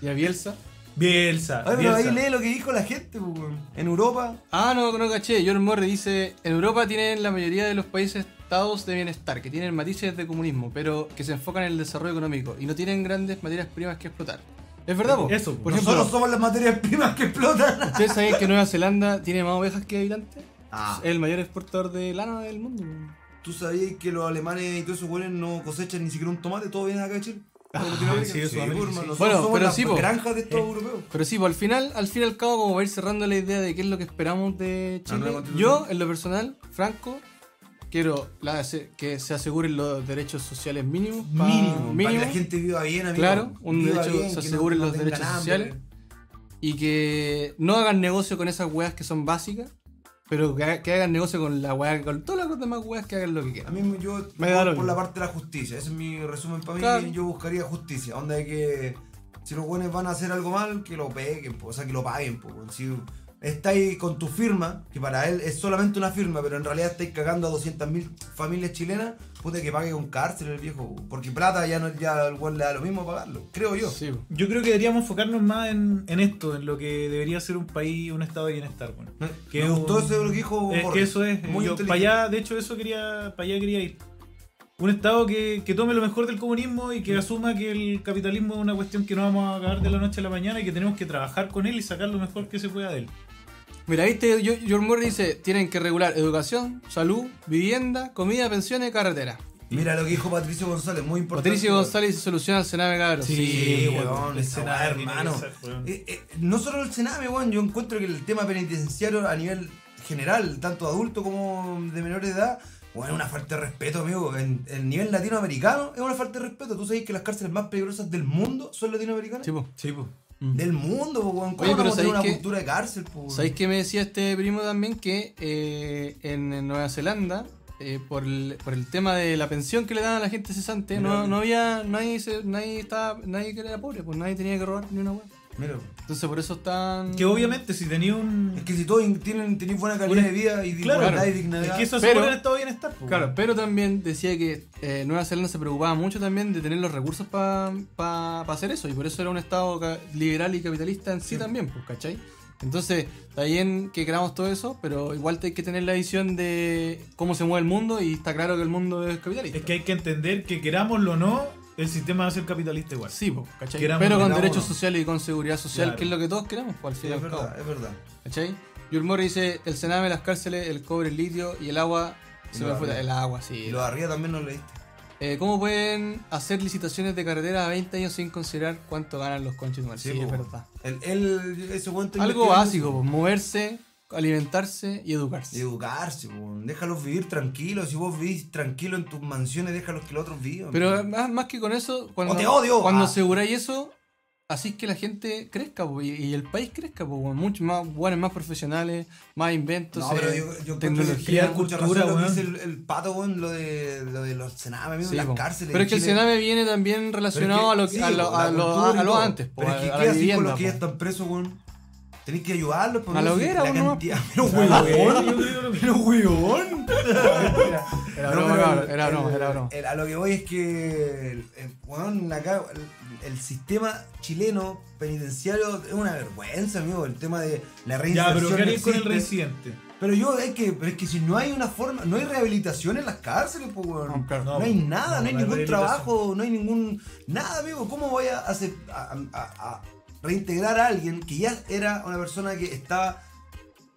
Y a Bielsa. Bielsa. Ay, pero ahí Bielsa. lee lo que dijo la gente, po, weón. En Europa. Ah, no, no caché. John Morre dice: En Europa tienen la mayoría de los países estados de bienestar, que tienen matices de comunismo, pero que se enfocan en el desarrollo económico y no tienen grandes materias primas que explotar. Es verdad, po? Eso, po. Por Nosotros ejemplo, somos las materias primas que explotan. ¿ustedes saben que Nueva Zelanda tiene más ovejas que habitantes? Ah. Es el mayor exportador de lana del mundo. po. ¿Tú sabías que los alemanes y todos esos güeyes no cosechan ni siquiera un tomate? Todo viene de acá de Chile. Ah, sí, eso, América, sí. por, pues, hermano, nosotros Bueno, somos pero las sí, po. granjas de estos europeos. Pero sí, pues, al final, al fin y al cabo, como va a ir cerrando la idea de qué es lo que esperamos de La nueva Chile. constitución. Yo, en lo personal, Franco, quiero la- se- que se aseguren los derechos sociales mínimos. pa- Mínimo, para que mínimos, la gente viva bien, amigo. Claro, un Viva derecho- se que aseguren los tengan derechos sociales. Y que no hagan negocio con esas weas que son básicas, pero que, ha- que hagan negocio con la wea, con todas las demás weas que hagan lo que A quieran. mí yo Me da por- por, lo la mismo. parte de la justicia, ese es mi resumen para mí, Claro. yo buscaría justicia, onda de que si los buenos van a hacer algo mal, que lo peguen, po, o sea, que lo paguen, po, weón. si estáis con tu firma, que para él es solamente una firma, pero en realidad estáis cagando a 200.000 familias chilenas, puta que pague con cárcel el viejo, po, porque plata ya no ya al weón le da lo mismo pagarlo, creo yo. Sí, po. Yo creo que deberíamos enfocarnos más en, en esto, en lo que debería ser un país, un estado de bienestar. Bueno. Me gustó eso de lo que dijo Es Borges. que eso es. Muy yo para inteligente. allá, de hecho, eso quería, para allá quería ir. Un estado que, que tome lo mejor del comunismo Mm. y que asuma que el capitalismo es una cuestión que no vamos a acabar de la noche a la mañana y que tenemos que trabajar con él y sacar lo mejor que se pueda de él. Mira, viste, Yo- George Murray dice: tienen que regular educación, salud, vivienda, comida, pensiones, carretera. Mira lo que dijo Patricio González, muy importante. Patricio weón. González dice: soluciona el Sename, cabrón. Sí, Sí, weón, el esa weá, Sename tiene hermano. que ser, weón. Eh, eh, no solo el Sename, weón, yo encuentro que el tema penitenciario a nivel general, tanto adulto como de menor de edad, weón, es una falta de respeto, amigo. En el nivel latinoamericano es una falta de respeto. Tú sabes que las cárceles más peligrosas del mundo son latinoamericanas. Sí, po. Sí, pues. Del mundo, po, weón. ¿Cómo Oye, pero no vamos a tener ¿sabéis una qué? cultura de cárcel, po, weón? ¿Sabéis que me decía este primo también que eh, en Nueva Zelanda, eh, por, el, por el tema de la pensión que le daban a la gente cesante, no, no había, nadie, se- nadie, estaba, nadie que era pobre, pues nadie tenía que robar ni una hueá. Mira, Entonces por eso están... Que obviamente si tenía un. es que si todos in- tienen, tienen buena calidad Una- de vida y Claro. igualdad y dignidad. Es que eso Pero- asegura el estado de bienestar. pues, Claro, weón. pero también decía que eh, Nueva Zelanda se preocupaba mucho también de tener los recursos para hacer eso, y por eso era un Estado ca- liberal y capitalista en sí, también, pues, ¿cachai? Entonces, está bien que creamos todo eso, pero igual hay que tener la visión de cómo se mueve el mundo y está claro que el mundo es capitalista. Es que hay que entender que querámoslo o no, el sistema va a ser capitalista igual. Sí, pues, ¿cachai? Queramos, pero con queramos, derechos no. sociales y con seguridad social, Claro. que es lo que todos queremos, pues, al Sí, fin y es al cabo, verdad, es verdad. ¿cachai? Y el Morri dice, el Sename, las cárceles, el cobre, el litio y el agua... Y Se lo me fue arriba. el agua, Y sí. lo de arriba también no leíste. Eh, ¿Cómo pueden hacer licitaciones de carretera a 20 años sin considerar cuánto ganan los conches de po, es weón. verdad. El, el, ese weón está Algo investigando básico, pues, moverse, alimentarse y educarse. Educarse, po. déjalos vivir tranquilos. Si vos vivís tranquilo en tus mansiones, déjalos que los otros vivan. Pero po. más, más que con eso, cuando, ¡Oh, te odio! cuando Ah. aseguráis eso, así es que la gente crezca po, y, y el país crezca, po, weón. muchos más buenos, más profesionales, más inventos, no, eh, pero yo, yo encuentro que tecnología. tiene mucha cultura, razón lo que weón. dice el, el pato, weón, lo de, lo de los cenames, amigo, Sí, las po. cárceles. pero en es que el Chile. Sename viene también relacionado Pero a es lo que- a sí, lo- po, la a lo- cultura y a lo todo. antes, po, Pero es que a, a ¿qué la hacís con vivienda. los que po. ya están presos, weón? Tenés que ayudarlos. po, A la no sé, hoguera, la weón, nomás. cantidad- Pero Ah, weón, yo creo lo mismo. pero weón. Era No, broma, pero cabrón, el- era broma, el- era broma. el- a lo que voy es que el, el- weón, acá, el, el sistema chileno penitenciario es una vergüenza, amigo. El tema de la Ya, reinserción. pero ¿qué harías no con el existe. residente? Pero yo, es que, pero es que si no hay una forma, no hay rehabilitación en las cárceles, pues, weón. No, claro. No, No, hay nada, no, no, hay la ningún rehabilitación. trabajo, no hay ningún. Nada, amigo. ¿Cómo voy a, hacer, a, a- a- a reintegrar a alguien que ya era una persona que estaba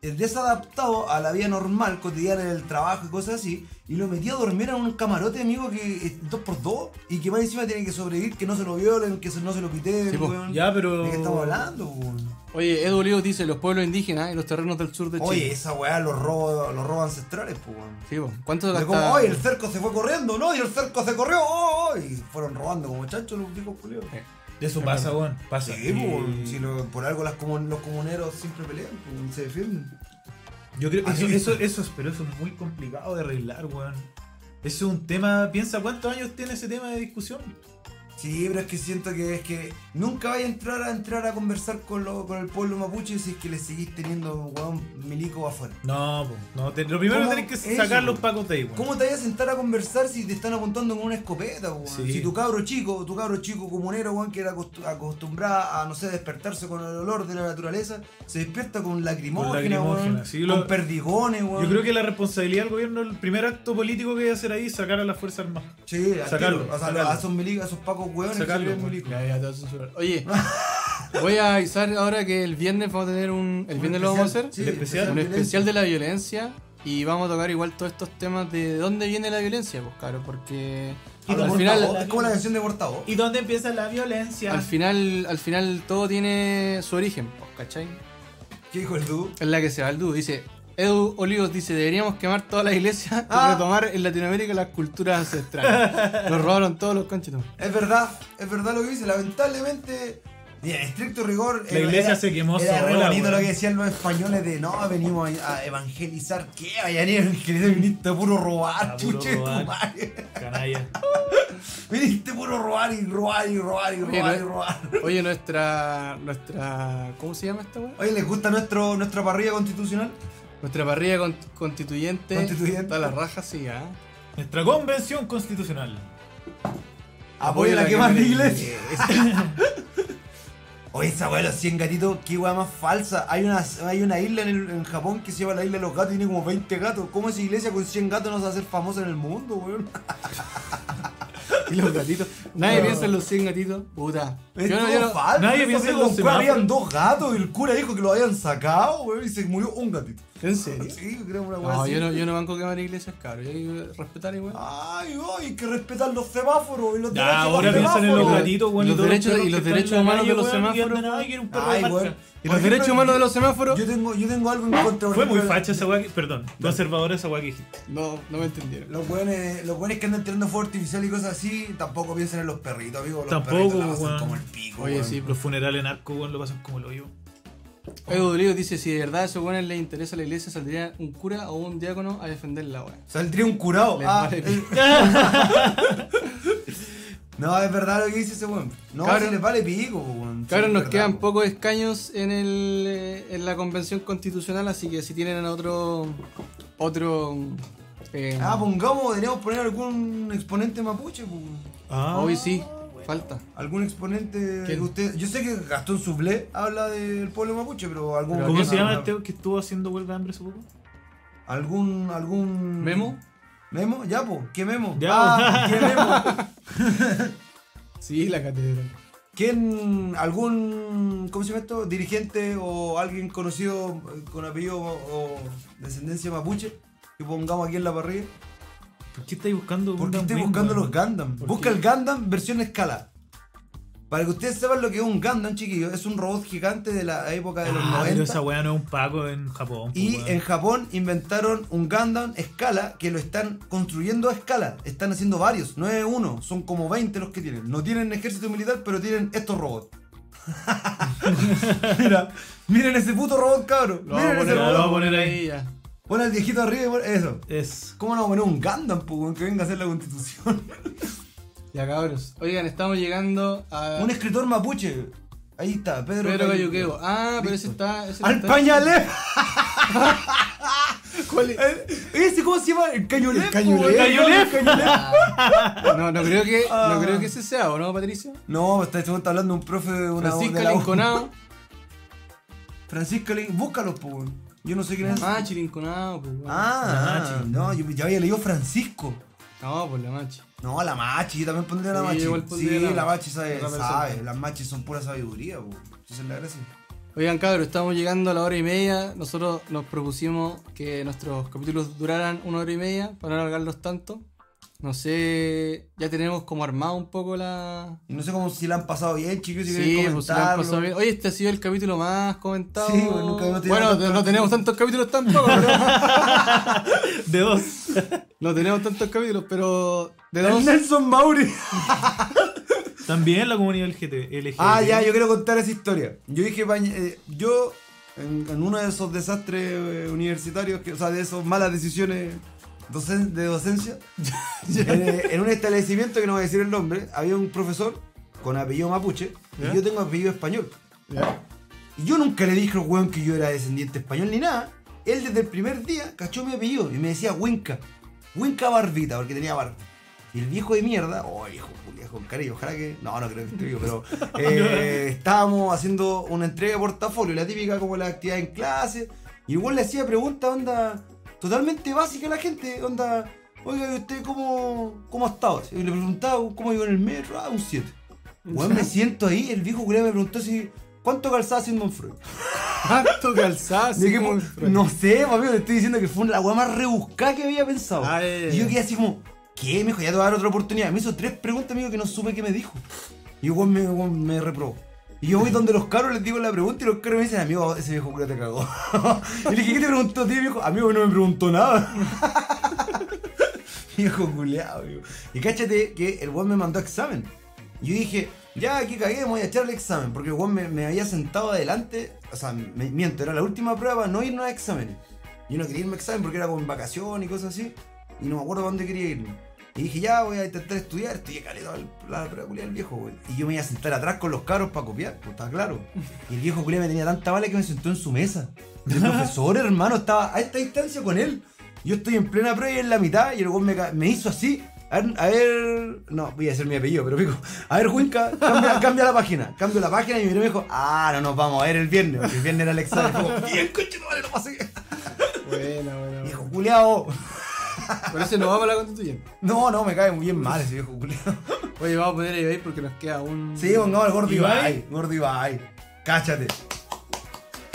el desadaptado a la vida normal, cotidiana del trabajo y cosas así, y lo metía a dormir en un camarote, amigo, que es dos por dos, y que más encima tiene que sobrevivir, que no se lo violen, que se- no se lo piten, Sí, po. weón. Ya, pero. ¿De qué estamos hablando, weón? Oye, Edu Olivos dice, los pueblos indígenas y los terrenos del sur de Chile. Oye, esa weá, los robos, los robos ancestrales, pues, weón. Sí, po. ¿cuánto De gasta? como, "Ay, el cerco se fue corriendo, ¿no? Y el cerco se corrió, ¡oh, oh", Y fueron robando como chachos los viejos culiados. De eso pasa, weón. Pasa. Sí, Eh, Y- pues, si lo- por algo las comun- los comuneros siempre pelean, pues, se defienden. Yo creo que eso, Así. eso, eso, es- pero eso es muy complicado de arreglar, weón. Eso es un tema. Piensa cuántos años tiene ese tema de discusión. Sí, pero es que siento que es que nunca vaya a entrar a entrar a conversar con, lo- con el pueblo mapuche si es que le seguís teniendo weón milico afuera. No, po, no. te- lo primero que ¿Cómo? tenés que Eso, sacar los po. pacos de ahí, weón. ¿Cómo te vas a sentar a conversar si te están apuntando con una escopeta, weón? Sí. Si tu cabro chico, tu cabro chico comunero, weón, que era acostu- acostumbrada a, no sé, despertarse con el olor de la naturaleza, se despierta con lacrimógena, Con lacrimógena, weón, sí, con lo- perdigones, weón. Yo creo que la responsabilidad del gobierno, el primer acto político que hay que hacer ahí es sacar a las Fuerzas Armadas. Sí, al Sacarlo, tiro. O sea, sacarlo. a esos milicos, a esos pacos weones que se Sacarlo, creen weón. milicos. Ya, ya, te vas a censurar. Oye, voy a avisar ahora que el viernes vamos a tener un... El viernes lo vamos a hacer. Sí, ¿El especial? un violencia. especial de la violencia y vamos a tocar igual todos estos temas de dónde viene la violencia, pues claro, porque Y al como portavoz, final, es como la canción de portavoz. ¿Y dónde empieza la violencia? al final, al final todo tiene su origen, pues, ¿cachai? ¿Qué dijo el Du? Es la que se va el dúo, dice. Edu Olivos dice, deberíamos quemar toda la iglesia Ah. y retomar en Latinoamérica las culturas ancestrales. Nos robaron todos los conchitos. Es verdad, es verdad lo que dice. Lamentablemente, mira, en estricto rigor. La era- iglesia era- se quemó Era re sola, bonito weón. lo que decían los españoles de no, venimos a, a evangelizar. ¿Qué? Vayan a evangelizar, viniste a puro robar, A Ah, puro chuche de tu robar. madre. Canalla. Viniste a puro robar y robar y robar y Oye, robar y no es- robar. Oye, nuestra. nuestra. ¿Cómo se llama esta weá? Oye, ¿les gusta nuestro, nuestra parrilla constitucional? Nuestra parrilla con- constituyente. Constituyente. Está la raja, sí, ah. Nuestra convención constitucional. Apoya la quema de quema de iglesia. Oye, esa weá de los 100 gatitos, qué weá más falsa. Hay una, hay una isla en, el- en Japón que se llama la isla de los gatos y tiene como 20 gatos. ¿Cómo esa iglesia con 100 gatos no se va a hacer famosa en el mundo, weón? Y los gatitos. Nadie No. piensa en los 100 gatitos. Puta. Es Yo no, todo yo no- falso. nadie Esa piensa en los vieja con cuál semáforos. habían dos gatos y el cura dijo que lo habían sacado, weón, y se murió un gatito. ¿En serio? Sí, creo una weá No, así. Ah, yo no, yo no banco quemar iglesias, cabrón. Yo hay que respetar igual. Ay, ay, hay que respetar los semáforos y los Ya, ahora de los piensan Ah, en los semáforos. gatitos, weón. Y los todos derechos- perros y los que están derechos en la humanos de calle, los weón, y semáforos. andan, "Ay, quiero un perro de Ay, marca". weón. ¿Y Por los ejemplo, derechos humanos de los semáforos? Yo tengo, yo tengo algo en contra. por Fue muy ejemplo, facha esa weá que. Perdón, conservadora esa weá que dijiste. No, no me entendieron. Los buenos, los buenos que andan tirando fuego artificial y cosas así, tampoco piensan en los perritos, amigo. Los Tampoco, perritos la pasan weón. como el pico. Oye, weón. sí. Los funerales en arco, weón, lo pasan como el hoyo. Edu Rodríguez dice, si de verdad a esos buenos les interesa la iglesia, saldría un cura o un diácono a defender la weá. Saldría un curado. Les Ah, vale el- no, es verdad lo que dice ese weón. No, Cabrón. si les vale pico, weón. Cabros, Sí, nos es verdad, quedan weón. pocos escaños en, el, eh, en la convención constitucional, así que si tienen otro... otro... eh, Ah, pongamos, deberíamos poner algún exponente mapuche, weón. Ah. Ah, hoy sí, falta. Algún exponente ¿Quién? que usted. Yo sé que Gastón Sublé habla del pueblo mapuche, pero algún. Pero ¿Cómo ¿quién se llama este que estuvo haciendo huelga de hambre hace poco? Algún. algún. ¿Memo? ¿Memo? Ya, po. ¿Qué memo? Ya, ah, ¿qué memo? Sí, la catedral. ¿Quién, algún, ¿cómo se llama esto? Dirigente o alguien conocido eh, con apellido o, o descendencia mapuche que pongamos aquí en la parrilla? ¿Por qué estáis buscando Porque Gundam estoy Wing, buscando weón? los Gundam. ¿Por Busca qué? el Gundam versión escala. Para que ustedes sepan lo que es un Gundam, chiquillos. Es un robot gigante de la época de los Ah, pero 90. esa weá no es un paco en Japón. po, Y weón. en Japón inventaron un Gundam escala que lo están construyendo a escala. Están haciendo varios, no es uno, son como 20 los que tienen. No tienen ejército militar, pero tienen estos robots. Mira, miren ese puto robot, cabrón. Lo vamos a Miren ese poner, lo robot. vamos a poner ahí ya. Pon al viejito arriba y pon eso. Es. ¿Cómo no vamos a poner un Gundam, po, weón, que venga a hacer la constitución? Ya, cabros. Oigan, estamos llegando a... un escritor mapuche. Ahí está, Pedro. Pedro Galluqueo. Galluqueo. Ah, pero ese está... Ese no ¡Al está- pañalé! ¿Cuál es? Eh, ¿Ese cómo se llama? El cañolé. Eh, pues, El cañolé. po, weón. ¡Cañolé! El cañolé. No, no creo que, Ah. no creo que ese sea, ¿o no, Patricio? No, está, este weón está hablando un profe de una Francisca de la U. Linconao. Francisco Lin, búscalo, po. weón. Yo no sé quién es. Ah, Chilinconao, pues. weón. Ah, La Machi. no, yo ya había leído Francisco. No, por la machi. No, la machi, yo también pondría la Sí, machi. igual pondría sí, la la machi. machi sabe, Otra persona. sabe. Las machis son pura sabiduría, po. Esa es la gracia. Oigan, cabros, estamos llegando a la hora y media. Nosotros nos propusimos que nuestros capítulos duraran una hora y media para no alargarlos tanto. No sé, ya tenemos como armado un poco la. Y no sé cómo si la han pasado bien, chicos, si Sí, quieren pues, se la han comentarlo. pasado bien. Oye, este ha sido el capítulo más comentado. Sí, bueno, nunca hemos tenido Bueno, tanto- no tenemos tantos capítulos tampoco, pero- De dos. no tenemos tantos capítulos, pero de dos. Nelson Mauri. También la comunidad LGT, LGBT. Ah, ya, yo quiero contar esa historia. Yo dije, pa- eh, yo, en, en uno de esos desastres eh, universitarios, que, o sea, de esas malas decisiones docen- de docencia, en, eh, en un establecimiento que no voy a decir el nombre, había un profesor con apellido mapuche, ¿Ya? y yo tengo apellido español. Ya. Y yo nunca le dije al weón que yo era descendiente español ni nada. Él desde el primer día cachó mi apellido y me decía Winca. Winca Barbita, porque tenía barba. Y el viejo de mierda, oh viejo Julián con cariño, ojalá que. No, no creo que esté vivo, pero eh, estábamos haciendo una entrega de portafolio, la típica como la actividad en clase. Y el weón le hacía preguntas, onda, totalmente básica a la gente, onda, oiga, ¿y usted cómo, cómo ha estado? Y le preguntaba, ¿cómo iba en el metro? Ah, un 7. Weón, me siento ahí, el viejo culiao me preguntó si. ¿Cuánto calzaba Sigmund Freud? Harto calzado. Dije, po- no sé, papi, te estoy diciendo que fue la weá más rebuscada que había pensado. Ah, ya, ya, Y yo ya. quedé así como, ¿qué? Me dijo, ya te voy a dar otra oportunidad. Me hizo tres preguntas, amigo, que no supe qué me dijo. Y yo, weón, me, weón, me reprobó. Y yo voy donde los cabros les digo la pregunta y los cabros me dicen, amigo, ese viejo culo te cagó. y le dije, ¿qué te preguntó, tío, viejo? Amigo, no me preguntó nada. Viejo culeado, amigo. Y cáchate que el weón me mandó examen. Y yo dije, ya aquí cagué, me voy a echar el examen. Porque el weón me, me había sentado adelante. O sea, me, miento, era la última prueba para no irnos a exámenes. Yo no quería irme a examen porque era con vacación y cosas así. Y no me acuerdo para dónde quería irme. Y dije, ya voy a intentar estudiar. Estudié caleta el- la prueba culiada del viejo, güey. Y yo me iba a sentar atrás con los cabros para copiar, pues está claro. Y el viejo culiado me tenía tanta bala que me sentó en su mesa. El profesor, hermano, estaba a esta distancia con él. Yo estoy en plena prueba y en la mitad y el weón me, ca- me hizo así. A ver, a ver- no, voy a decir mi apellido, pero pico. A ver, Juinca, cambia, cambia la página. Cambio la página y mi y me dijo, ah, no nos vamos a ver el viernes, porque el viernes era el examen. Como, bien, coche, no vale, lo pasé. Buena, buena. buena. Viejo culiao. Por eso nos vamos a la constituyente. No, no, me cae muy bien mal ese viejo culiao. Oye, vamos a poner ahí porque nos queda un. Sí, pongamos al gordo Ibai. Ibai. Gordo Ibai. Cáchate.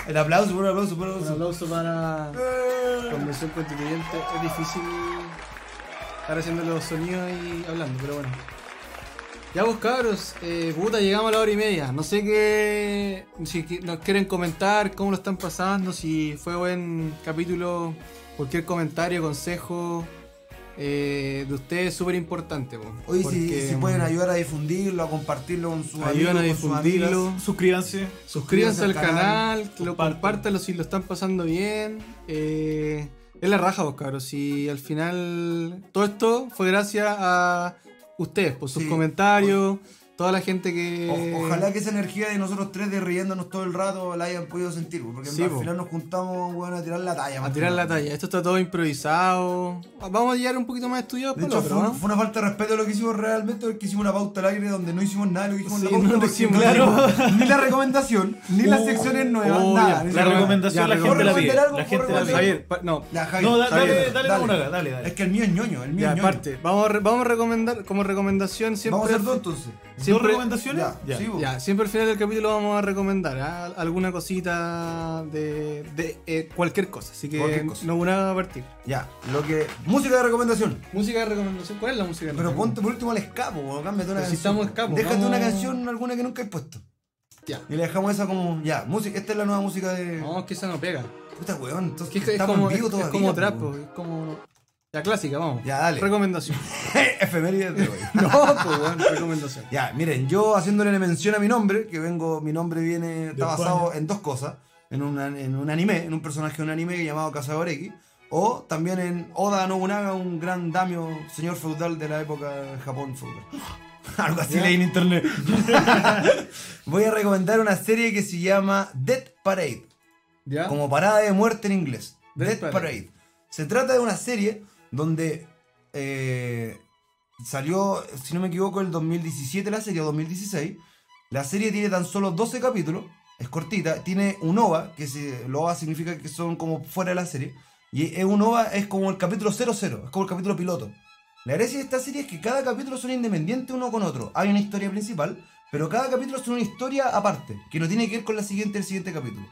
El aplauso, un aplauso, un Un aplauso. aplauso para Convención Constituyente. Es difícil estar haciendo los sonidos y hablando, pero bueno. Ya vos cabros, eh, puta, llegamos a la hora y media. No sé qué. Si qui- nos quieren comentar, cómo lo están pasando, si fue buen capítulo, cualquier comentario, consejo eh, de ustedes, súper importante. po, Hoy si, porque, si pueden mm, ayudar a difundirlo, a compartirlo con sus Ayudan a amigos, con sus amigas. difundirlo. Suscríbanse. Suscríbanse al canal, que lo compartan. compártanlo si lo están pasando bien. eh, es la raja, vos cabros. Si al final todo esto fue gracias a ustedes, por sus Sí. comentarios, toda la gente que. O- ojalá que esa energía de nosotros tres de riéndonos todo el rato la hayan podido sentir, porque Sí, al po. final nos juntamos weón, a tirar la talla. A más tirar que la nada. talla. Esto está todo improvisado. Vamos a llegar un poquito más estudiados De para hecho, lo otro, fue, un- ¿no? fue una falta de respeto lo que hicimos realmente, porque hicimos una pauta al aire donde no hicimos nada, de lo que hicimos en Sí, la pauta, no lo porque hicimos, claro, ni la recomendación, ni las secciones nuevas, oh, nada. ya, ni La nada. recomendación ya, la gente la recomendar pide. algo, La gente la recomendar pide. Javier, pa- no. Ya, Javi, No, da- está dale, bien, dale, dale, una, dale, dale. Es que el mío es ñoño, el mío Ya, es ñoño. parte. Vamos a, re- vamos a recomendar como recomendación siempre. Vamos a hacer dos entonces. ¿Dos siempre- recomendaciones? Ya, sí, po. Ya, siempre al final del capítulo vamos a recomendar ¿ah? alguna cosita de, de, eh, cualquier cosa. Así que Cualquier cosa. no una a partir. Ya, lo que. Música de recomendación. Música de recomendación. ¿Cuál es la música de Pero ponte recomendación? por último al escapo, o cámbiate una Pero si canción. estamos Mm. escapo, Déjate vamos- una canción, alguna que nunca he puesto. Ya. Y le dejamos esa como. Ya, música. Esta es la nueva música de. No, es que esa no pega. Puta weón, entonces Es, que es estamos como, en es, vivo es todavía. como po, trapo. weón. Es como. La clásica, vamos. Ya, dale. Recomendación. Efemérides de hoy. no, pues bueno, recomendación. Ya, miren, yo haciéndole mención a mi nombre, que vengo, mi nombre viene, España. está basado en dos cosas, en un, an- en un anime, en un personaje de un anime llamado Cazador X, o también en Oda Nobunaga, un gran damio, señor feudal de la época de Japón feudal. Algo así leí en internet. Voy a recomendar una serie que se llama Death Parade ¿Ya? como parada de muerte en inglés. Death Death Parade. Se trata de una serie donde eh, salió, si no me equivoco, el 2017 la serie, o 2016. La serie tiene tan solo 12 capítulos, es cortita, tiene un OVA, que se, el OVA significa que son como fuera de la serie, y es un OVA es como el capítulo 00, es como el capítulo piloto. La gracia de esta serie es que cada capítulo son independientes uno con otro. Hay una historia principal, Pero cada capítulo es una historia aparte, que no tiene que ver con la siguiente el siguiente capítulo.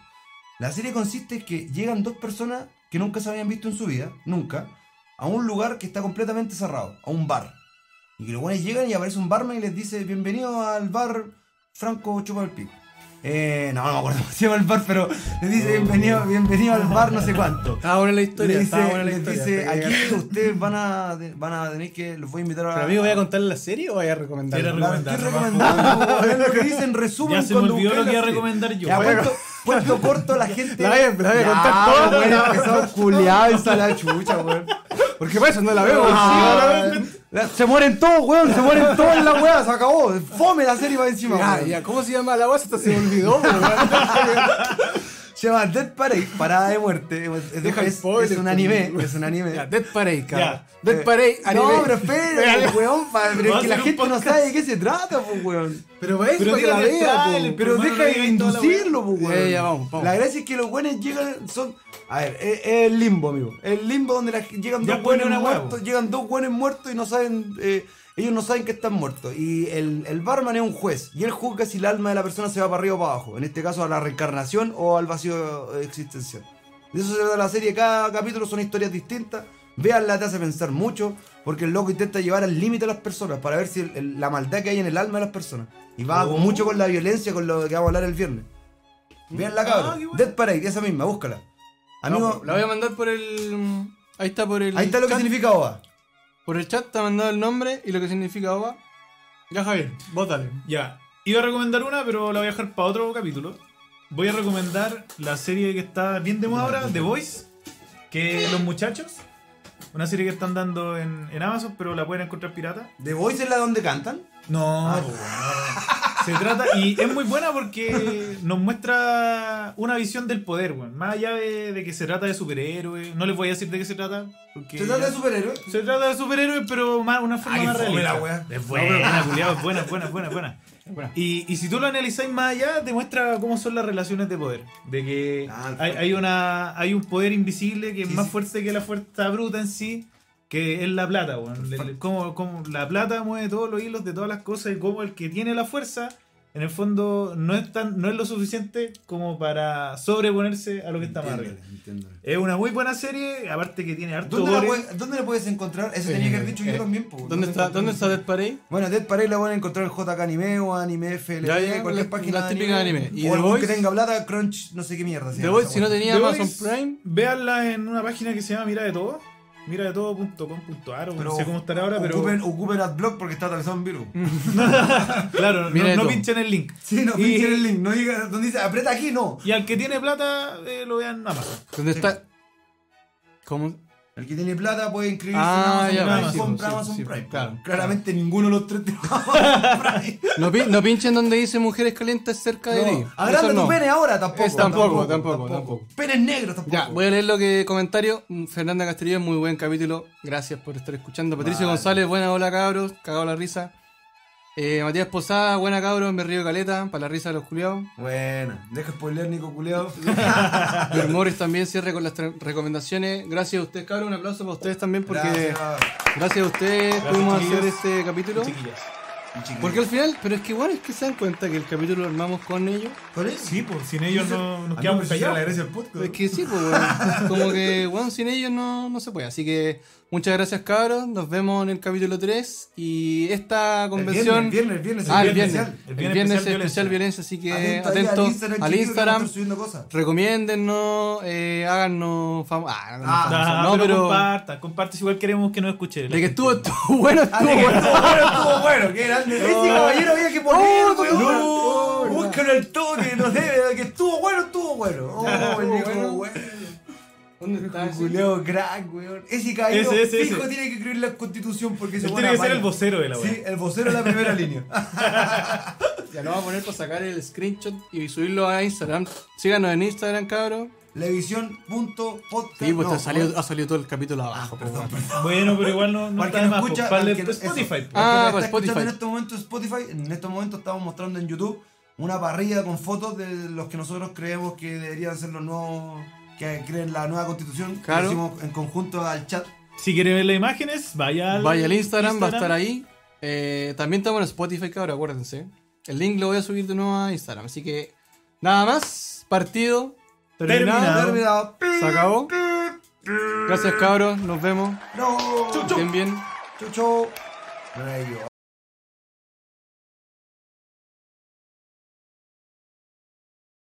La serie consiste en que llegan dos personas que nunca se habían visto en su vida, nunca, a un lugar que está completamente cerrado, a un bar. Y que los buenos llegan y aparece un barman y les dice, bienvenido al bar Franco Chupa el Pico. Eh, no, no me acuerdo cómo se llama el bar, pero les dice, bienvenido, bienvenido al bar no sé cuánto. Estaba buena la historia, Les estaba dice, buena la les historia. dice, Pero- aquí ustedes van a, van a tener que, los voy a invitar a... ¿Pero amigo, voy a contarle la serie o voy a recomendar? Era Claro, estoy recomendar, recomendando, es lo que dicen, Ya resumen se me cuando olvidó buscáis lo que iba a la serie. recomendar yo. Ya, Bueno, cuento, cuento corto a la gente. La voy a- la voy a Ya, contar toda. weón, que son culiados y la chucha, weón. Porque para eso no la veo. Ah, la- se mueren todos, weón, se mueren todos en la weá, se acabó. Fome la serie va encima, Ya, weón. ya, ¿cómo se llama la voz? Hasta se me olvidó, pero, Se llama Dead Parade, parada de muerte. Es, es- Deja el es- spoiler, es un anime, conmigo. es un anime. Eh, Eh, Ya, Eh, Dead Parade, cabrón. Ya. Dead Parade, anime. No, pero espera, weón, pa- pero Va es a que la ser un gente no podcast. sabe de qué se trata, pues, weón. Pero para eso, Pero para que la dígale vea, tal, po. el Pero Pero hermano, deja no de digáis toda la Eh, inducirlo, pues, Ya, weón. ya, vamos, vamos. La gracia es que los buenos llegan, son. A ver, es, es el limbo, amigo. Es El limbo donde la- llegan Ya pone dos buenos una hueá, muertos, po. llegan dos buenos muertos y no saben. eh, ellos no saben que están muertos. Y el, el barman es un juez. Y él juzga si el alma de la persona se va para arriba o para abajo. En este caso, a la reencarnación o al vacío existencial. De eso se trata la serie. Cada capítulo son historias distintas. Veanla, te hace pensar mucho. Porque el loco intenta llevar al límite a las personas para ver si el- el- la maldad que hay en el alma de las personas. Y va Oh. mucho con la violencia, con lo que vamos a hablar el viernes. Veanla, cabrón. Ah, qué bueno. Dead Parade, esa misma, búscala. Amigo, No, la voy a mandar por el. Ahí está por el. Ah, ahí está lo que chat. significa OVA. Por el chat está mandado el nombre y lo que significa OVA. Ya, Javier, vos dale. Ya, iba a recomendar una, pero la voy a dejar para otro capítulo. Voy a recomendar la serie que está bien de moda ahora, The Voice, que Los Muchachos. Una serie que están dando en, en Amazon, pero la pueden encontrar pirata. ¿The Voice es la donde cantan? No, po, no. se trata y es muy buena porque nos muestra una visión del poder, weón. Más allá de, de que se trata de superhéroes, no les voy a decir de qué se trata. Porque ¿Se trata de Pues, superhéroes? se trata de superhéroes, pero más una forma más fome realista. la wea. Es buena, buena, culiao, es buena, es buena, es buena, es buena. Buena. Y, y si tú lo analizáis más allá, demuestra cómo son las relaciones de poder. De que Ah, hay, hay una, hay un poder invisible que es Sí, más sí. fuerte que la fuerza bruta en sí, que es la plata, weón. Le- le- Cómo, cómo la plata mueve todos los hilos de todas las cosas y cómo el que tiene la fuerza, en el fondo, no es, tan, no es lo suficiente como para sobreponerse a lo que está más arriba. Es una muy buena serie, aparte que tiene harto ¿Dónde, la gore. puedes, ¿Dónde la puedes encontrar? Eso tenía que haber dicho yo Eh, también, po. ¿Dónde está, ¿dónde está Dead Parade? Bueno, Dead Parade la van a encontrar en JK Anime o Anime FLP, Ya, ya, cualquier la- página la típica de anime. ¿Y o The algún que Voice? tenga plata, Crunch, no sé qué mierda. se The llama Voice, esa si no wea. tenía The Amazon Voice, Prime. Véanla en una página que se llama Mira de Todo. Mira de todo.com.ar o Pero no sé cómo estará ahora, pero. Ocupen, ocupen AdBlock porque está atravesado un virus. Mm. Claro, Mira no, de no todo. pinchen el link. Sí, no Y- pinchen el link. No diga, donde dice aprieta aquí, no. Y al que tiene plata, eh, lo vean nada más. ¿Dónde está? ¿Cómo? El que tiene plata puede inscribirse Ah, en ya, Amazon sí, Prime. Compra sí, Amazon sí, Prime. claro. Claramente ninguno de los tres tiene Amazon Prime. No, pin- no pinchen donde dice mujeres calientes cerca de ti. No, agranda Eso no. tu pene ahora tampoco. Es- tampoco, tampoco, tampoco. Penes negros tampoco. Ya, voy a leer lo que comentario. Fernanda Castillo, muy buen capítulo. Gracias por estar escuchando. Patricio Vale. González, buena hola cabros, cagado la risa. Eh, Matías Posada, buena cabros, me río caleta, para la risa de los culiados. Buena, deja spoiler, Nico Culeo. Ver Morris también cierre con las tra- recomendaciones. Gracias a ustedes, cabros, un aplauso para ustedes también porque gracias, a ustedes pudimos hacer chiquillos. este capítulo. Chiquillas. Porque al final, pero es que bueno, es que se dan cuenta que el capítulo lo armamos con ellos. ¿Por eso? Sí, pues sin ellos no, Ah, nos Amigo, pues, quedamos Ah, si era la callados. gracia del podcast. Es que sí, pues, weón. como que bueno, sin ellos no, no se puede. Así que muchas gracias, cabros. Nos vemos en el capítulo 3. Y esta El convención. viernes, el viernes, el viernes. ah, el el viernes. especial. El El viernes, viernes es especial especial violencia. Así que Atento, atento, ahí al Instagram. al chiquillos, que vamos a estar Instagram. subiendo cosas. Recomiéndennos, eh, háganos famosos. Ah, no, no, Ah, famosos, Ah, no, pero, pero. compartan, compartan si igual queremos que nos escuchen. de que estuvo, estuvo bueno, estuvo Estuvo bueno. bueno, estuvo bueno, qué grande. Ese caballero había que poner, Oh, weón. no, no. Búscalo el toque, no sé, que estuvo bueno, estuvo bueno. Oh, el viejo bueno. bueno. ¿Dónde está? ese? Julio crack, weón. Ese caballero Ese, ese, fijo ese. tiene que escribir la constitución porque se Él tiene que ser el vocero de la web. Sí, el vocero de la primera línea. Ya lo vamos a poner para sacar el screenshot y subirlo a Instagram. Síganos en Instagram, cabros. Levisión.podcast. Sí, pues No, Ah, ha, salido, ha salido todo el capítulo abajo. pues, weón. Bueno, pero igual Ah, no, no Para está que de no más. pues, para escucha, para el que no- eso, Spotify. Ah, pues. para el que para está escuchando Spotify. En estos momentos Spotify, en estos momentos estamos mostrando en YouTube una parrilla con fotos de los que nosotros creemos que deberían ser los nuevos que creen la nueva constitución. que Claro. lo hicimos en conjunto al chat. pues. Si quiere ver las imágenes, vaya al, Vaya al Instagram, va a estar ahí. Eh, también estamos en Spotify, cabrón, acuérdense. El link lo voy a subir de nuevo a Instagram. Así que nada más. Partido. Terminado. Terminado. Terminado. Se acabó. Gracias cabros. Nos vemos. No. Estén bien. Chucho. No era yo.